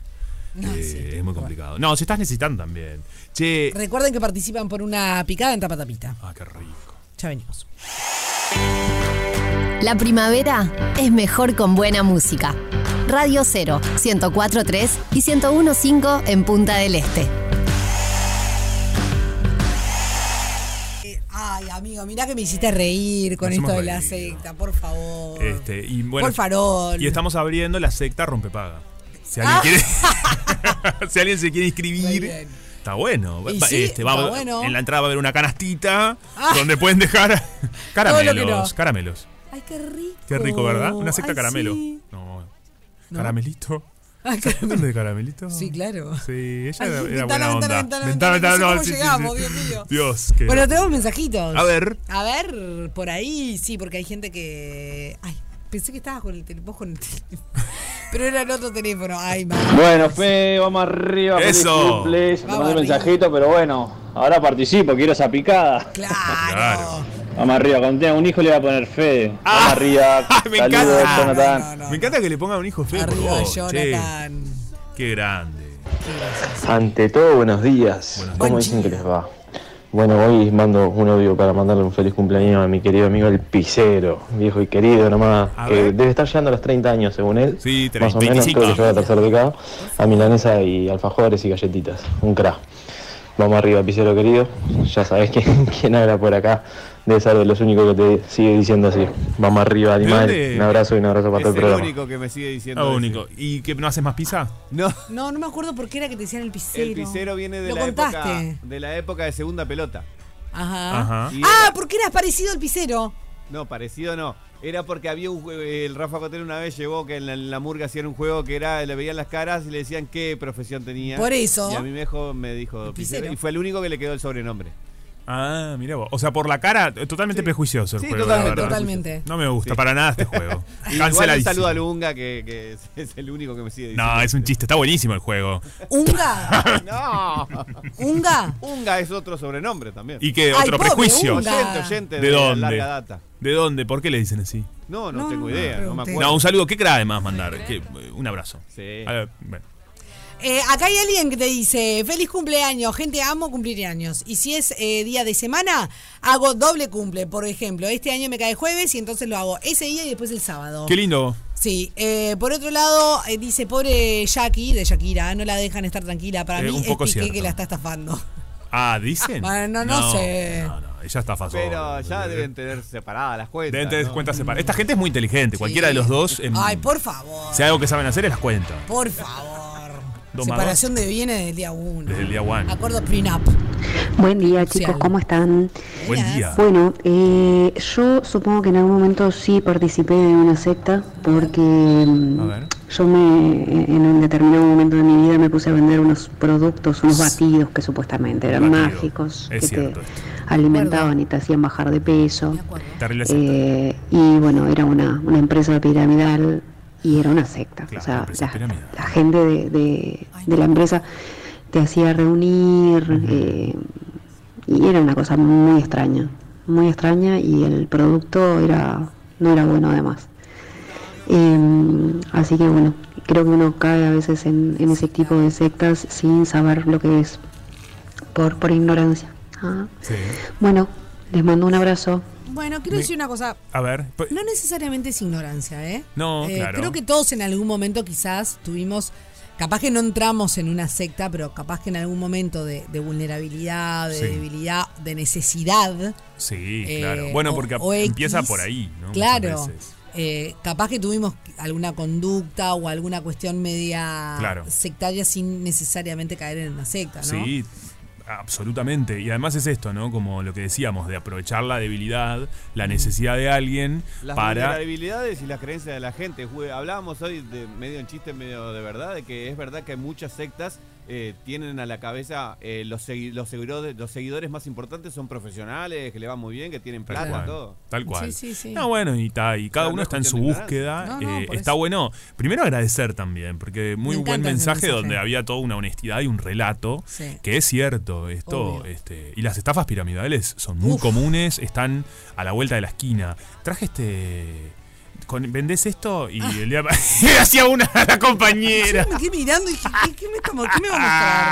E: eh, es muy complicado. No, si estás necesitando también. Che.
D: Recuerden que participan por una picada en tapatapita.
E: Ah, qué rico.
D: Ya venimos.
A: La primavera es mejor con buena música. Radio 0, 104.3 y 101.5 en Punta del Este.
D: Eh, ay, amigo, mirá que me hiciste reír con
E: Nos
D: esto de
E: hemos
D: la
E: reído.
D: secta, por favor.
E: Este, y bueno,
D: por farol.
E: Y estamos abriendo la secta Rompepaga. Si alguien,
D: Ah.
E: quiere, si alguien se quiere
D: Muy
E: inscribir.
D: bien.
E: Está bueno.
D: Y
E: Va-
D: sí,
E: este, va-
D: está bueno.
E: En la entrada va a haber una canastita
D: Ah.
E: donde pueden dejar
D: Todo lo que
E: caramelos.
D: no.
E: Caramelos.
D: Ay, qué rico.
E: Qué rico, ¿verdad? Una secta
D: Ay,
E: caramelo.
D: Sí.
E: No.
D: ¿No?
E: Caramelito.
D: Ay,
E: ¿Te
D: caramelo.
E: acuerdas de Caramelito?
D: Sí, claro.
E: Sí, ella
D: Ay,
E: era, era
D: ventana,
E: buena
D: ventana,
E: onda.
D: ventana,
E: Ventana,
D: ventana,
E: ventana,
D: no sé cómo llegamos, Dios mío.
E: Dios, qué-
D: Bueno, tenemos mensajitos.
E: A ver.
D: A ver, por ahí sí, porque hay gente que. Ay, pensé que estabas con el teléfono. con el teléfono. Pero era el otro teléfono. Ay, madre.
K: Bueno, Fe, vamos arriba. feliz
E: Eso.
K: cumple. Te
D: Vamos
K: mandé un
D: arriba.
K: mensajito, pero bueno, ahora participo, quiero esa picada.
D: Claro.
E: Claro.
K: Vamos arriba, cuando tenga un hijo le voy a poner Fede. Vamos
E: Ah.
K: arriba.
E: Me
K: Saludos,
L: Ah,
E: encanta.
K: Jonathan.
D: No, no, no.
E: Me encanta que le ponga un hijo feo por
D: Arriba,
E: vos, che.
D: Jonathan.
E: Qué grande.
L: Ante todo, buenos días.
E: Buenos
L: ¿Cómo
D: días.
L: dicen que les va? Bueno, hoy mando un audio para mandarle un feliz cumpleaños a mi querido amigo el Picero, viejo y querido nomás,
E: A
L: que
E: ver.
L: debe estar llegando a los 30 años según él.
E: Sí,
L: más o
E: 25.
L: menos, creo que lleva la tercera década, a milanesa y alfajores y galletitas. Un crack. Vamos arriba, Picero querido. Ya sabes que quien habla por acá debe ser de los únicos que te sigue diciendo así. Vamos arriba, animal.
E: dónde?
L: Un abrazo y un abrazo para
F: Es
L: todo el
F: el
L: programa.
F: único que me sigue diciendo.
E: Lo
F: ese.
E: único. ¿Y que no haces más pizza?
F: No.
D: No, no me acuerdo por qué era que te decían el pisero.
F: El pisero viene de
D: Lo
F: la
D: contaste.
F: época de la época de segunda pelota.
D: Ajá.
E: Ajá.
F: Y
D: Ah,
F: era-
D: porque eras parecido al pisero.
F: no, parecido no. Era porque había un juego, el Rafa Cotero una vez llevó que en la, en la murga hacían un juego que era, le veían las caras y le decían qué profesión tenía.
D: Por eso.
F: Y a mí me dijo, me dijo
D: Pisero.
F: Pisero, y fue el único que le quedó el sobrenombre.
E: Ah, mira vos. O sea, por la cara, eh, totalmente prejuicioso el
F: Sí,
E: juego. la
F: totalmente,
E: verdad.
D: totalmente.
E: No me gusta para nada este juego.
F: Igual un
E: Canceladísimo.
F: saludo a Lunga, que, que es, es el único que me sigue diciendo.
E: No, es un chiste. Está buenísimo el juego.
D: ¿Unga?
F: no.
D: ¿Unga?
F: Unga es otro sobrenombre también.
E: ¿Y qué? ¿Otro prejuicio?
F: Oyente, oyente
E: ¿De dónde?
F: larga data.
E: ¿De dónde? ¿Por qué le dicen así?
F: No, no, tengo idea, no me acuerdo.
E: No, un saludo. ¿Qué grave más mandar? ¿Qué? Un abrazo.
F: Sí.
E: A ver, bueno.
D: Eh, acá hay alguien que te dice, feliz cumpleaños, gente, amo cumplir años. Y si es eh, día de semana, hago doble cumple. Por ejemplo, este año me cae jueves y entonces lo hago ese día y después el sábado.
E: Qué lindo.
D: Sí, eh, por otro lado, eh, dice, pobre Jackie de Shakira, no la dejan estar tranquila. Para mí
E: Eh, un
D: es
E: poco
D: Piqué
E: cierto.
D: que la está estafando.
E: Ah, ¿dicen?
D: Bueno, no sé.
E: No, no, ella está fácil.
F: Pero ya deben tener separadas las cuentas.
E: Deben tener
F: ¿no?
E: cuentas separadas. Esta gente es muy inteligente. Cualquiera de los dos. em,
D: Ay, por favor,
E: si hay algo que saben hacer es las cuentas.
D: por favor.
E: Dos más
D: Separación de bienes del día
E: dos,
D: uno.
E: Desde el día one.
D: Acuerdo prenup.
M: Buen día chicos, ¿cómo están?
E: Buen día.
M: Bueno, eh, yo supongo que en algún momento sí participé de una secta porque mm, yo me, en un determinado momento de mi vida me puse a vender unos productos, unos batidos que supuestamente eran
E: Batido.
M: mágicos,
E: Es
M: que
E: cierto
M: te alimentaban y te hacían bajar de peso.
E: Terrible
M: Eh, y bueno, era una, una empresa piramidal y era una secta.
E: Claro,
M: o sea,
E: empresa
M: la,
E: piramidal.
M: la gente de, de- de la empresa te hacía reunir eh, y era una cosa muy extraña, muy extraña y el producto era no era bueno además. Eh, así que bueno, creo que uno cae a veces en, en ese tipo de sectas sin saber lo que es, por, por ignorancia. Ah. Bueno, les mando un abrazo.
D: Bueno, quiero
M: Me-
D: decir una cosa.
E: A ver. pues-
D: No necesariamente es ignorancia, ¿eh?
E: No,
D: Eh,
E: claro.
D: Creo que todos en algún momento quizás tuvimos, capaz que no entramos en una secta, pero capaz que en algún momento de, de vulnerabilidad, de
E: Sí.
D: debilidad, de necesidad.
E: Sí,
D: eh,
E: claro. Bueno, porque
D: o- o X,
E: empieza por ahí, ¿no? Muchas
D: Claro.
E: veces.
D: Eh, capaz que tuvimos alguna conducta o alguna cuestión media
E: Claro.
D: sectaria sin necesariamente caer en una secta, ¿no?
E: Sí, absolutamente. Y además es esto, ¿no? Como lo que decíamos, de aprovechar la debilidad, la necesidad de alguien
F: Las
E: para.
F: vulnerabilidades y las creencias de la gente. Ju- Hablábamos hoy de medio en chiste, medio de verdad, de que es verdad que muchas sectas eh, tienen a la cabeza eh, los, segui- los, seguidores, los seguidores más importantes son profesionales, que le van muy bien, que tienen
E: Tal
F: plata,
E: cual,
F: todo.
E: tal cual.
F: Sí, sí, sí.
E: No, bueno, y, ta- y cada
F: Pero
E: uno
F: no es
E: está en su
F: cuestión de ignorancia.
E: búsqueda.
F: No, no,
E: eh,
F: por
E: está
F: eso.
E: bueno. Primero agradecer también, porque
F: Me
E: muy buen
F: encanta ese
E: mensaje,
F: mensaje.
E: donde había toda una honestidad y un relato.
F: Sí.
E: Que es cierto, esto.
F: Obvio.
E: este Y las estafas piramidales son muy
F: Uf.
E: comunes, están a la vuelta de la esquina. Traje este. con- vendés esto
F: Ah.
E: y el día. hacía una a la compañera. Ah,
D: Yo me quedé mirando y dije, ¿qué, qué me, está mo- qué me va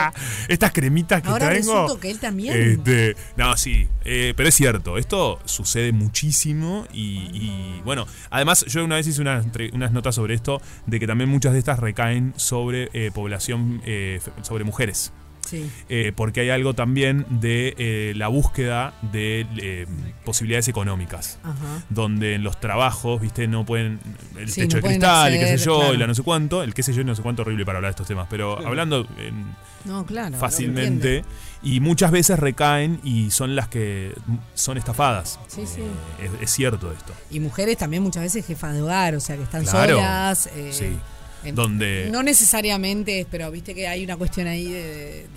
D: a mostrar?
E: Estas cremitas que
D: Ahora
E: traigo.
D: resulta que él también.
E: Este, no, sí, eh, pero es cierto, esto sucede muchísimo y, y, bueno, además yo una vez hice unas, entre- unas notas sobre esto, de que también muchas de estas recaen sobre eh, población, eh, fe- sobre mujeres.
D: Sí.
E: Eh, porque hay algo también de eh, la búsqueda de eh, posibilidades económicas.
D: Ajá.
E: Donde en los trabajos, viste, no pueden. El
D: Sí, no
E: techo de
D: pueden
E: cristal, el qué sé
D: acceder,
E: yo,
D: claro.
E: y la no sé cuánto. El qué sé yo, y no sé cuánto horrible para hablar de estos temas. Pero hablando en-
D: No, claro, lo
E: fácilmente. Y muchas veces recaen y son las que m- son estafadas.
D: Sí, sí.
E: Es, es cierto esto.
D: Y mujeres también muchas veces jefas de hogar, o sea, que están
E: Claro.
D: solas. eh,
E: sí.
D: en-
E: Donde.
D: No necesariamente, pero viste que hay una cuestión ahí de, de- de-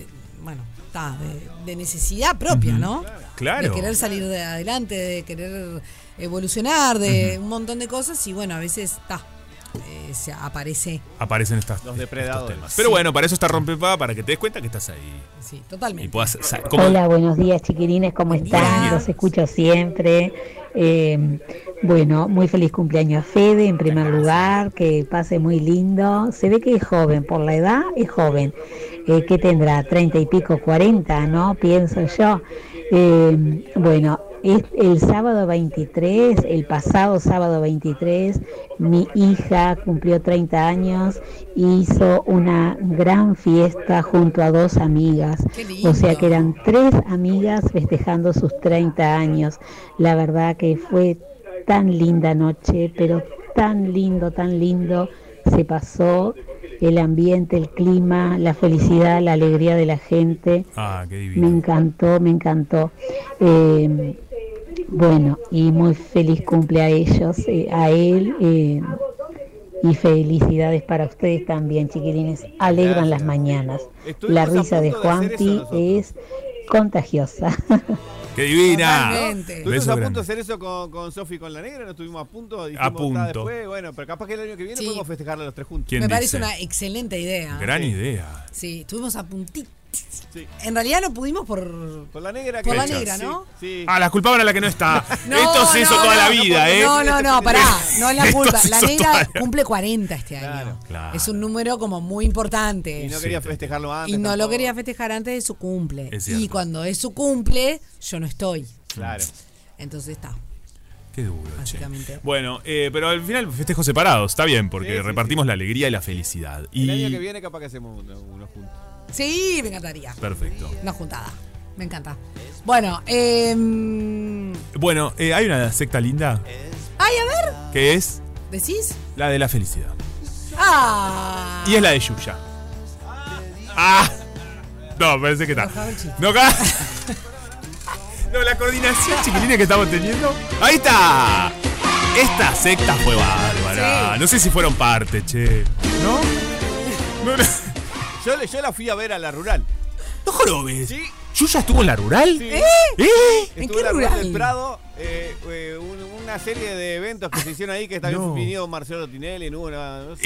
D: bueno, está, de, de necesidad propia,
E: Ujú.
D: ¿no?
E: Claro.
D: De querer salir de adelante, de querer evolucionar, de un montón de cosas y bueno, a veces está, eh, se aparece
E: aparecen estas,
F: Los
E: estos
F: depredadores.
E: temas. Pero bueno, para eso está Rompepa, para que te des cuenta que estás ahí.
D: Sí, totalmente.
E: Y puedas. sa- como-
N: Hola, buenos días chiquilines, ¿cómo están? Los escucho siempre. Eh, bueno, muy feliz cumpleaños a Fede en primer lugar, que pase muy lindo. Se ve que es joven, por la edad es joven. Eh, que tendrá? Treinta y pico, cuarenta, ¿no? Pienso yo. Eh, bueno, es el sábado 23, el pasado sábado 23, mi hija cumplió 30 años y hizo una gran fiesta junto a dos amigas. O sea que eran tres amigas festejando sus 30 años. La verdad que fue tan linda noche, pero tan lindo, tan lindo. Se pasó el ambiente, el clima, la felicidad, la alegría de la gente.
E: Ah, qué
N: Me encantó, me encantó. Eh, Bueno, y muy feliz cumple a ellos, eh, a él, eh, y felicidades para ustedes también, chiquilines. Alegran las mañanas. La risa de Juanpi es contagiosa.
E: ¡Qué divina!
F: Estuvimos
E: Beso
F: a punto
E: grande.
F: de hacer eso con, con Sofi y con la negra, no estuvimos a punto. dijimos,
E: A punto.
F: "Está Después, bueno, pero capaz que el año que viene
D: Sí.
F: podemos festejarla los tres juntos.
E: ¿Quién
D: Me parece
E: dice?
D: una excelente idea.
E: Gran
D: Sí.
E: idea.
D: Sí, estuvimos a puntito. En realidad no pudimos por.
F: Por la negra,
D: Por la
E: Fechas.
D: negra, ¿no?
E: Ah, la culpaban a la que no está. Esto se
D: no,
E: hizo toda
D: no,
E: la
D: no,
E: vida, ¿eh?
D: No, no, no, pará. No es la
E: Esto
D: culpa.
E: se
D: La
E: hizo
D: negra
E: toda
D: cumple 40 este año.
E: Claro.
D: Es un número como muy importante.
F: Y no quería festejarlo antes.
D: Y no lo
F: tampoco.
D: quería festejar antes de su cumple.
E: Es cierto.
D: Y cuando es su cumple, yo no estoy.
F: Claro.
D: Entonces está.
E: Qué duro, che.
D: Básicamente.
E: Bueno, eh, pero al final festejos separados, está bien, porque repartimos la alegría y la felicidad.
F: El
E: Y...
F: año que viene capaz que hacemos uno, uno juntos.
D: Sí, me encantaría.
E: Perfecto.
D: Una juntada. Me encanta. Bueno, eh,
E: Bueno, eh, hay una secta linda
D: ay, a ver,
E: que es
D: ¿decís?
E: la de la felicidad.
D: Ah,
E: Y es la de Yuya. Ah. No, parece que está. No, ca- no, la coordinación chiquilina que estamos teniendo. Ahí está. Esta secta fue bárbara. No sé si fueron parte, che. ¿No?
F: Yo, le- yo la fui a ver a la rural.
E: No jorobes. ¿Yuya estuvo en la rural?
F: Sí.
E: ¿Eh?
F: Estuve en la rural del Prado, eh, eh, un- una serie de eventos que se hicieron ahí que también
E: no.
F: vino Marcelo Tinelli, no, no, no sé.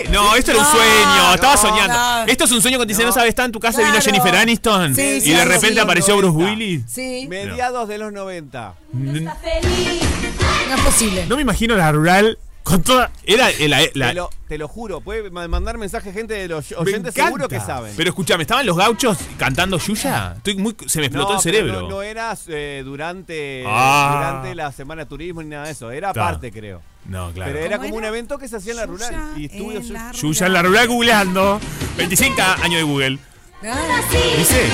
E: ¿Eh? No, esto era un
F: No,
E: sueño. Estaba
F: no,
E: soñando.
F: no.
E: Esto es un sueño cuando dice, no, sabes, está en tu casa y vino
F: Claro.
E: Jennifer Aniston.
F: Sí,
E: y
F: sí,
E: de
F: sí,
E: repente
F: sí,
E: apareció
F: noventa.
E: Bruce Willis.
D: Sí.
F: Mediados de los 90.
E: Mm,
D: no es posible.
E: No me imagino la rural con toda. Era el- eh, la. la-
F: Te, lo, te lo juro, puede ma- mandar mensaje gente de los
E: me
F: oyentes
E: encanta.
F: seguro que saben.
E: Pero escúchame, ¿estaban los gauchos cantando Yuya? Estoy muy, se me explotó
F: No,
E: el
F: pero
E: cerebro.
F: No, no era eh, durante,
E: Ah.
F: durante la semana de turismo ni nada de eso. Era
E: Está.
F: aparte, creo.
E: No, claro.
F: Pero era como un evento que se hacía en la rural. Y estuve los-
E: Yuya en la rural googleando. 25 años de Google. Dice.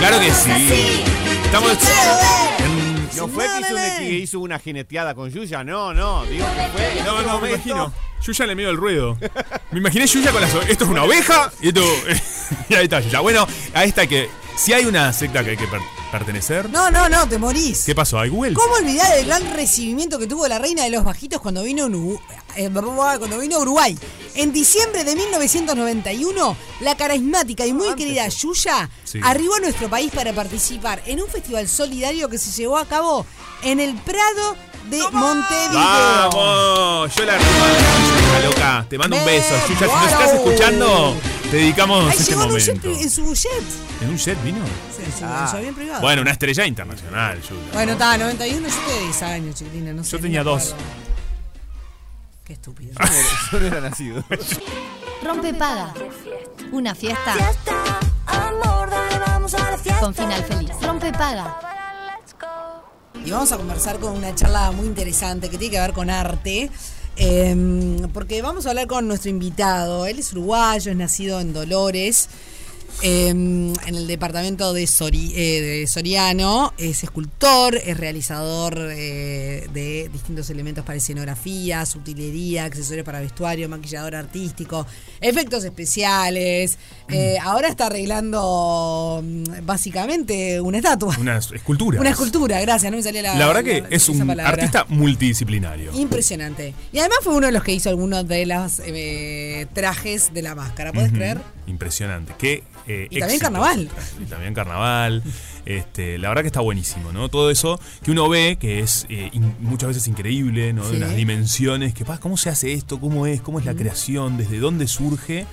E: Claro que sí. Estamos.
F: No fue que hizo, una, que hizo una jineteada con Yuya, no, no. Digo, que fue en
E: No,
F: otro
E: no, me
F: momento.
E: imagino. Yuya en el medio del ruido. Me imaginé Yuya con las ovejas. Esto es una oveja. Y esto. y ahí está Yuya. Bueno, a esta que. Si hay una secta que hay que per- pertenecer.
D: No, no, no, te morís.
E: ¿Qué pasó? ¿Hay Google?
D: ¿Cómo olvidar el gran recibimiento que tuvo la reina de los bajitos cuando vino, a Uru- eh, cuando vino a Uruguay? En diciembre de 1991, la carismática y muy querida Yuya
O: Sí.
D: arribó a nuestro país para participar en un festival solidario que se llevó a cabo en el Prado de Montevideo.
E: ¡Vamos! Yo la arrugo a la Yuya, loca. Te mando un beso. Yuya, si nos estás
D: muero.
E: escuchando, te dedicamos
D: Ahí
E: este
D: llegó en, un jet
E: momento.
D: pri- en su jet.
E: ¿En un jet vino?
D: En su,
E: Ah.
D: en su avión privado.
E: Bueno, una estrella internacional, Yuya.
D: Ah. Bueno, está, 91, yo tenía 10 años, chiquilina. No sé,
E: Yo
D: no
E: tenía
D: me
E: dos.
D: acuerdo. Qué estúpido.
F: Yo no era nacido.
A: Rompe paga. Una fiesta. Con final feliz. Rompe paga.
D: Y vamos a conversar con una charla muy interesante que tiene que ver con arte. eh, porque vamos a hablar con nuestro invitado. Él es uruguayo, es nacido en Dolores, eh, en el departamento de, Sori- eh, de Soriano. Es escultor, es realizador eh, de distintos elementos para escenografías, utilería, accesorios para vestuario, maquillador artístico, efectos especiales. Eh,
E: Mm.
D: ahora está arreglando mm, básicamente una estatua.
E: Una escultura.
D: Una escultura, gracias, no me salía la
E: La verdad que
D: la-
E: es
D: esa
E: un
D: palabra.
E: artista multidisciplinario.
D: Impresionante. Y además fue uno de los que hizo algunos de los eh, trajes de la máscara, ¿puedes
E: Ujú.
D: creer?
E: Impresionante. Qué, eh,
D: Y también
E: éxito.
D: carnaval.
E: Y también carnaval. Este, la verdad que está buenísimo, ¿no? Todo eso que uno ve, que es eh, in- muchas veces increíble, ¿no?
F: Sí.
E: De las dimensiones, que pa, ¿cómo se hace esto? ¿Cómo es? ¿Cómo es la creación? ¿Desde dónde surge?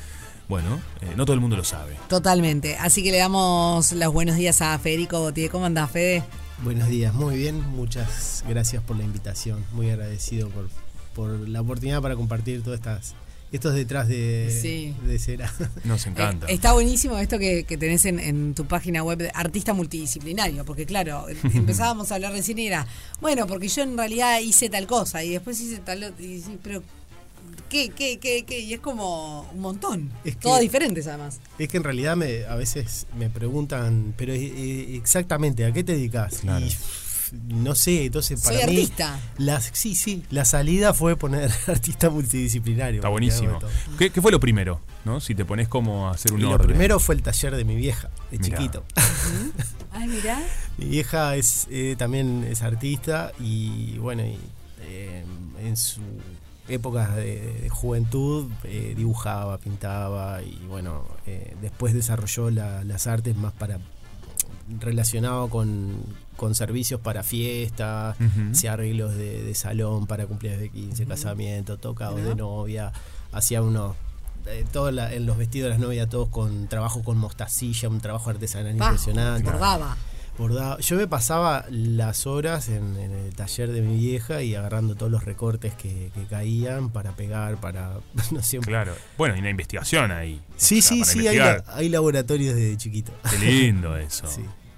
E: Bueno, eh, no todo el mundo lo sabe.
D: Totalmente. Así que le damos los buenos días a Federico Botier. ¿Cómo andás, Fede?
P: Buenos días, muy bien, muchas gracias por la invitación, muy agradecido por, por la oportunidad para compartir todas estas estos detrás de,
D: Sí.
P: de cera.
E: Nos encanta.
D: Está buenísimo esto que, que tenés en, en tu página web de artista multidisciplinario, porque claro, em, empezábamos a hablar recién y era, bueno, porque yo en realidad hice tal cosa y después hice tal otra, y sí, pero ¿qué, qué, qué, qué? Y es como un montón.
P: Es que-
D: Todos diferentes además.
P: Es que en realidad me, a veces me preguntan, pero eh, exactamente, ¿a qué te dedicas? Y pff, no sé, entonces
D: Soy
P: para mí...
D: artista.
P: la- sí, sí, la salida fue poner artista multidisciplinario.
E: Está
P: porque hago de
E: buenísimo.
P: todo.
E: ¿Qué, qué fue lo primero? ¿No? Si te pones como a hacer un
P: Y lo
E: orden.
P: primero fue el taller de mi vieja, de
E: Mirá.
P: chiquito.
D: Ay, mirá.
P: Mi vieja es eh, también es artista y bueno, y, eh, en su época de, de juventud eh, dibujaba, pintaba y bueno, eh, después desarrolló la- las artes más para relacionado con, con servicios para fiestas,
O: Ujú.
P: hacía arreglos de, de salón para cumpleaños de 15, casamiento, tocados
O: Mirá.
P: de novia, hacía unos eh, todo la- en los vestidos de las novias todos con trabajo con mostacilla, un trabajo artesanal
D: Pa,
P: impresionante.
D: Bordaba.
P: Bordado. Yo me pasaba las horas en, en el taller de mi vieja y agarrando todos los recortes que, que caían para pegar, para. No sé.
E: Claro. Bueno, y una investigación ahí.
P: Sí,
E: O sea,
P: sí,
E: para
P: sí, hay,
E: investigar.
P: la- hay laboratorios desde chiquito.
E: Qué lindo eso.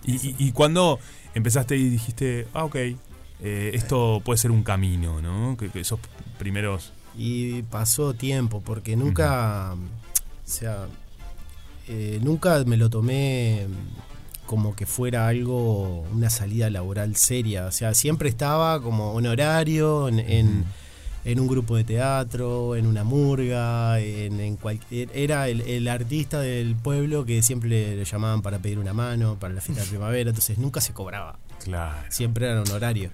E: y, y- y cuando empezaste y dijiste, ah, ok, eh, esto puede ser un camino, ¿no? Que, que esos primeros.
P: Y pasó tiempo, porque nunca. O sea. eh, nunca me lo tomé como que fuera algo, una salida laboral seria. O sea, siempre estaba como honorario en, en, en un grupo de teatro, en una murga, en, en cual- er, era el, el artista del pueblo que siempre lo llamaban para pedir una mano, para la fiesta de primavera, entonces nunca se cobraba.
E: Claro.
P: Siempre era honorario.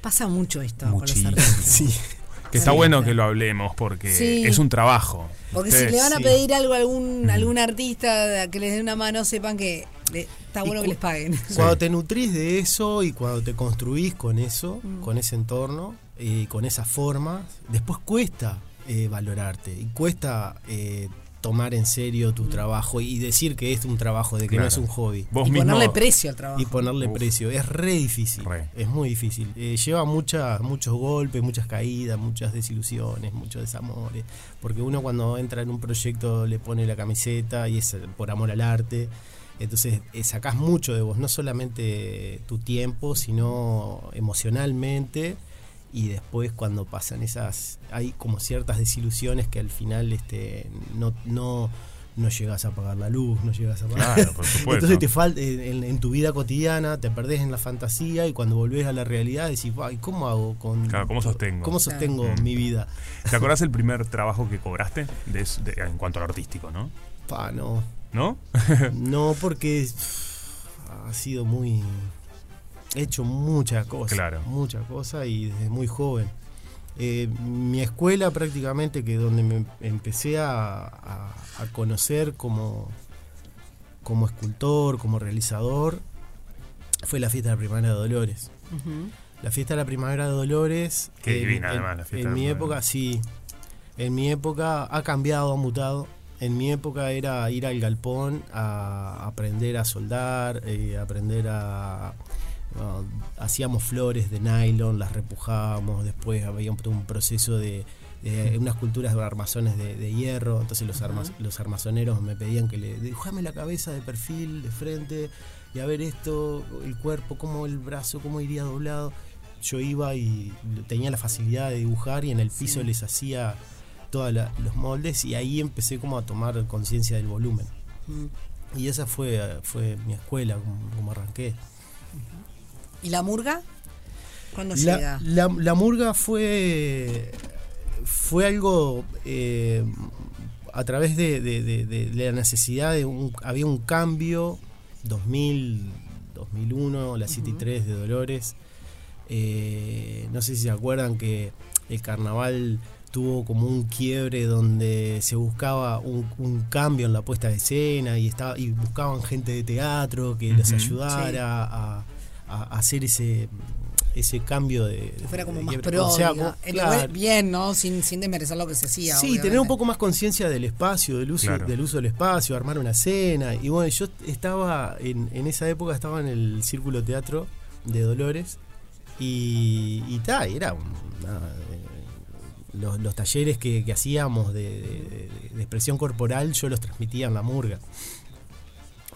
D: Pasa mucho esto
E: Muchísimo.
D: con los artistas.
E: Que está bueno que lo hablemos porque
D: Sí.
E: es un trabajo.
D: Porque
E: Ustedes-
D: si le van a pedir algo a algún, algún artista a que les dé una mano, sepan que le- está bueno que les paguen.
P: Cuando te nutrís de eso y cuando te construís con eso,
D: Mm.
P: con ese entorno, eh, con esas formas, después cuesta eh, valorarte y cuesta eh, tomar en serio tu trabajo y decir que es un trabajo, de que
E: Claro.
P: no es un hobby.
E: Vos Y mismo- ponerle
D: precio al trabajo.
P: Y ponerle
E: Uf.
P: precio. Es re difícil. Es muy difícil. Eh, lleva muchas muchos golpes, muchas caídas, muchas desilusiones, muchos desamores. Porque uno cuando entra en un proyecto le pone la camiseta y es eh, por amor al arte. Entonces eh, sacás mucho de vos, no solamente tu tiempo, sino emocionalmente. Y después cuando pasan esas, hay como ciertas desilusiones que al final este, no, no, no llegas a pagar la luz, no llegas a pagar...
E: Claro, por supuesto.
P: Entonces te falta en, en tu vida cotidiana, te perdés en la fantasía y cuando volvés a la realidad decís, "Ay, ¿cómo hago con...
E: Claro, ¿cómo sostengo?
P: ¿Cómo sostengo
E: Mm.
P: mi vida?
E: ¿Te acordás el primer trabajo que cobraste de es- de- en cuanto al artístico, no?
P: Pa, no.
E: ¿No?
P: No, porque pff, ha sido muy. He hecho muchas cosas.
E: Claro.
P: Muchas cosas y desde muy joven. Eh, mi escuela, prácticamente, que donde me empecé a, a- a conocer como, como escultor, como realizador, fue la fiesta de la Primavera de Dolores.
O: Ujú.
P: La fiesta de la Primavera de Dolores.
E: Qué
P: en-
E: divina,
P: en-
E: además, la fiesta
P: En
E: de
P: mi
E: la
P: época, sí. En mi época ha cambiado, ha mutado. En mi época era ir al galpón a aprender a soldar, eh, aprender a... a- hacíamos flores de nylon, las repujábamos, después había un, un proceso de, de unas culturas de armazones de, de hierro, entonces los, armas- los armazoneros me pedían que le dibujame la cabeza de perfil, de frente, y a ver esto, el cuerpo, cómo el brazo, cómo iría doblado. Yo iba y tenía la facilidad de dibujar y en el piso
O: Sí.
P: les hacía todos los moldes y ahí empecé como a tomar conciencia del volumen. Y esa fue, fue mi escuela, como, como arranqué.
D: ¿Y la murga? ¿Cuándo
P: La,
D: llega?
P: la- la murga fue, fue algo eh, a través de, de- de- de- de la necesidad de un, había un cambio 2000, 2001, la City 3 de Dolores. Eh, no sé si se acuerdan que el carnaval tuvo como un quiebre donde se buscaba un, un cambio en la puesta de escena y, estaba, y buscaban gente de teatro que los
O: Ujú.
P: ayudara
O: Sí.
P: a- a- a hacer ese, ese cambio de.
D: Que fuera como
P: de
D: más
P: quiebre. Eh, O
D: pródiga.
P: sea, como-
D: En
P: claro.
D: lugar- Bien, ¿no? Sin, sin desmerecer lo que se hacía.
P: Sí,
D: obviamente.
P: tener un poco más conciencia del espacio, del uso,
E: Claro.
P: del uso del espacio, armar una cena. Y bueno, yo estaba, en, en esa época estaba en el Círculo Teatro de Dolores y, y ta, y era un- nada, eh, los, los talleres que, que hacíamos de, de- de- de expresión corporal yo los transmitía en la murga.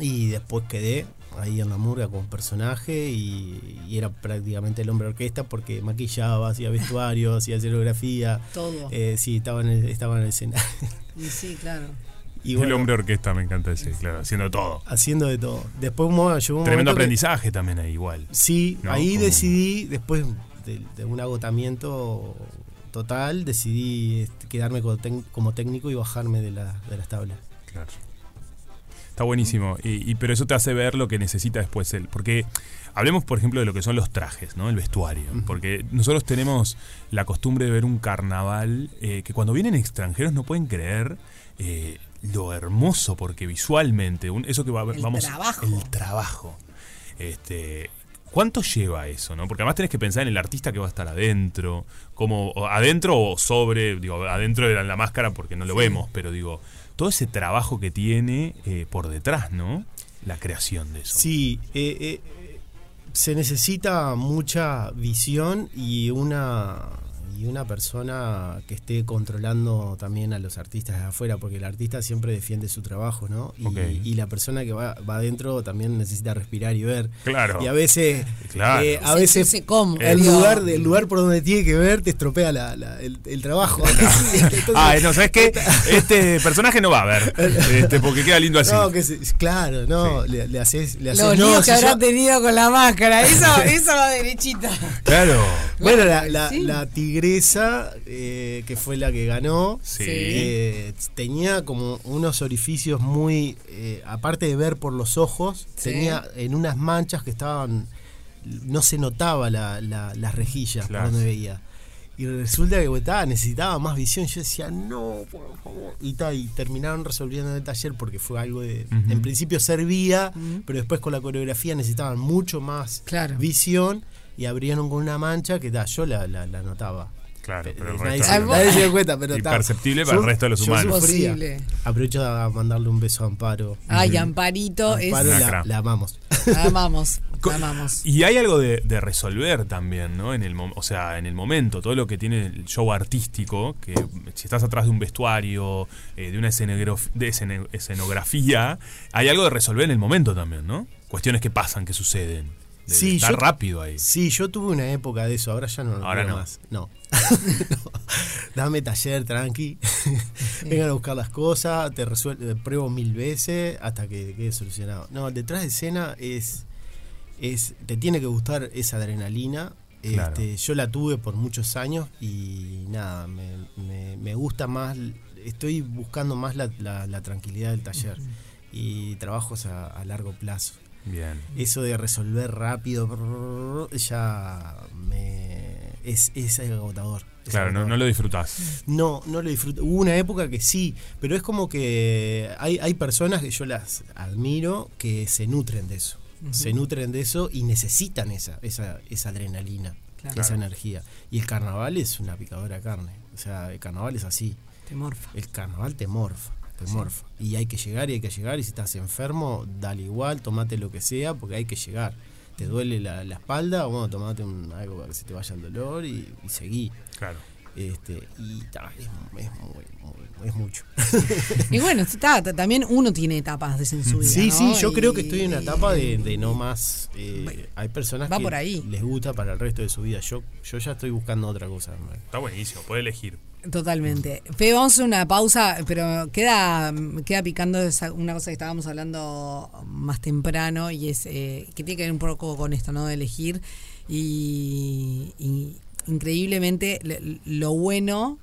P: Y después quedé ahí en la murga como personaje y, y era prácticamente el hombre orquesta porque maquillaba, hacía vestuario, hacía escenografía.
D: Todo.
P: Eh, sí, estaba en el, estaba en el escenario.
D: Y sí, claro.
P: Y
E: El
P: bueno,
E: hombre orquesta, me encanta ese, claro, haciendo todo.
P: haciendo de todo. Después un mo- llegó un
E: Tremendo
P: momento que-
E: aprendizaje también ahí, igual.
P: Sí,
E: ¿No?
P: ahí
E: Como-
P: decidí, después de, de un agotamiento total, decidí este, quedarme como, tec- como técnico y bajarme de, la- de las tablas.
E: Claro. Está Está buenísimo. Y, y- pero eso te hace ver lo que necesita después él. Porque hablemos, por ejemplo, de lo que son los trajes, ¿no? El vestuario. Porque nosotros tenemos la costumbre de ver un carnaval eh, que cuando vienen extranjeros no pueden creer. eh, lo hermoso, porque visualmente, un- eso que va,
D: El
E: vamos.
D: trabajo.
E: El trabajo. Este, ¿Cuánto lleva eso? ¿no? Porque además tenés que pensar en el artista que va a estar adentro, como o adentro o sobre, digo, adentro de la, la máscara porque no lo vemos, pero digo, todo ese trabajo que tiene eh, por detrás, ¿no? La creación de eso.
P: Sí, eh, eh, eh, se necesita mucha visión y una, y una persona que esté controlando también a los artistas de afuera, porque el artista siempre defiende su trabajo, ¿no? Y,
E: Ok.
P: y la persona que va, va adentro también necesita respirar y ver.
E: Claro.
P: Y a veces,
E: Claro.
P: eh, a veces
D: Sentirse cómodo.
P: el,
D: Digo,
P: lugar, el lugar por donde tiene que ver te estropea la- la- el, el trabajo. Sí, entonces-
E: Ah, no, ¿sabes qué? Este personaje no va a ver, este, porque queda lindo así.
P: No, que se- claro, no, le, le haces, le haces
D: Los
P: no,
D: líos
P: si
D: que
P: yo-
D: habrá tenido con la máscara. Eso, eso va derechita.
E: Claro.
P: Bueno, la, la-
D: Sí.
P: la tigresa, eh, que fue la que ganó,
E: Sí.
P: eh, tenía como unos orificios muy, eh, aparte de ver por los ojos,
D: Sí.
P: tenía en unas manchas que estaban, no se notaba la, la- las rejillas
E: Claro.
P: por donde veía. Y resulta que bueno, ta, necesitaba más visión. Yo decía, no, por favor. Y, ta, y terminaron resolviendo en el taller porque fue algo de.
E: Ujú.
P: En principio servía, pero después con la coreografía necesitaban mucho más
D: Claro.
P: visión y abrieron con una mancha que ta, yo la, la, la notaba.
E: Claro, pero el
P: Nadie,
E: resto
P: se-
E: no.
P: nadie se dio cuenta, pero ta.
E: Imperceptible para el
P: Yo-
E: resto de los
P: yo
E: humanos.
P: sufría.
D: Imposible.
P: Aprovecho a mandarle un beso a Amparo.
D: Ay,
P: Eh,
D: Amparito es.
P: Amparo
E: Una cra.
P: la, la amamos.
D: La amamos, la amamos.
E: Y hay algo de, de resolver también, ¿no? En el, mom- o sea, en el momento, todo lo que tiene el show artístico, que si estás atrás de un vestuario, eh, de una escenegrof- de escene- escenografía, hay algo de resolver en el momento también, ¿no? Cuestiones que pasan, que suceden. De
P: Sí,
E: estar
P: yo-
E: rápido ahí.
P: Sí, yo tuve una época de eso, ahora ya no lo
E: Ahora
P: creo
E: no.
P: más. No. No. Dame taller, tranqui. Vengan a buscar las cosas, te resuelvo, pruebo mil veces hasta que quede solucionado. No, detrás de escena es. es te tiene que gustar esa adrenalina.
E: Claro.
P: Este, yo la tuve por muchos años y nada, me, me- me gusta más. Estoy buscando más la, la- la tranquilidad del taller y trabajos a- a largo plazo
E: Bien.
P: eso de resolver rápido brrr, ya me es, es agotador. Es
E: Claro, no,
P: agotador.
E: no lo disfrutás.
P: No, no lo disfruto. Hubo una época que sí, pero es como que hay, hay personas que yo las admiro que se nutren de eso.
D: Ujú.
P: Se nutren de eso y necesitan esa, esa, esa adrenalina,
D: Claro.
P: esa
D: Claro.
P: energía. Y el carnaval es una picadora de carne. O sea, el carnaval es así.
D: Te morfa.
P: El carnaval te morfa, te morfa. Y hay que llegar y hay que llegar. Y si estás enfermo, dale igual, tomate lo que sea, porque hay que llegar. ¿Te duele la, la espalda? Bueno, tomate un- algo para que se te vaya el dolor y, y seguí.
E: Claro.
P: Este, y ta, es, es muy- muy- es mucho.
D: Y bueno, está, ta- también uno tiene etapas de censura.
P: Sí,
D: ¿no?
P: sí, yo
D: Y-
P: creo que estoy en una etapa de, de no más. eh, hay personas
D: va
P: que
D: por ahí.
P: les gusta para el resto de su vida. Yo, yo ya estoy buscando otra cosa. hermano.
E: Está buenísimo, podés elegir.
D: Totalmente. Fede, vamos a hacer una pausa, pero queda, queda picando esa- una cosa que estábamos hablando más temprano y es eh, que tiene que ver un poco con esto, ¿no? De elegir y, y increíblemente le- lo bueno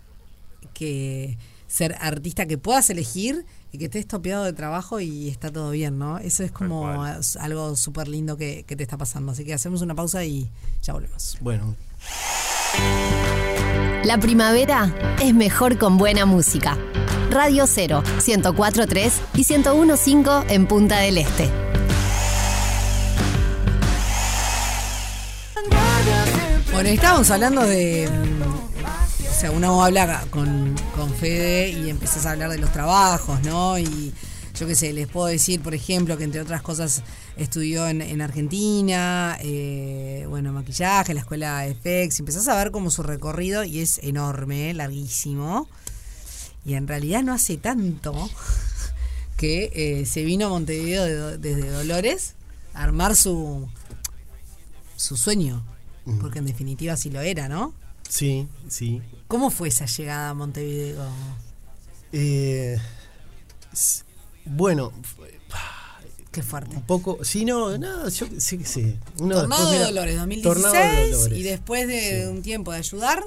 D: que ser artista que puedas elegir y que estés topeado de trabajo y está todo bien, ¿no? Eso es como
P: cual.
D: as- algo súper lindo que, que te está pasando. Así que hacemos una pausa y ya volvemos.
P: Bueno,
A: La primavera es mejor con buena música. Radio 0, 104.3 y 101.5 en Punta del Este.
D: Bueno, estábamos hablando de. mm, O sea, uno habla con, con Fede y empezás a hablar de los trabajos, ¿no? Y yo qué sé, les puedo decir, por ejemplo, que entre otras cosas estudió en, en Argentina, eh, bueno, maquillaje, la escuela de FX. Empezás a ver como su recorrido y es enorme, eh, larguísimo. Y en realidad no hace tanto que eh, se vino a Montevideo de Do- desde Dolores a armar su, su sueño. Porque en definitiva sí lo era, ¿no?
P: sí, sí.
D: ¿Cómo fue esa llegada a Montevideo?
P: Eh, s- bueno, fue-
D: Qué fuerte.
P: un poco. Sí, no, nada, yo sí que sé. Uno
D: Tornado
P: después
D: de
P: mira-
D: Dolores, 2016.
P: Tornado de Dolores.
D: Y después de un tiempo de ayudar,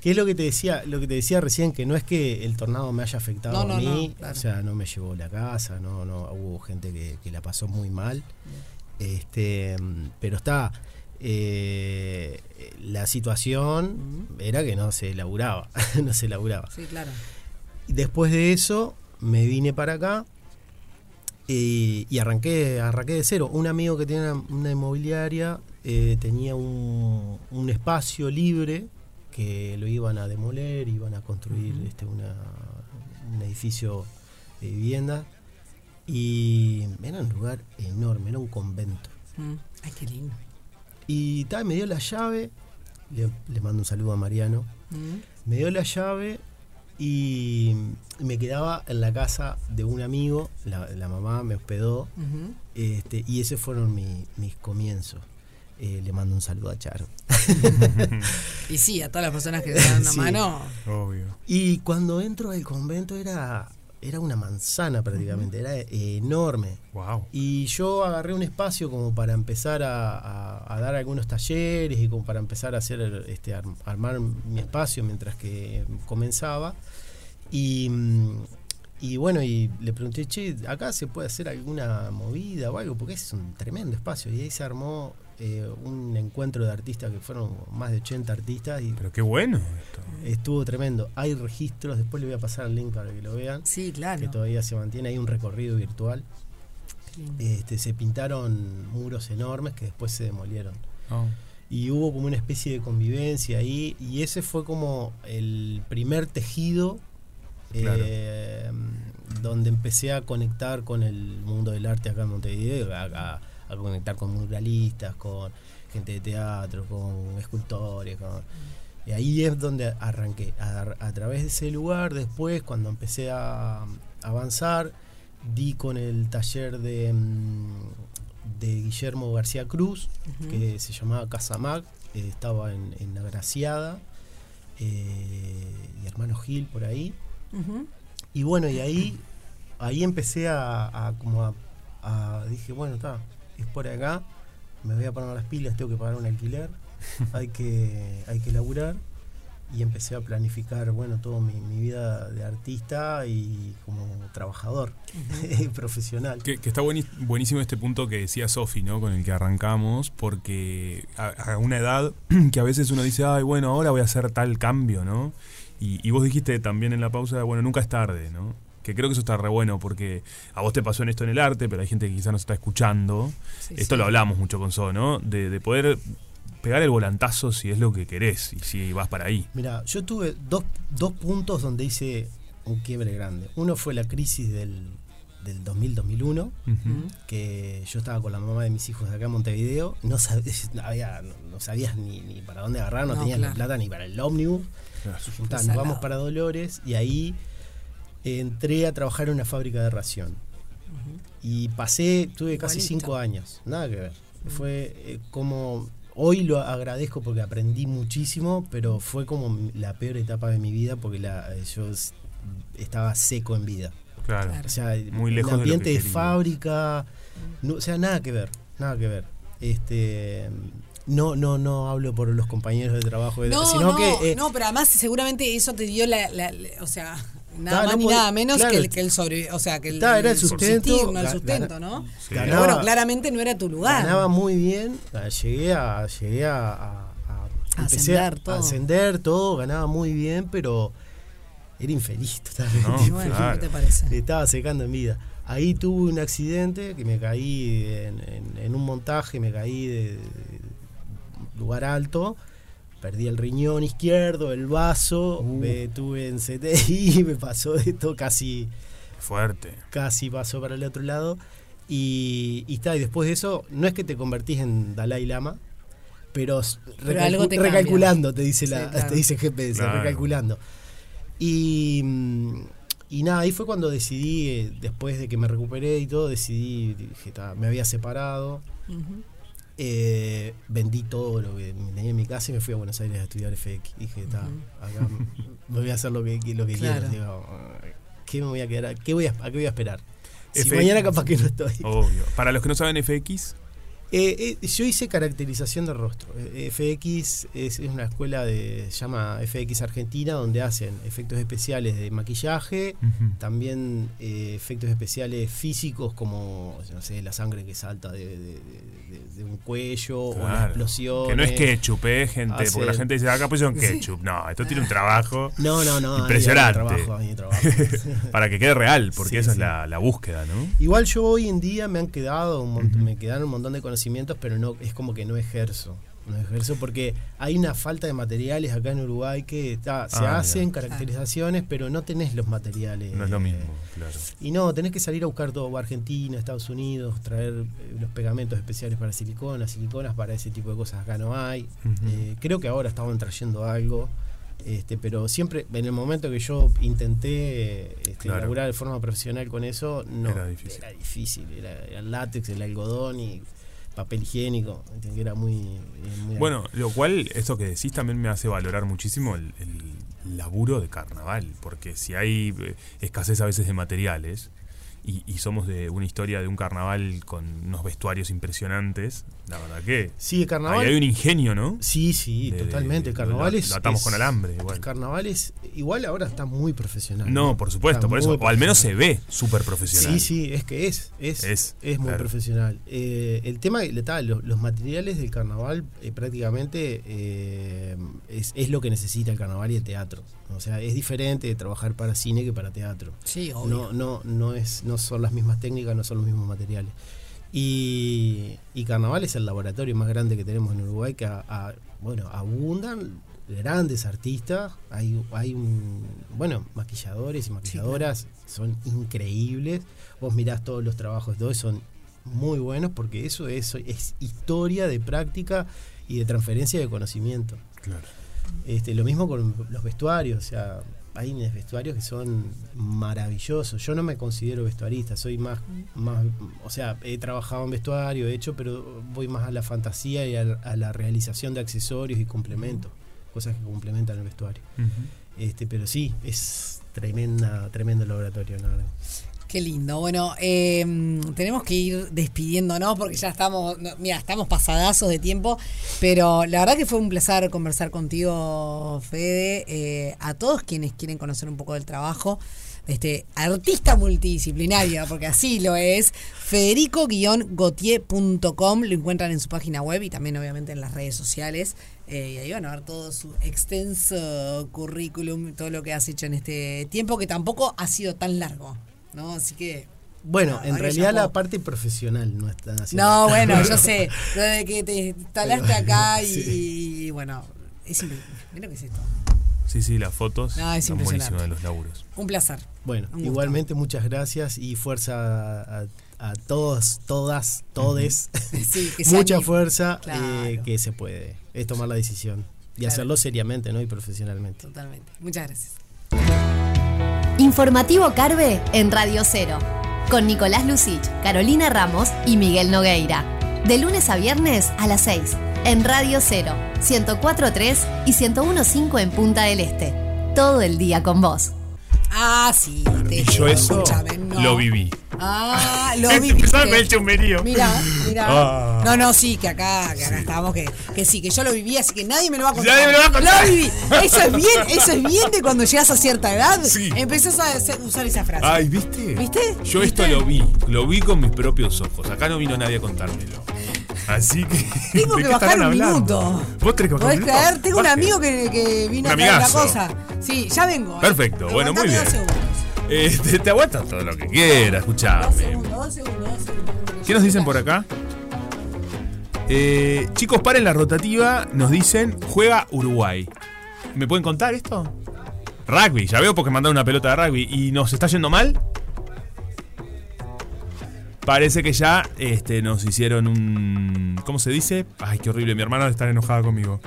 P: Que es lo que te decía, lo que te decía recién, que no es que el tornado me haya afectado
D: No, no,
P: a mí,
D: no, claro.
P: o sea, no me llevó la casa, no, no, hubo gente que, que la pasó muy mal. Este, mm, pero está eh, la situación era que no se laburaba, no se laburaba.
D: Sí, claro.
P: Y Después de eso, me vine para acá eh, y arranqué, arranqué de cero. Un amigo que tiene una, una inmobiliaria eh, tenía un, un espacio libre que lo iban a demoler, iban a construir este, una, un edificio de vivienda. Y era un lugar enorme, era un convento.
D: Mm. Ay, qué lindo.
P: Y tal, me dio la llave. Le, le mando un saludo a Mariano.
E: Mm.
P: Me dio la llave y me quedaba en la casa de un amigo. La, la mamá me hospedó.
D: Ujú.
P: este, y esos fueron mi- mis comienzos. Eh, le mando un saludo a Charo.
D: Y sí, a todas las personas que le dan una
P: Sí.
D: mano.
E: Obvio.
P: Y cuando entro al convento era, era una manzana prácticamente, era eh, enorme.
E: Wow.
P: Y yo agarré un espacio como para empezar a, a- a dar algunos talleres y como para empezar a hacer este ar- armar mi espacio mientras que comenzaba. Y, mm, y bueno, y le pregunté, che, acá se puede hacer alguna movida o algo, porque ese es un tremendo espacio. Y ahí se armó eh, un encuentro de artistas que fueron más de 80 artistas. Y
E: Pero qué bueno.
P: Estuvo tremendo. Hay registros, después le voy a pasar el link para que lo vean.
D: Sí, claro.
P: Que todavía se mantiene, hay un recorrido virtual. Este, se pintaron muros enormes que después se demolieron.
E: Oh.
P: Y hubo como una especie de convivencia ahí. Y ese fue como el primer tejido
E: Claro.
P: eh, donde empecé a conectar con el mundo del arte acá en Montevideo, a, a- a conectar con muralistas, con gente de teatro, con escultores. con- y ahí es donde arranqué. A, a través de ese lugar, después, cuando empecé a avanzar, di con el taller de, mm, de Guillermo García Cruz,
D: Ujú.
P: que se llamaba Casamac, eh, estaba en, en Agraciada, eh, y Hermano Gil por ahí.
D: Ujú.
P: Y bueno, y ahí, ahí empecé a, a como a, a- dije, bueno, está, es por acá, me voy a poner las pilas, tengo que pagar un alquiler, hay que, hay que laburar. Y empecé a planificar, bueno, toda mi, mi vida de artista y como trabajador profesional.
E: Que, que está bueni- buenísimo este punto que decía Sofi, ¿no? Con el que arrancamos, porque a, a una edad que a veces uno dice, ay, bueno, ahora voy a hacer tal cambio, ¿no? Y, y vos dijiste también en la pausa, bueno, nunca es tarde, ¿no? Que creo que eso está re bueno, porque a vos te pasó en esto en el arte, pero hay gente que quizás nos está escuchando.
D: Sí,
E: esto
D: sí.
E: lo hablamos mucho con So, ¿no? De, de poder pegar el volantazo si es lo que querés y si vas para ahí.
P: Mira, yo tuve dos, dos puntos donde hice un quiebre grande. Uno fue la crisis del, del 2000-2001,
E: Ujú.
P: que yo estaba con la mamá de mis hijos de acá en Montevideo, no, sab- no había, no, no sabías ni, ni para dónde agarrar, no,
D: No,
P: tenías
D: claro.
P: ni plata ni para el ómnibus. Dije, "Ta, nos
D: Salado.
P: vamos para Dolores y ahí entré a trabajar en una fábrica de ración. Y pasé, tuve casi
D: Igualito.
P: cinco años, nada que ver. Fue eh, como, hoy lo agradezco porque aprendí muchísimo, pero fue como m- la peor etapa de mi vida porque la, eh, yo s- estaba seco en vida.
E: Claro.
P: O sea,
E: Muy lejos de
P: un
E: lo
P: ambiente
E: que
P: de,
E: quería.
P: fábrica, no, o sea, nada que ver, nada que ver. Este, no, no, no hablo por los compañeros de trabajo,
D: No,
P: sino
D: no,
P: que eh,
D: no, pero además seguramente eso te dio la, la- la- o sea, nada más
P: Ta, Ah, no
D: ni
P: podía-
D: nada menos
P: claro.
D: que el, que el sobre, o sea, que el,
P: Ta, era el
D: subsistir,
P: sustento,
D: no el
P: ga-
D: sustento,
P: gana-
D: ¿no?
P: Sí.
D: Pero
P: Ganaba-
D: bueno, claramente no era tu lugar.
P: Ganaba muy bien. Ah, Llegué a. Llegué a, a- a-
D: A
P: empecé a-
D: ascender todo.
P: a ascender todo, ganaba muy bien, pero era infeliz totalmente.
E: No, Y bueno, claro. ¿qué te
D: parece?
P: Me estaba secando en vida. Ahí tuve un accidente que me caí en, en- en un montaje, me caí de, de lugar alto. Perdí el riñón izquierdo, el vaso, me tuve en CTI, me pasó de todo casi
E: Fuerte.
P: casi pasó para el otro lado. Y, y está, y después de eso, no es que te convertís en Dalai Lama, pero, s-
D: Pero algo te cambia.
P: recalculando, te dice,
D: Sí,
P: la,
D: claro.
P: te dice el GPS,
E: Claro.
P: recalculando. Y, mm, y nada, ahí fue cuando decidí, eh, después de que me recuperé y todo, decidí, dije, "Ta, me había separado,
D: Ujú.
P: eh, vendí todo lo que tenía en mi casa y me fui a Buenos Aires a estudiar FX. Dije, está, acá me voy a hacer lo que, lo que
D: Claro.
P: quiero. Digo, ¿Qué me voy a quedar? a- ¿Qué voy a, a qué voy a esperar? Si
E: FX.
P: mañana capaz que no estoy.
E: Obvio. Para los que no saben FX,
P: Eh, eh, yo hice caracterización de rostro. Eh, FX es, es una escuela de, se llama FX Argentina, donde hacen efectos especiales de maquillaje,
O: Ujú.
P: también eh, efectos especiales físicos como, no sé, la sangre que salta de, de- de- de un cuello o la
E: Claro.
P: explosión.
E: Que no es ketchup, eh, gente, porque la
P: Hacen-
E: gente dice, "Ah, acá pusieron ketchup. No, esto tiene un trabajo
P: No, no, no, hay- hay
E: impresionante.
P: trabajo, hay trabajo.
E: Para que quede real, porque
P: Sí,
E: esa es
P: sí.
E: la, la búsqueda, ¿no?
P: Igual yo hoy en día me han quedado, un mont- me quedaron un montón de conocimientos, pero no es como que no ejerzo. No ejerzo porque hay una falta de materiales acá en Uruguay que está, se
E: Ah,
P: hacen
E: mira.
P: caracterizaciones, pero no tenés los materiales.
E: No es lo mismo, claro.
P: Y no, tenés que salir a buscar todo, Argentina, Estados Unidos, traer eh, los pegamentos especiales para siliconas, siliconas para ese tipo de cosas acá no hay.
E: Ujú.
P: Eh, creo que ahora estaban trayendo algo, este, pero siempre en el momento que yo intenté eh, este,
E: Claro.
P: laburar de forma profesional con eso, no.
E: Era difícil.
P: Era difícil, era, era látex, el algodón y papel higiénico, ¿entendés? que era muy... eh, muy-
E: Bueno, lo cual, esto que decís también me hace valorar muchísimo el, el laburo de carnaval, porque si hay eh, escasez a veces de materiales y, y somos de una historia de un carnaval con unos vestuarios impresionantes, la verdad que...
P: Sí, el carnaval-
E: Ahí hay un ingenio, ¿no?
P: Sí, sí,
E: De- de-
P: totalmente. El carnaval
E: lo-
P: es...
E: Lo atamos
P: es-
E: con alambre,
P: El
E: igual.
P: carnaval es... Igual ahora está muy profesional.
E: No, por supuesto,
P: Está
E: por eso.
P: muy
E: O al menos se ve súper
P: Sí,
E: profesional.
P: sí, es que es. Es,
E: Es,
P: es, muy
E: claro.
P: profesional. Eh, el tema, le- ta, lo- los, materiales del carnaval eh, prácticamente eh, es, es lo que necesita el carnaval y el teatro. O sea, es diferente trabajar para cine que para teatro.
D: Sí, obvio.
P: No, no, no, es, no son las mismas técnicas, no son los mismos materiales. Y, y Carnaval es el laboratorio más grande que tenemos en Uruguay, que a- a- bueno, abundan grandes artistas, hay, hay un, bueno, maquilladores y maquilladoras, son increíbles, vos mirás todos los trabajos de hoy, son muy buenos porque eso es, es historia de práctica y de transferencia de conocimiento.
E: Claro.
P: Este, lo mismo con los vestuarios, o sea, hay unos vestuarios que son maravillosos. Yo no me considero vestuarista, soy más, más o sea, he trabajado en vestuario, he hecho, pero voy más a la fantasía y a, la- a la realización de accesorios y complementos, cosas que complementan el vestuario.
E: Ujú.
P: Este, pero sí, es tremenda, tremendo laboratorio, la verdad.
D: Qué lindo. Bueno, eh, tenemos que ir despidiéndonos porque ya estamos, no, mira, estamos pasadazos de tiempo, pero la verdad que fue un placer conversar contigo, Fede. Eh, a todos quienes quieren conocer un poco del trabajo, de este artista multidisciplinario, porque así lo es, federico-gotier.com, lo encuentran en su página web y también obviamente en las redes sociales. Eh, y ahí van a ver todo su extenso currículum, todo lo que has hecho en este tiempo, que tampoco ha sido tan largo. ¿no? Así que.
P: Bueno,
D: Ah,
P: en
D: ahí
P: realidad
D: llamó.
P: la parte profesional no está así.
D: No, bueno, yo sé. Lo de que te instalaste acá y,
P: Sí.
D: y, bueno, es impre- Mira lo que es esto.
E: Sí, sí, las fotos
D: No, es
E: son
D: impresionante.
E: buenísimas de los laburos.
D: Un placer.
P: Bueno,
D: Un gusto.
P: igualmente muchas gracias y fuerza a, a- a todos, todas, todes.
D: Sí, que se
P: Mucha
D: animen.
P: fuerza eh,
D: Claro.
P: que se puede. Es tomar la decisión y
D: Claro.
P: hacerlo seriamente ¿no? y profesionalmente.
D: Totalmente. Muchas gracias.
A: Informativo Carve en Radio Cero. Con Nicolás Lucich, Carolina Ramos y Miguel Nogueira. De lunes a viernes a las 6. En Radio Cero, 104.3 y 101.5 en Punta del Este. Todo el día con vos.
D: Ah, sí. Te
E: Y yo eso
D: Escúchame, no.
E: lo viví.
D: Ah, lo
E: Empezaba
D: viviste.
E: con el chumberío.
D: Mira, mira.
E: Ah.
D: No, no, sí, que acá, que acá estábamos, que, que sí, que yo lo viví, así que nadie me lo va a contar.
E: Nadie me lo va a contar.
D: Lo viví. Eso es bien, eso es bien de cuando llegas a cierta edad. Empezás a hacer- usar esa frase.
E: Ay, ¿viste?
D: ¿Viste?
E: Yo esto lo vi, lo vi con mis propios ojos. Acá no vino nadie a contármelo. Así que.
D: Tengo
E: ¿de
D: que
E: qué
D: bajar
E: estarán
D: un
E: hablando?
D: minuto.
E: ¿Vos crees que bajar
D: ¿Podés
E: un minuto?
D: creer? Tengo un
E: Baje.
D: amigo que, que vino
E: Un
D: a traer la
E: amigazo.
D: cosa. Sí, ya vengo.
E: Perfecto, bueno, muy
D: Aguantame
E: bien.
D: dos segundos,
E: Eh, te, te aguantas todo lo que quieras, escuchame.
D: dos segundos, dos segundos.
E: ¿Qué nos dicen por acá? Eh, chicos, paren la rotativa. Nos dicen, juega Uruguay. ¿Me pueden contar esto? Rugby, ya veo porque mandaron una pelota de rugby. ¿Y nos está yendo mal? Parece que ya este, nos hicieron un. ¿Cómo se dice? Ay, qué horrible. Mi hermana está enojada conmigo.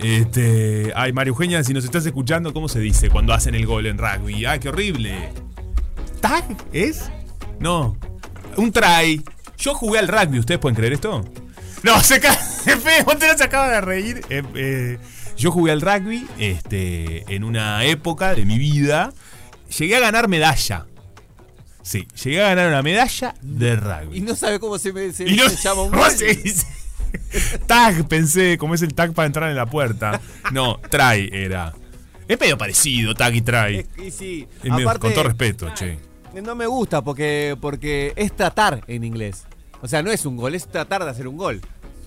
E: Este, ay, María Eugenia, si nos estás escuchando, ¿cómo se dice cuando hacen el gol en rugby? Ay, qué horrible. ¿Tag es? No. Un try. Yo jugué al rugby, ¿ustedes pueden creer esto? No, se ca- Fe, Montero se acaba de reír. Eh, eh, yo jugué al rugby este, en una época de mi vida. Llegué a ganar medalla. Sí, llegué a ganar una medalla de rugby.
O: Y no sabe cómo se, me, se-
E: Y no-
O: se llama un
E: no se dice. Tag, pensé, como es el tag para entrar en la puerta. No, try era. Es medio parecido, tag y try.
F: Y sí,
E: Es medio-
F: aparte,
E: con todo respeto, che.
F: No me gusta porque, porque es tratar en inglés. O sea, no es un gol, es tratar de hacer un gol.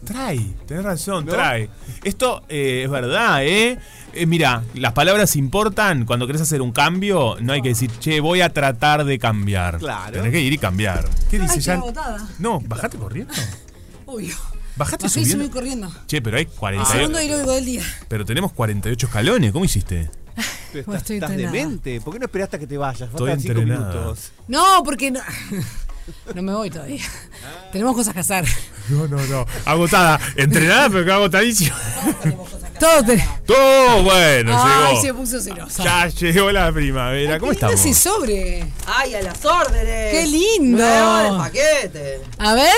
E: Try, tenés razón,
F: ¿No?
E: try. Esto eh, es verdad, ¿eh? Eh, mira, las palabras importan. Cuando querés hacer un cambio, no hay que decir, che, voy a tratar de cambiar.
F: Claro.
E: Tenés que ir y cambiar. ¿Qué dice
D: Ay,
E: Jan?
D: agotada.
E: No, bajate corriendo.
D: Obvio. Bajé
E: Bajate
D: y
E: subiendo.
D: subí corriendo.
E: Che, pero hay
D: El
E: 48.
D: segundo heroico del día.
E: Pero tenemos 48 escalones, ¿cómo hiciste?
D: Bueno,
F: Pero estás,
D: estoy
F: estás
D: entrenada.
F: demente. ¿Por qué no esperaste a que te vayas?
E: Estoy
F: Faltan cinco
E: entrenada.
F: minutos.
D: No, porque no, no me voy todavía.
E: Ah.
D: Tenemos cosas que hacer.
E: No, no, no. Agotada. Entrenada, pero que agotadísima.
D: Todo te-
E: Todo bueno,
D: Ay, se
E: llegó.
D: puso celosa.
E: Ya llegó la primavera. ¿Cómo
D: Mira
E: estamos?
D: ese sobre.
Q: ¡Ay, a las órdenes!
D: ¡Qué lindo!
Q: Nuevo del paquete!
D: A ver.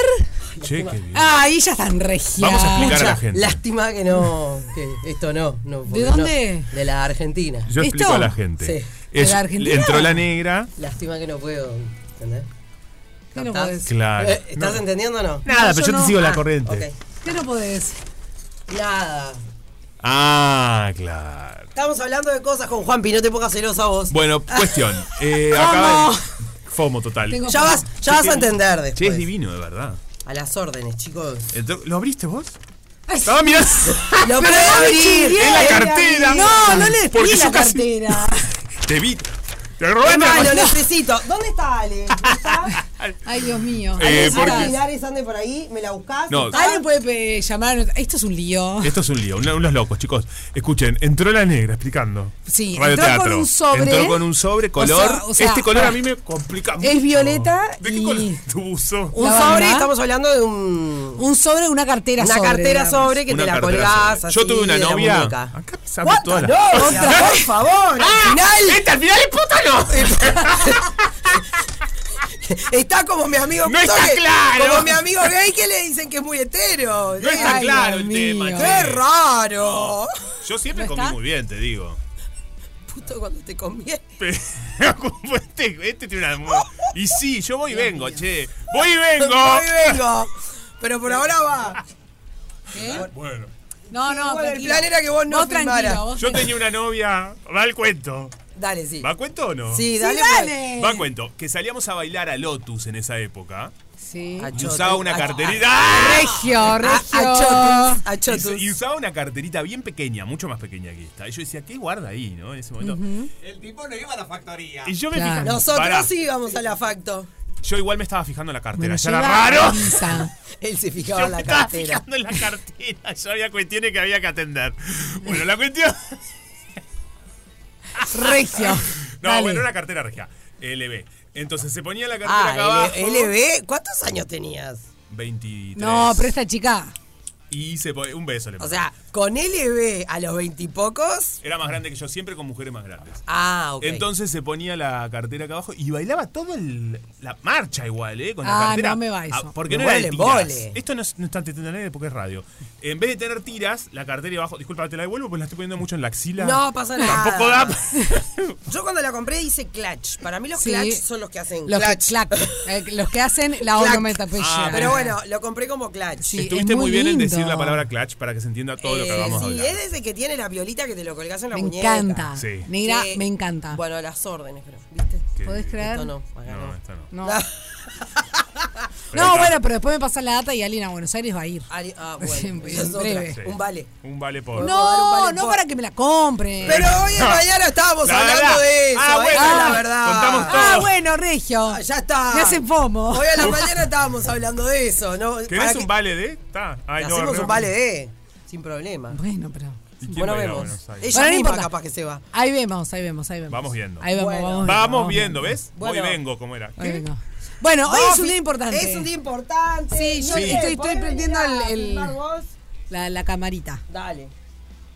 E: Che, qué bien.
D: Ah, ahí ya están regia.
E: Vamos a explicar a la gente.
Q: Lástima que no. que esto no. no, porque
D: dónde?
Q: no, de la Argentina.
E: Yo explico a la gente.
Q: Sí.
E: Es- Entró la negra.
Q: Lástima que no puedo. ¿Entendés?
D: ¿Qué no
Q: ¿Captás?
D: podés?
E: Claro.
Q: Eh, ¿Estás
E: No.
Q: entendiendo o no? Ah,
E: Nada, pero yo, te sigo la corriente.
D: ¿Qué no podés?
Q: Nada.
E: Ah, claro.
Q: Estamos hablando de cosas con Juanpi, no te pongas celosa vos.
E: Bueno, cuestión. Eh,
Q: ¿Cómo?
E: acaba de- FOMO total.
Q: Tengo Ya FOMO. vas- ya vas a entender después.
E: Che, es divino, de verdad.
Q: A las órdenes, chicos.
E: Entró- ¿Lo abriste vos? Estaba mirando.
Q: Lo puedo abrir.
E: En la cartera.
Q: No, no le
E: Porque
Q: di
E: yo
Q: la
E: casi-
Q: cartera.
E: Te vi. Te robé la
Q: Hermano,
E: cartera.
Q: necesito. ¿Dónde está Ale? ¿Está?
D: Ay, Dios mío.
E: Eh,
Q: ¿Alguien sabe
E: porque-
Q: que Hilares ande por ahí? ¿Me la buscás?
E: No.
Q: ¿Está?
D: ¿Alguien puede eh, llamar a nuestra- Esto es un lío.
E: Esto es un lío, una- unos locos, chicos. Escuchen, entró la negra explicando.
D: Sí,
E: Radio
D: entró
E: teatro.
D: con un sobre.
E: Entró con un sobre, color.
Q: Ah,
D: O sea, o sea,
E: este color a mí me complica mucho.
D: Es violeta.
E: ¿De qué color tu buzo?
D: Un La sobre, verdad.
Q: Estamos hablando de un.
D: Un sobre, una cartera
Q: Una
D: sobre.
Q: cartera
D: digamos.
Q: sobre que
E: Una
Q: te la
E: cartera
Q: colgás.
E: sobre. Yo
Q: así
E: tuve una
Q: de la
E: novia-
Q: muñeca.
E: Acá sabe todas las-
Q: No, o sea, por favor, al final.
E: ¡Este al final es puta no!
Q: Está como mi amigo
E: No está
Q: puto que-
E: claro.
Q: Como mi amigo gay que le dicen que es muy hetero.
E: No está
Q: Ay,
E: claro el
Q: Dios
E: tema,
Q: mío.
E: che.
Q: ¡Qué raro!
E: Yo siempre
Q: ¿No
E: comí
Q: está?
E: muy bien, te digo.
Q: Puto cuando te conviene.
E: Como este, este tiene una. Y sí, yo voy y vengo, che. ¡Voy y vengo!
Q: Voy y vengo. Pero por ahora va.
E: Bueno.
D: No, no,
Q: Igual el
D: tranquilo.
Q: plan era que vos no
D: Vos
Q: filmaras.
D: tranquilo, vos
E: Yo
D: tranquilo.
E: tenía una novia. Va al cuento.
Q: Dale, sí.
E: ¿Va al cuento o no?
Q: Sí, dale. pues.
E: Va al cuento. Que salíamos a bailar a Lotus en esa época.
D: Sí. ¡Ah!
E: Y usaba una carterita.
D: Regio, regio.
E: Y, y usaba una carterita bien pequeña, mucho más pequeña que esta. Y yo decía, ¿qué guarda ahí, no? En ese momento.
F: El tipo no iba a la factoría.
E: Y yo me fijaba.
Q: Nosotros
E: pará,
Q: íbamos a la facto.
E: Yo igual me estaba fijando en la cartera.
Q: Bueno,
E: ¿Ya era
Q: lleva
E: raro?
Q: camisa. Él se fijaba
E: Yo
Q: en
E: me
Q: la
E: estaba
Q: cartera.
E: fijando en la cartera. Ya había cuestiones que había que atender. Bueno, la cuestión.
D: Regio.
E: No,
D: Dale.
E: bueno, una cartera regia. LB. Entonces se ponía la cartera acá
Q: Ah,
E: abajo.
Q: L- LB, ¿cuántos años tenías?
E: 23.
D: No, pero esta chica.
E: Y se pone- un beso le
Q: O
E: puse.
Q: sea, con LB a los veintipocos.
E: Era más grande que yo, siempre con mujeres más grandes.
Q: Ah, ok.
E: Entonces se ponía la cartera acá abajo y bailaba toda la marcha igual, ¿eh? Con la
D: Ah,
E: cartera.
D: no me va eso.
E: Ah, porque
D: Me
E: no era
D: vuelve
E: de
D: en
E: tiras.
D: vole.
E: Esto no, es, no está tener porque es radio. En vez de tener tiras, la cartera abajo. Disculpa, te la devuelvo porque la estoy poniendo mucho en la axila.
Q: No, pasa nada.
E: Tampoco da.
Q: Yo cuando la compré dice clutch. Para mí los
D: Sí.
Q: clutch son los que hacen
D: Los que,
Q: clutch.
D: clac, eh, los que hacen la
Q: Clac.
D: onomatopeyas.
E: Ah,
Q: Pero bueno, lo compré como clutch.
E: Estuviste muy, bien en decir la palabra clutch para que se entienda todo lo que
Q: Eh,
E: acabamos de
Q: sí,
E: hablar.
Q: es ese que tiene la violita que te lo colgás en la
D: Me
Q: muñeca.
D: encanta.
E: Sí.
D: Negra,
Q: Que-
D: me encanta.
Q: Bueno, las órdenes, pero, ¿viste?
E: Que-
D: ¿Podés creer?
Q: Esto no, acá
E: No,
Q: no.
E: esta no.
D: No.
Q: Ah.
E: Pero
D: No,
E: está.
D: bueno, pero después me pasa la data y Alina a Buenos Aires va a ir.
Q: Ali- ah,
D: En-
Q: bueno, esa
D: en
Q: es otra.
D: breve.
E: Sí.
Q: Un vale.
E: Un vale por.
D: No, no para que me la compre.
Q: Pero hoy en mañana estábamos
E: La
Q: hablando
E: verdad.
Q: de eso,
E: Ah, bueno,
Q: esa es la
E: ah,
Q: verdad.
E: contamos todo.
D: Ah, bueno, Regio.
Q: Ya está.
D: Me hacen fomo.
Q: Hoy a la mañana estábamos hablando de eso, ¿no? Para
E: ¿Querés
Q: que-
E: un vale de? Está. Ay, no,
Q: Hacemos
E: re-
Q: un vale de, sin problema.
D: Bueno, pero.
E: ¿Y quién
Q: Bueno,
E: va a ir a
Q: vemos.
E: Buenos Aires?
Q: Ella
D: Bueno, no
Q: misma
D: importa.
Q: capaz que se va.
D: Ahí vemos, ahí vemos, ahí vemos.
E: Vamos viendo.
D: Ahí vemos,
Q: Bueno.
D: vamos,
E: Vamos viendo, ¿ves?
Q: Bueno.
E: Hoy vengo, como era.
D: Ahí vengo. Bueno, hoy
Q: No,
D: es un
Q: fi-
D: día importante.
Q: Es un día importante.
D: Sí, yo
Q: Eh, No sé,
D: estoy,
Q: ¿podés
D: estoy prendiendo
Q: venir a
D: el- el-
Q: filmar vos?
D: la, la camarita.
Q: Dale.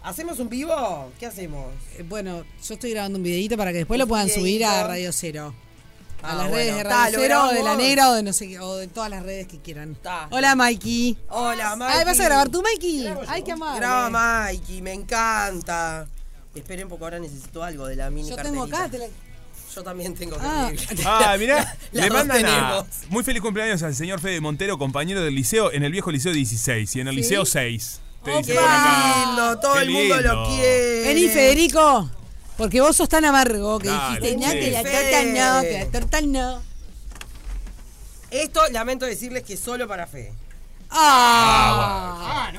Q: ¿Hacemos un vivo? ¿Qué hacemos?
D: Eh, Bueno, yo estoy grabando un videito para que después lo
Q: Un
D: puedan subir a
Q: videíto.
D: Radio Cero. A
Q: Ah,
D: las
Q: bueno,
D: redes de
Q: ta,
D: Radio
Q: lo
D: Cero, o de La
Q: grabamos.
D: Negra, o de no sé qué, o de todas las redes que quieran.
Q: Ta.
D: Hola, Mikey.
Q: Hola, Mikey.
D: Ay, ¿vas a grabar tú, Mikey? Ay, qué amable.
Q: Graba, Mikey, me encanta. Esperen, porque ahora necesito algo de la mini
D: Yo tengo acá,
Q: carterita.
D: te la-
Q: Yo también tengo que
D: Ah.
Q: vivir.
E: Ah, mirá,
Q: Las
E: le
Q: dos
E: mandan a.
Q: tenemos.
E: Muy feliz cumpleaños al señor Fede Montero, compañero del liceo, en el viejo liceo 16 y en el
D: Sí.
E: liceo 6. Te
D: ¡Opa!
E: dicen por acá.
D: Qué lindo,
Q: todo
E: Qué
Q: el mundo
E: lindo.
Q: lo quiere.
D: Vení, Federico. Porque vos sos tan amargo que
E: Claro,
D: dijiste, no,
E: sí.
D: que la
Q: Fe.
D: torta no, que la torta no.
Q: Esto lamento decirles que solo para fe.
D: Ah,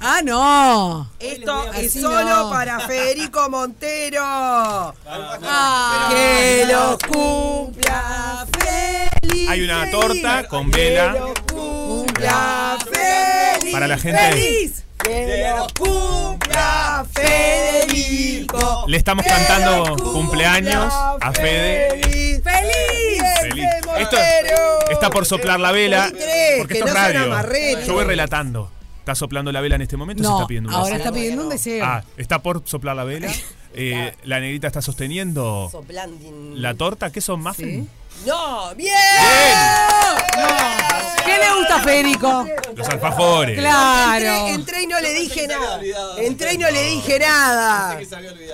D: Ah, no.
Q: Esto es
D: Así
Q: solo
D: no.
Q: para Federico Montero.
D: Ah.
Q: que los cumpla Ah, feliz.
E: Hay una torta con vela
Q: Cumpla feliz.
E: Para la gente.
Q: Feliz. Que los cumpla Federico.
E: Le estamos cantando cumpleaños a Fede.
Q: Feliz. Feliz.
E: Feliz. Esto está por soplar la vela.
D: crees?
E: Porque
D: Que
E: esto es
D: no sean
E: radio.
D: amarretes.
E: Yo voy relatando. Está soplando la vela en este momento, se
D: No,
E: está pidiendo un
D: ahora
E: deseo.
D: está pidiendo un deseo.
E: Ah, está por soplar la vela. Eh, la negrita está sosteniendo
Q: Soplandin.
E: la torta. ¿Qué son muffins?
Q: No, bien.
D: ¿Qué le gusta a Federico?
E: Los alfajores.
Q: Entré, entré y no le dije nada. Entré y no le dije nada.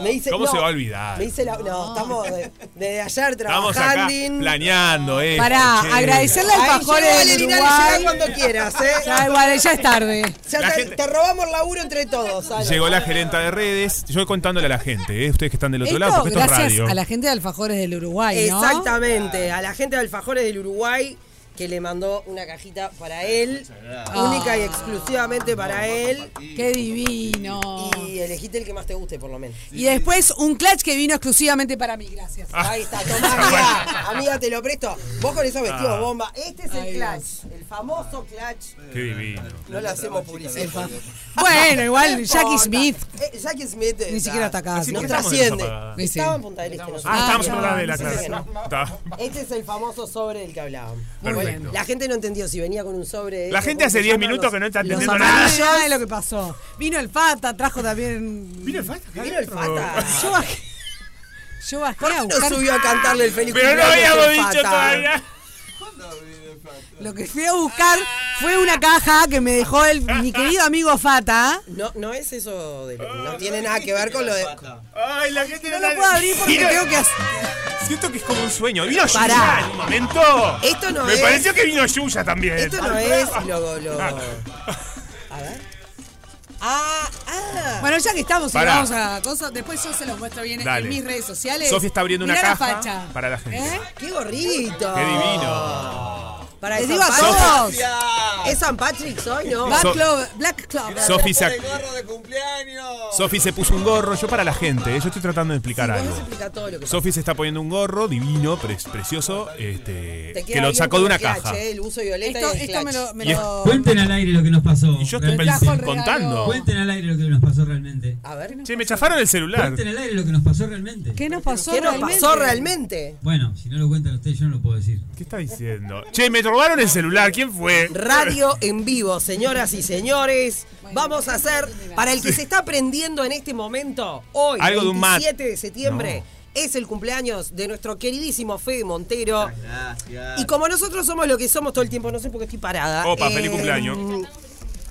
Q: Me dice,
E: ¿Cómo
Q: no,
E: se va a olvidar?
Q: Me dice la, no, estamos de- desde ayer
E: Estamos acá
Q: trabajando.
E: planeando esto.
D: Pará,
E: che.
D: agradecerle al Pajor
Q: llegó
D: del
Q: Valerina,
D: Uruguay.
Q: llegá cuando quieras, ¿eh?
D: Ya, igual, ya es tarde.
Q: Ya te, te robamos laburo entre todos. Ale.
E: Llegó la gerenta de redes. Yo voy contándole a la gente, eh, ustedes que están del otro
D: Esto
E: lado, porque esto es
D: gracias
E: radio.
D: a la gente de Alfajores del Uruguay, ¿no?
Q: Exactamente, a la gente de Alfajores del Uruguay que le mandó una cajita para él, única y exclusivamente para él.
D: Qué divino.
Q: Y elegiste el que más te guste, por lo menos.
D: Y después un clutch que vino exclusivamente para mí, gracias.
Q: Ahí está, tomá, amiga. Amiga, te lo presto. Vos con esos vestidos
D: Ah.
Q: bomba. Este es el
D: Ay,
Q: clutch, el famoso clutch.
E: Qué divino.
Q: No le hacemos publicidad.
D: Bueno,
Q: No
D: igual Jackie
Q: importa.
D: Smith.
Q: Eh, Jackie Smith. eh,
D: Ni siquiera está acá.
Q: No
D: ¿por qué estamos
Q: trasciende.
D: desaparecidos? Sí, sí.
Q: Estaba en Punta del Este. nosotros.
E: Ah, estábamos en la vela,
Q: Sí, sí,
E: claro.
Q: no.
E: Está.
Q: Este es el famoso sobre del que hablábamos. Muy
E: Perfecto.
Q: bueno. La gente no entendió si venía con un sobre.
E: La
Q: ese,
E: gente
Q: ¿cómo
E: hace
Q: se
E: 10
Q: llama?
E: minutos que no está
D: Los
E: entendiendo
Q: Ah,
E: nada.
D: amarillos, ¿sabes lo que pasó? Vino el Fata, trajo también. Vino el Fata,
Q: Vino el Fata.
D: Yo bajé. Yo bajé a
Q: No
D: buscar-
Q: subió a cantarle el feliz
D: Pero no
Q: cumpleaños
D: habíamos
Q: al
D: dicho
Q: Fata.
D: todavía. Lo que fui a buscar fue una caja que me dejó el, mi querido amigo Fata.
Q: No, no es eso de lo- No tiene nada que ver con lo de.
E: Ay, la gente
Q: no lo puedo abrir porque
E: Mira.
Q: tengo que hacer.
E: Siento que es como un sueño. Vino
Q: Pará.
E: Yuya en un momento.
Q: Esto no
E: Me
Q: es-
E: pareció que vino Yuya también. Ah,
Q: Esto no es lo. lo- A ver. Ah, ah.
D: Bueno, ya que estamos y
E: Pará.
D: vamos a cosas, después yo se los muestro bien en-
E: Dale.
D: en mis redes sociales.
E: Sofi está abriendo una
D: Mirá la
E: caja
D: facha.
E: para la gente.
D: ¿Eh?
Q: ¡Qué gorrito!
E: Qué divino.
Q: Para
D: Les
Q: San
D: digo a
Q: Patrick.
D: todos.
Q: ¿Es San Patrick's hoy? No.
D: Black
E: So-
D: Club, Black Club.
E: Sofi se... Sofi se puso un gorro. Yo para la gente, eh, yo estoy tratando de explicar
Q: Vos
E: algo.
Q: explica todo lo que
E: Sofi se está poniendo un gorro divino, pre- precioso, este,
Q: Te queda
E: que lo
Q: bien
E: sacó de
Q: con
E: una
Q: el clutch,
E: caja.
Q: eh, el uso violeta
D: Esto-
Q: y el
D: esto me
Q: clutch.
D: lo- me
E: Y es-
D: lo-
O: Cuenten al aire lo que nos pasó.
E: Y yo estoy
O: realmente.
E: pens- contando.
O: Cuenten al aire lo que nos pasó realmente.
Q: A ver.
E: Che, me chafaron el celular.
O: Cuenten al aire lo que nos pasó realmente.
D: ¿Qué nos pasó
Q: ¿Qué nos
D: realmente?
Q: pasó realmente?
O: Bueno, si no lo cuentan ustedes, yo no lo puedo decir.
E: ¿Qué está diciendo? Che, me robaron el celular. ¿Quién fue?
Q: Radio en vivo, señoras y señores. Vamos a hacer, para el que se está aprendiendo en este momento, hoy,
E: Algo de un mat.
Q: 27 de septiembre, es el cumpleaños de nuestro queridísimo Fede Montero. Y como nosotros somos lo que somos todo el tiempo, no sé por qué estoy parada. Em,
E: Opa, feliz cumpleaños.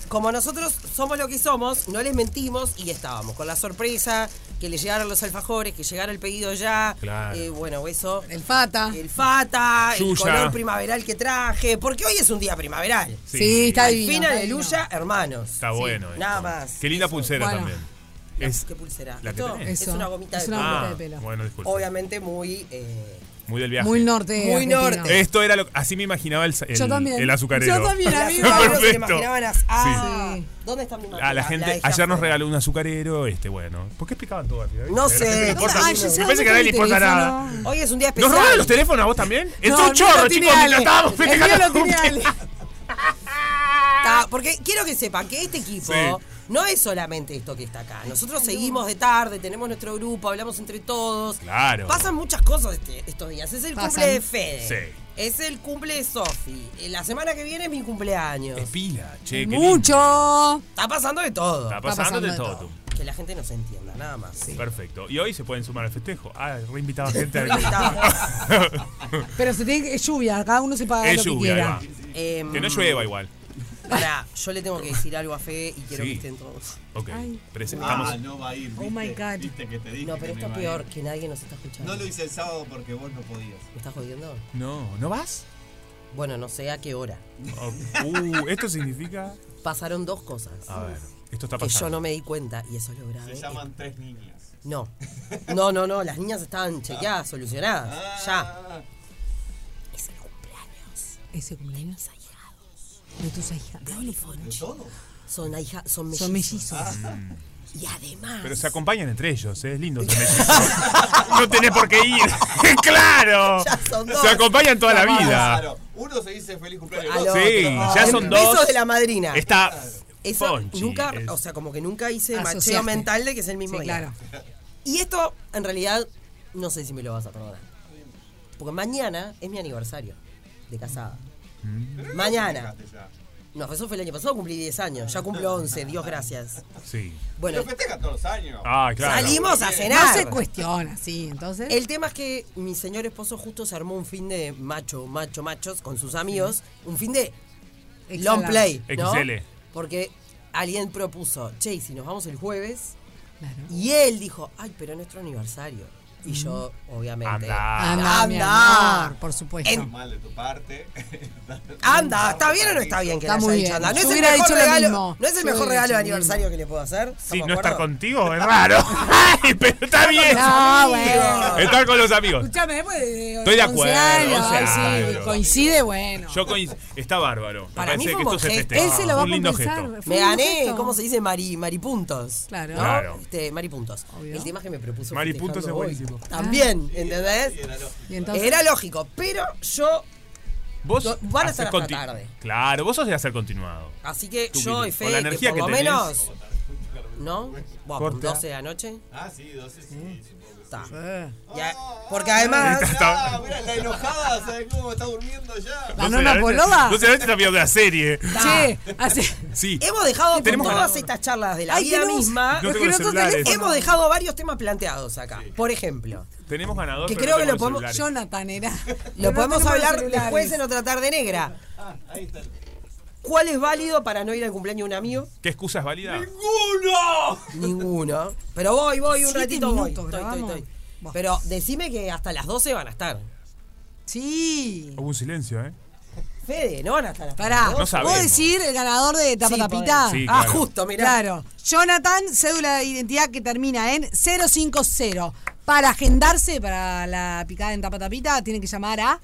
Q: Como nosotros somos lo que somos, no les mentimos y estábamos con la sorpresa que le llegaron los alfajores, que llegara el pedido ya.
E: Claro.
Q: Eh, bueno, eso.
D: El Fata.
Q: El Fata, el
E: Yuya.
Q: color primaveral que traje, porque hoy es un día primaveral.
E: Sí,
D: está
Q: Al
D: divino,
Q: fin,
D: está
Q: aleluya, hermanos.
E: Está bueno. esto.
Q: Nada más.
E: Qué linda pulsera
Q: Bueno.
E: también. Es
Q: ¿Qué pulsera?
E: la que
Q: Esto
E: tenés.
Q: es una gomita
D: Es
Q: de
D: una
Q: pelo.
D: gomita
E: Ah,
D: de pelo.
E: bueno, disculpe.
Q: Obviamente muy... eh,
E: Muy del viaje.
D: Muy norte.
Q: Muy
D: argentino.
Q: norte.
E: Esto era lo así me imaginaba el, el,
D: Yo también.
E: el azucarero.
D: Yo también,
Q: las
D: amigo.
Q: azucareros se le
E: Perfecto.
Q: imaginaban las-
E: Sí.
Q: Ah, ¿Dónde está mi máquina?
E: A la gente,
Q: de
E: ayer nos
Q: Jafre.
E: regaló un azucarero, este bueno. ¿Por qué explicaban todo arriba?
Q: No
E: ¿viste? A la gente
Q: sé.
E: le importa-
Q: Ah,
D: yo sé
E: me parece que a nadie le
D: dónde está
E: importa
D: el
E: nada.
Q: Hoy es un día especial.
E: ¿Nos robaron los teléfonos a vos también?
D: No,
E: Entró
D: el
E: un
D: mío
E: chorro,
D: lo tiene
E: chicos, mientras
D: Ale.
E: estábamos
D: El mío
E: festejando.
D: lo tiene Ale.
Q: Está, porque quiero que sepan que este equipo
E: Sí.
Q: no es solamente esto que está acá. Nosotros seguimos de tarde, tenemos nuestro grupo, hablamos entre todos.
E: Claro.
Q: Pasan muchas cosas este- estos días. Es el
D: Pasan.
Q: cumple de Fede.
E: Sí.
Q: Es el cumple de Sofi. Eh, La semana que viene es mi cumpleaños.
E: Es pila, che, qué lindo.
D: Mucho.
Q: Está pasando de todo.
E: Está pasando de todo.
Q: Que la gente nos entienda, nada más.
E: Perfecto. Y hoy se pueden sumar al festejo. Ah, reinvitaba gente al
D: Pero se tiene que- es lluvia, cada uno se paga
E: Es
D: lo que
E: lluvia,
D: quiera.
E: ahí va.
Q: Em,
E: Que no llueva igual.
Q: Pará, yo le tengo que decir algo a Fede y quiero
E: Sí.
Q: que estén todos.
E: Ok,
Q: Ay.
E: presentamos.
Q: Ah,
F: no va a ir.
Q: Oh my God.
F: Viste que te dije
Q: No, pero
F: que
Q: esto es
F: no iba a
Q: peor,
F: ir.
Q: que nadie nos está escuchando.
F: No lo hice el sábado porque vos no podías.
Q: ¿Me estás jodiendo?
E: No, ¿no vas?
Q: Bueno, no sé a qué hora.
E: Uh, esto significa.
Q: Pasaron dos cosas.
E: A ver, esto está
Q: Que yo
E: pasando.
Q: no me di cuenta y eso es lo grave.
F: Se llaman tres niñas.
Q: No. No, no, no, las niñas estaban
F: Ah.
Q: chequeadas, solucionadas.
D: Ah.
Q: Ya.
D: Es el cumpleaños. Es el cumpleaños. De tus ahijados. De tus ahijados.
Q: Son ahija, son mellizos.
D: Son mellizos.
F: Ah.
E: Mm.
Q: Y además.
E: Pero se acompañan entre ellos, ¿eh? es lindo. son mellizos. no tenés por qué ir. ¡Claro!
Q: Ya son dos.
E: Se acompañan toda la vida.
F: Claro, uno se dice feliz cumpleaños.
Q: A
F: el
Q: lo
F: otro-
E: Sí,
Q: otro.
E: ya son
Q: Besos
E: dos.
Q: de la madrina.
E: Está
Q: Eso
E: Ponchi,
Q: nunca,
E: es-
Q: o sea, como que nunca hice
D: Asociaste.
Q: macheo mental de que es el mismo
D: Sí,
Q: día.
D: claro.
Q: Y esto, en realidad, no sé si me lo vas a perdonar. Porque mañana es mi aniversario de casada. Mañana. No, eso fue el año pasado, cumplí 10 años. Ya cumplo 11, Dios gracias.
E: Sí.
Q: Bueno,
F: Pero festeja todos los años.
E: Ah, claro.
Q: salimos a cenar.
D: No se cuestiona, sí, entonces.
Q: El tema es que mi señor esposo justo se armó un fin de macho, macho, machos con sus amigos. Un fin de
D: Excelente.
Q: long play. ¿no?
E: XL.
Q: Porque alguien propuso, che, ¿y si nos vamos el jueves. Y él dijo, ay, pero es nuestro aniversario. Y yo, obviamente.
E: Andá.
D: Andá, mi
Q: Andá.
D: amor, por supuesto.
Q: En-
F: Mal de tu parte.
Q: Anda, ¿está bien o no está bien que
D: Está
Q: le haya
D: muy
Q: dicho
D: bien.
Q: anda? No
D: Yo
Q: es el
D: hubiera
Q: mejor
D: dicho lo
Q: regalo,
D: mismo.
Q: no es el
D: Yo
Q: mejor
D: hubiera
Q: regalo de
D: dicho lo
Q: aniversario que le puedo hacer.
E: Sí,
Q: ¿estamos
E: no estar
Q: acuerdo?
E: contigo es raro. Ay, pero está bien.
D: No, bueno.
E: Estar con los amigos.
D: Escuchame, después de.
E: Estoy de acuerdo,
D: años,
E: o sea,
D: Eh, ay, sí,
E: claro.
D: coincide, bueno.
E: Yo coinc- Está bárbaro. Me
Q: Para
E: parece
Q: mí fue
E: que
Q: un
E: esto se
Q: gesto.
E: festeja.
D: Él se lo va a
E: un lindo
D: compensar.
E: gesto.
D: Fue
Q: Me
D: un
Q: gané,
D: gesto.
Q: ¿cómo se dice? Mari, maripuntos.
D: Claro.
Q: ¿no?
E: Claro.
Q: Este, maripuntos.
D: Obvio.
Q: El tema es que me propuso.
E: Mari Puntos
Q: festejarlo
E: es
Q: hoy.
E: buenísimo.
Q: También,
F: Ah.
Q: ¿entendés?
D: Y entonces-
Q: Era lógico, pero yo.
E: Vos
Q: No, van a
E: hacer
Q: estar hasta
E: conti-
Q: tarde.
E: Claro, vos sos de hacer continuado.
Q: Así que
E: Tú,
Q: yo
E: Guille, con
Q: y
E: la
Q: Fede, que
E: energía
Q: por
E: que
Q: lo
E: tenés.
Q: menos. ¿No? Bueno,
E: Corta.
Q: 12 de la noche. Mm.
F: Ah, sí, 12 sí. supongo que sí.
Q: Está.
D: Eh,
Q: Ya- porque además.
E: Ahorita
F: Ah,
E: está-
F: mira, la enojada, ¿sabes cómo está durmiendo ya?
D: La
E: No
D: norma Polova.
E: No sé, está viendo la serie.
D: Che, hace.
E: Sí.
Q: Hemos dejado con
E: Tenemos-
Q: todas estas charlas de la
D: Ay,
Q: vida
D: tenemos-
Q: misma.
E: No tengo los celulares.
Q: Hemos dejado varios temas planteados acá. Por ejemplo,
E: Tenemos ganador.
Q: Que
E: pero
Q: creo
E: no
Q: que lo
E: tenemos los
Q: podemos-
E: celulares.
D: Jonathan era.
Q: lo
D: Pero
Q: podemos
D: no tenemos
Q: hablar
D: celulares.
Q: después en otra tarde negra.
O: Ah,
F: Ahí está.
Q: ¿Cuál es válido para no ir al cumpleaños de un amigo?
E: ¿Qué excusa es válida?
F: ¡Uno!
Q: Ninguno. Pero voy, voy, un
D: Siete
Q: ratito
D: minutos,
Q: voy. Estoy, estoy,
D: grabamos.
Q: estoy.
D: Buah.
Q: Pero decime que hasta las 12 van a estar.
D: Sí.
E: Hubo un silencio, ¿eh?
Q: Fede, no van a estar hasta
D: Pará,
Q: las
E: No
Q: 12.
E: sabemos.
D: ¿puedo decir el ganador de Tapa
Q: Sí,
D: Tapita?
Q: podés.
E: Sí,
Q: Ah,
E: claro.
Q: justo, mirá.
D: Claro. Jonathan, cédula de identidad que termina en 050. Para agendarse para la picada en Tapa Tapita, tiene que llamar a.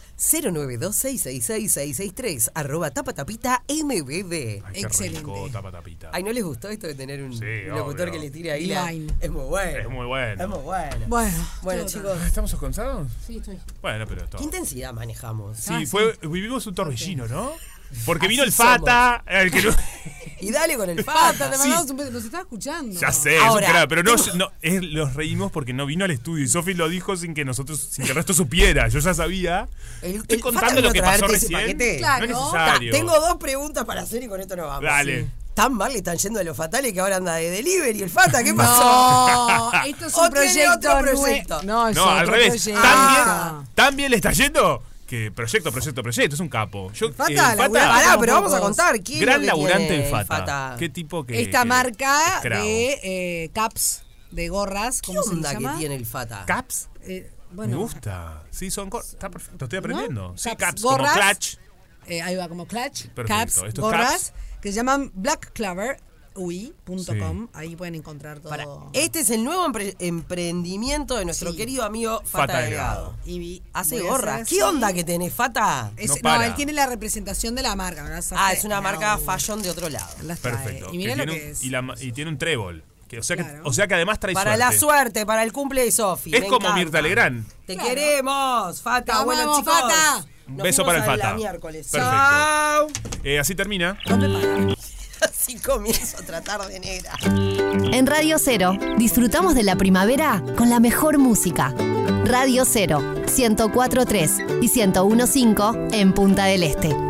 Q: 092666663 arroba tapatapita mbb.
E: Ay, qué
D: Excelente.
E: rico, tapa tapita.
Q: Ay, ¿no les gustó esto de tener un
E: Sí,
Q: un locutor
E: obvio.
Q: que les tire ahí? la-
D: Divine.
Q: Es muy bueno.
E: Es muy bueno.
Q: Es muy bueno.
D: Bueno,
Q: Bueno,
D: yo-
Q: chicos,
E: ¿Estamos cansados?
D: Sí, estoy.
E: Bueno, pero esto.
Q: ¿qué intensidad manejamos?
E: Sí,
D: Ah,
E: fue, vivimos un torbellino, ¿no? Porque
Q: Así
E: vino el Fata, el que no-
Q: Y dale con el
D: Pata,
Q: pata.
D: te
E: Sí.
D: mandamos un beso. Nos está escuchando.
E: Ya sé,
Q: Ahora,
E: es un crack, pero no, no, es- los reímos porque no vino al estudio y Sofi lo dijo sin que nosotros, sin que el resto supiera. Yo ya sabía.
Q: El-
E: Estoy
Q: el Fata
E: contando
Q: vino
E: lo
Q: a
E: que pasó
Q: traerte ese
E: recién.
Q: paquete.
E: No
D: Claro.
E: es necesario.
Q: Ta, tengo dos preguntas para hacer y con esto nos vamos.
E: Dale.
Q: Sí. Tan mal le están yendo a los fatales que ahora anda de delivery el fata. ¿Qué pasó?
D: No, esto es
Q: O
D: un
Q: tiene
D: proyecto.
Q: otro
D: nue-
Q: proyecto.
D: No, es
E: No, al
D: otro
E: revés.
D: proyecto.
E: Tan bien, tan bien le está yendo que proyecto, proyecto, proyecto. Es un capo. Yo,
D: Fata,
E: eh,
D: laburá-
Q: Pará,
D: como
Q: pero vamos a
D: pocos.
Q: contar. ¿Quién
E: gran
Q: es lo que
E: laburante
Q: tiene
E: el Fata. Qué tipo que.
D: Esta
E: que-
D: marca
E: es cravo.
D: de eh, caps, de gorras,
Q: ¿Qué
D: ¿cómo se
Q: onda que
D: llama?
Q: tiene el fata?
E: Caps.
D: Eh,
E: Me
D: bueno,
E: gusta. Sí, son. cor- Está perfecto. Estoy aprendiendo.
D: ¿No?
E: Sí,
D: Caps,
E: caps. Como
D: gorras.
E: clutch.
D: eh, ahí va como clutch,
E: Perfecto,
D: caps,
E: estos
D: gorras,
E: caps.
D: que se llaman blackcloverui.com.
E: Sí.
D: Ahí pueden encontrar todo.
Q: Pará, este es el nuevo empre- emprendimiento de nuestro
D: Sí.
Q: querido amigo Fata,
E: Fata
Q: Delgado.
E: Delgado.
D: Y vi-
Q: Hace
D: voy a
Q: gorra.
D: hacer
Q: ¿Qué
D: así.
Q: onda que tenés, Fata?
D: Es-
E: No
D: no,
E: para.
D: él tiene la representación de la marca. ¿no? Las
Q: Ah,
D: hace-
Q: es una
D: no,
Q: marca fashion de otro lado.
D: las trae.
Q: eh,
E: Perfecto.
D: Y mira
E: que
D: lo
E: tiene
D: que
E: un-
D: es.
E: y, la ma- y tiene un trébol. Que, o, sea que,
D: Claro.
E: o sea que además trae
Q: Para la suerte, para el cumple de Sofi.
E: Es
Q: me
E: como
Q: encanta.
E: Mirta Legrand.
Q: Te
D: Claro.
Q: queremos, Fata.
D: Te
Q: bueno,
D: amamos,
Q: chicos.
D: Fata.
E: Un
Q: nos
E: beso
Q: vemos
E: para el
Q: a la
E: Fata.
Q: miércoles.
E: Perfecto.
Q: Chao.
E: Eh, así termina.
Q: Así comienza otra tarde negra.
A: En Radio Cero, disfrutamos de la primavera con la mejor música. Radio Cero, 104.3 y 101.5 en Punta del Este.